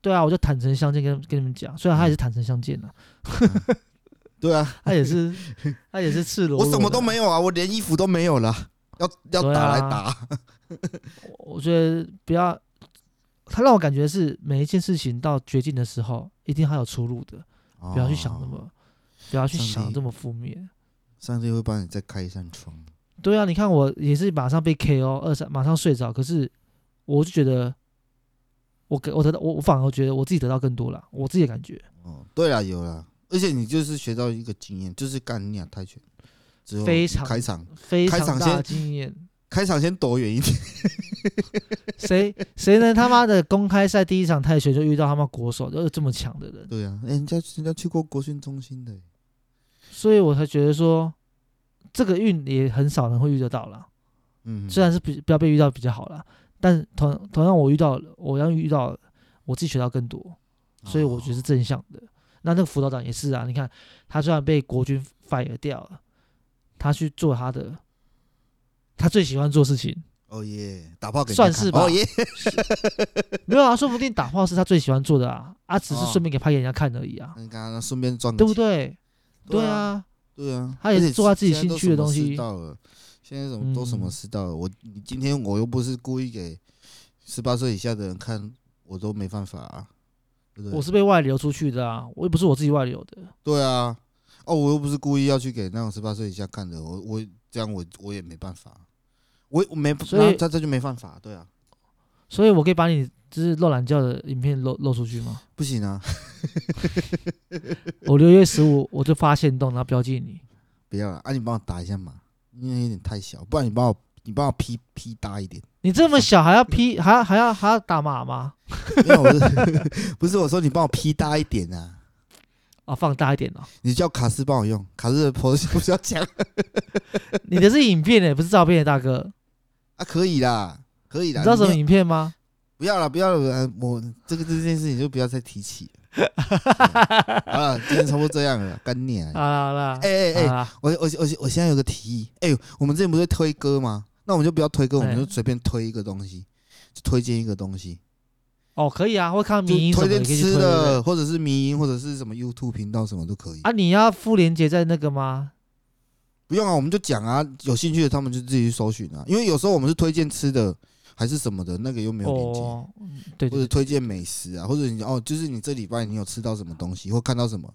[SPEAKER 1] 对啊，我就坦诚相见跟跟你们讲，虽然他也是坦诚相见呐、
[SPEAKER 3] 对啊，
[SPEAKER 1] 他也是他也是赤裸裸，
[SPEAKER 3] 我什么都。没有啊，我连衣服都没有了，要要
[SPEAKER 1] 对
[SPEAKER 3] 打
[SPEAKER 1] 啊
[SPEAKER 3] 来打。
[SPEAKER 1] 我觉得不要，他让我感觉是每一件事情到绝境的时候，一定还有出路的，不要去想那
[SPEAKER 3] 哦
[SPEAKER 1] 么，不要去
[SPEAKER 3] 上
[SPEAKER 1] 想
[SPEAKER 3] 帝
[SPEAKER 1] 这么负面。
[SPEAKER 3] 上帝会帮你再开一扇窗。
[SPEAKER 1] 对啊，你看我也是马上被 KO 二三，马上睡着，可是我就觉得。我给我得到我我反而觉得我自己得到更多了，我自己的感觉。
[SPEAKER 3] 哦，对啦，有啦，而且你就是学到一个经验，就是干你俩泰拳之后
[SPEAKER 1] 非常
[SPEAKER 3] 开场，
[SPEAKER 1] 非
[SPEAKER 3] 开
[SPEAKER 1] 常
[SPEAKER 3] 场
[SPEAKER 1] 大
[SPEAKER 3] 先
[SPEAKER 1] 的经验。
[SPEAKER 3] 开场先躲远一点。
[SPEAKER 1] 谁谁能他妈的公开赛第一场泰拳就遇到他妈国手，就是这么强的人，
[SPEAKER 3] 对啊，哎人家人家去过国训中心的欸，
[SPEAKER 1] 所以我才觉得说这个运也很少人会遇得到啦。
[SPEAKER 3] 嗯，
[SPEAKER 1] 虽然是比不要被遇到比较好啦，但同同样我遇到了，我要遇到了我自己学到更多，所以我觉得是
[SPEAKER 3] 哦
[SPEAKER 1] 正向的。那那个辅导长也是啊，你看他虽然被国军 fire 掉了，他去做他的他最喜欢做的事
[SPEAKER 3] (laughs)
[SPEAKER 1] 情，
[SPEAKER 3] 哦耶，打炮给人
[SPEAKER 1] 算
[SPEAKER 3] 家看
[SPEAKER 1] 是吧
[SPEAKER 3] 哦耶，
[SPEAKER 1] 没有啊，说不定打炮是他最喜欢做的啊，啊只是
[SPEAKER 3] 哦
[SPEAKER 1] 顺便给拍给人家看而已啊，
[SPEAKER 3] 那刚刚顺便赚个
[SPEAKER 1] 对不
[SPEAKER 3] 钱？
[SPEAKER 1] 对？对啊，
[SPEAKER 3] 哦嗯对啊，
[SPEAKER 1] 他也是
[SPEAKER 3] 而且
[SPEAKER 1] 做他自己
[SPEAKER 3] 现在都
[SPEAKER 1] 兴趣的
[SPEAKER 3] 什么
[SPEAKER 1] 东
[SPEAKER 3] 世
[SPEAKER 1] 西
[SPEAKER 3] 道了，现在什么都什么
[SPEAKER 1] 嗯
[SPEAKER 3] 世道了，我你今天我又不是故意给十八岁以下的人看，我都没办法啊，对不对？
[SPEAKER 1] 我是被外流出去的啊，我又不是我自己外流的。
[SPEAKER 3] 对啊，哦，我又不是故意要去给那种十八岁以下看的，我我这样我我也没办法，我我没，
[SPEAKER 1] 所以
[SPEAKER 3] 那他这就没办法，对啊，
[SPEAKER 1] 所以我可以把你就是露懒觉的影片露露出去
[SPEAKER 3] (laughs)
[SPEAKER 1] 吗？
[SPEAKER 3] 不行啊，
[SPEAKER 1] 我六月十五我就发现洞，然后标记你。
[SPEAKER 3] 不要了，啊，你帮我打一下码，因为有点太小，不然你帮我你帮我 P P 大一点， (laughs)
[SPEAKER 1] 你这么小还要 P 还要还要还要打码吗？
[SPEAKER 3] 没有，我是 (laughs) 不是我说你帮我 P 大一点啊？
[SPEAKER 1] 啊，放大一点哦。
[SPEAKER 3] 你叫卡斯帮我用，卡斯的 pose 不是要讲 (laughs)
[SPEAKER 1] 你的是影片诶、不是照片诶、大哥。
[SPEAKER 3] 啊？可以啦，可以
[SPEAKER 1] 你
[SPEAKER 3] 啦，
[SPEAKER 1] 知道什么
[SPEAKER 3] 你没有
[SPEAKER 1] 影片吗？
[SPEAKER 3] 不要了，不要了，呃我这个这件事情就不要再提起了。
[SPEAKER 1] (laughs)
[SPEAKER 3] 对好了，今天差不多这样了，干你啊！
[SPEAKER 1] 好啦好啦，
[SPEAKER 3] 哎哎哎
[SPEAKER 1] 好，啦，
[SPEAKER 3] 我我我我现在有个提议，哎、我们之前不是推歌吗？那我们就不要推歌，我们
[SPEAKER 1] 哎
[SPEAKER 3] 就随便推一个东西，就推荐一个东西，
[SPEAKER 1] 哦可以啊，会看
[SPEAKER 3] 就
[SPEAKER 1] 迷音什
[SPEAKER 3] 推
[SPEAKER 1] 么的，
[SPEAKER 3] 荐
[SPEAKER 1] 你可以去
[SPEAKER 3] 吃
[SPEAKER 1] 推对不对
[SPEAKER 3] 的，或者是迷音，或者是什么 YouTube 频道什么都可以。
[SPEAKER 1] 啊。你要附链接在那个吗？
[SPEAKER 3] 不用啊，我们就讲啊，有兴趣的他们就自己去搜寻啊。因为有时候我们是推荐吃的，还是什么的，那个又没有连接。
[SPEAKER 1] 哦，嗯对对
[SPEAKER 3] 或者
[SPEAKER 1] 对，
[SPEAKER 3] 推荐美食啊，或者你哦，就是你这礼拜你有吃到什么东西，或看到什么，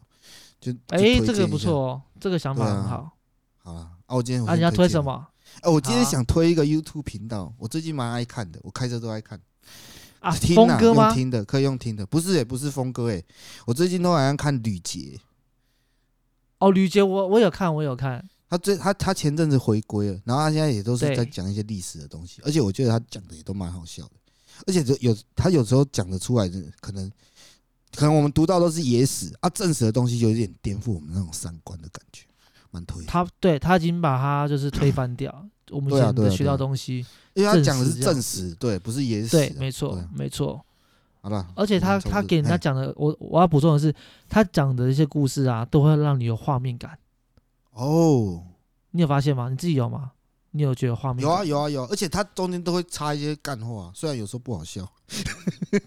[SPEAKER 3] 就
[SPEAKER 1] 哎、这个不错。哦，这个想法
[SPEAKER 3] 对啊
[SPEAKER 1] 很好。
[SPEAKER 3] 就推荐一下好了，啊，我今天我
[SPEAKER 1] 啊，你要
[SPEAKER 3] 先
[SPEAKER 1] 推
[SPEAKER 3] 荐
[SPEAKER 1] 什？么
[SPEAKER 3] 哎，我今天
[SPEAKER 1] 好啊
[SPEAKER 3] 想推一个 YouTube 频道，我最近蛮爱看的，我开车都爱看。
[SPEAKER 1] 啊？
[SPEAKER 3] 听
[SPEAKER 1] 峰
[SPEAKER 3] 啊
[SPEAKER 1] 哥吗
[SPEAKER 3] 用？听的，可以用听的，不是哎、不是峰哥哎、我最近都好像看吕杰，
[SPEAKER 1] 哦，吕杰，我我有看，我有看。
[SPEAKER 3] 他最他他前阵子回归了，然后他现在也都是
[SPEAKER 1] 对
[SPEAKER 3] 在讲一些历史的东西，而且我觉得他讲的也都蛮好笑的，而且有有他有时候讲得出来的，可能可能我们读到都是野史啊，正史的东西有点颠覆我们那种三观的感觉，蛮推的。
[SPEAKER 1] 他对他已经把他就是推翻掉，我们以
[SPEAKER 3] 对啊
[SPEAKER 1] 前
[SPEAKER 3] 对
[SPEAKER 1] 的
[SPEAKER 3] 啊
[SPEAKER 1] 学
[SPEAKER 3] 对啊
[SPEAKER 1] 到东西，
[SPEAKER 3] 因为他讲的是
[SPEAKER 1] 正史这样
[SPEAKER 3] 正史，对，不是野史啊、
[SPEAKER 1] 对，没错
[SPEAKER 3] 对啊，
[SPEAKER 1] 没错。
[SPEAKER 3] 好了，
[SPEAKER 1] 而且他
[SPEAKER 3] 我们从
[SPEAKER 1] 他
[SPEAKER 3] 这
[SPEAKER 1] 给人家
[SPEAKER 3] 嘿
[SPEAKER 1] 讲的，我我要补充的是，他讲的一些故事啊，都会让你有画面感。
[SPEAKER 3] 哦，
[SPEAKER 1] 你有发现吗？你自己有吗？你有觉得有画面？
[SPEAKER 3] 有啊，有啊有啊，而且他中间都会插一些干话，啊虽然有时候不好笑。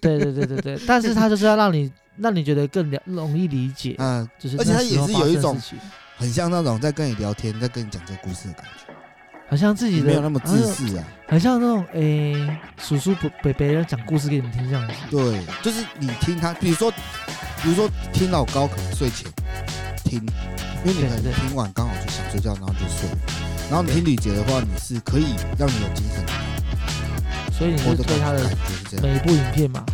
[SPEAKER 1] 对对对对对。但是他就是要让你让你觉得更了容易理解，
[SPEAKER 3] 嗯，
[SPEAKER 1] 就是
[SPEAKER 3] 而且他
[SPEAKER 1] 那时候
[SPEAKER 3] 也是有
[SPEAKER 1] 发生
[SPEAKER 3] 一
[SPEAKER 1] 的
[SPEAKER 3] 种
[SPEAKER 1] 事情
[SPEAKER 3] 很像那种在跟你聊天，在跟你讲这个故事的感觉，
[SPEAKER 1] 很像自己的
[SPEAKER 3] 没有那么自
[SPEAKER 1] 好像
[SPEAKER 3] 私啊。
[SPEAKER 1] 很像那种诶、叔叔伯伯伯要讲故事给你听这样子。
[SPEAKER 3] 对，就是你听他，比如说，比如说听老高可能睡前听，因为你可
[SPEAKER 1] 对
[SPEAKER 3] 能
[SPEAKER 1] 对
[SPEAKER 3] 听完刚好就想睡觉，然后就睡了。然后你听吕杰的话，你是可以让你有精神
[SPEAKER 1] 所以你
[SPEAKER 3] 我
[SPEAKER 1] 是
[SPEAKER 3] 的
[SPEAKER 1] 对他
[SPEAKER 3] 感
[SPEAKER 1] 的
[SPEAKER 3] 觉是这样。
[SPEAKER 1] 每一部影片嘛？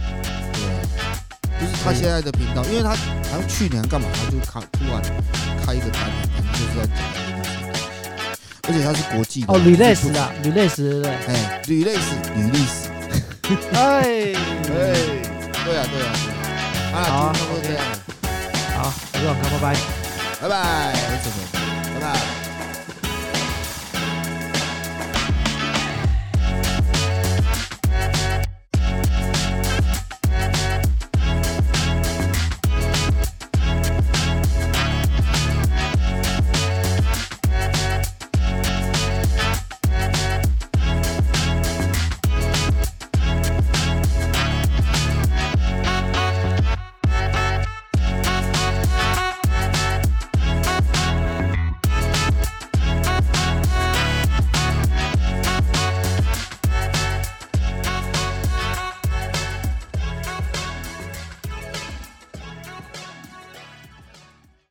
[SPEAKER 3] 对，就是他现在的频道，因为他好像去年干嘛，他就开突然开一个单元，可能就是在讲这个东西，而且他是国际的
[SPEAKER 1] 哦
[SPEAKER 3] 就是不
[SPEAKER 1] ，release 啊，release 对不对？
[SPEAKER 3] 哎，吕类似吕历史。
[SPEAKER 1] 哎，
[SPEAKER 3] 哎，对啊，对啊，好
[SPEAKER 1] 好啊
[SPEAKER 3] 了，今天差不多这样了，
[SPEAKER 1] 好，我是王康，拜拜。
[SPEAKER 3] 拜拜，我是陈伟拜拜。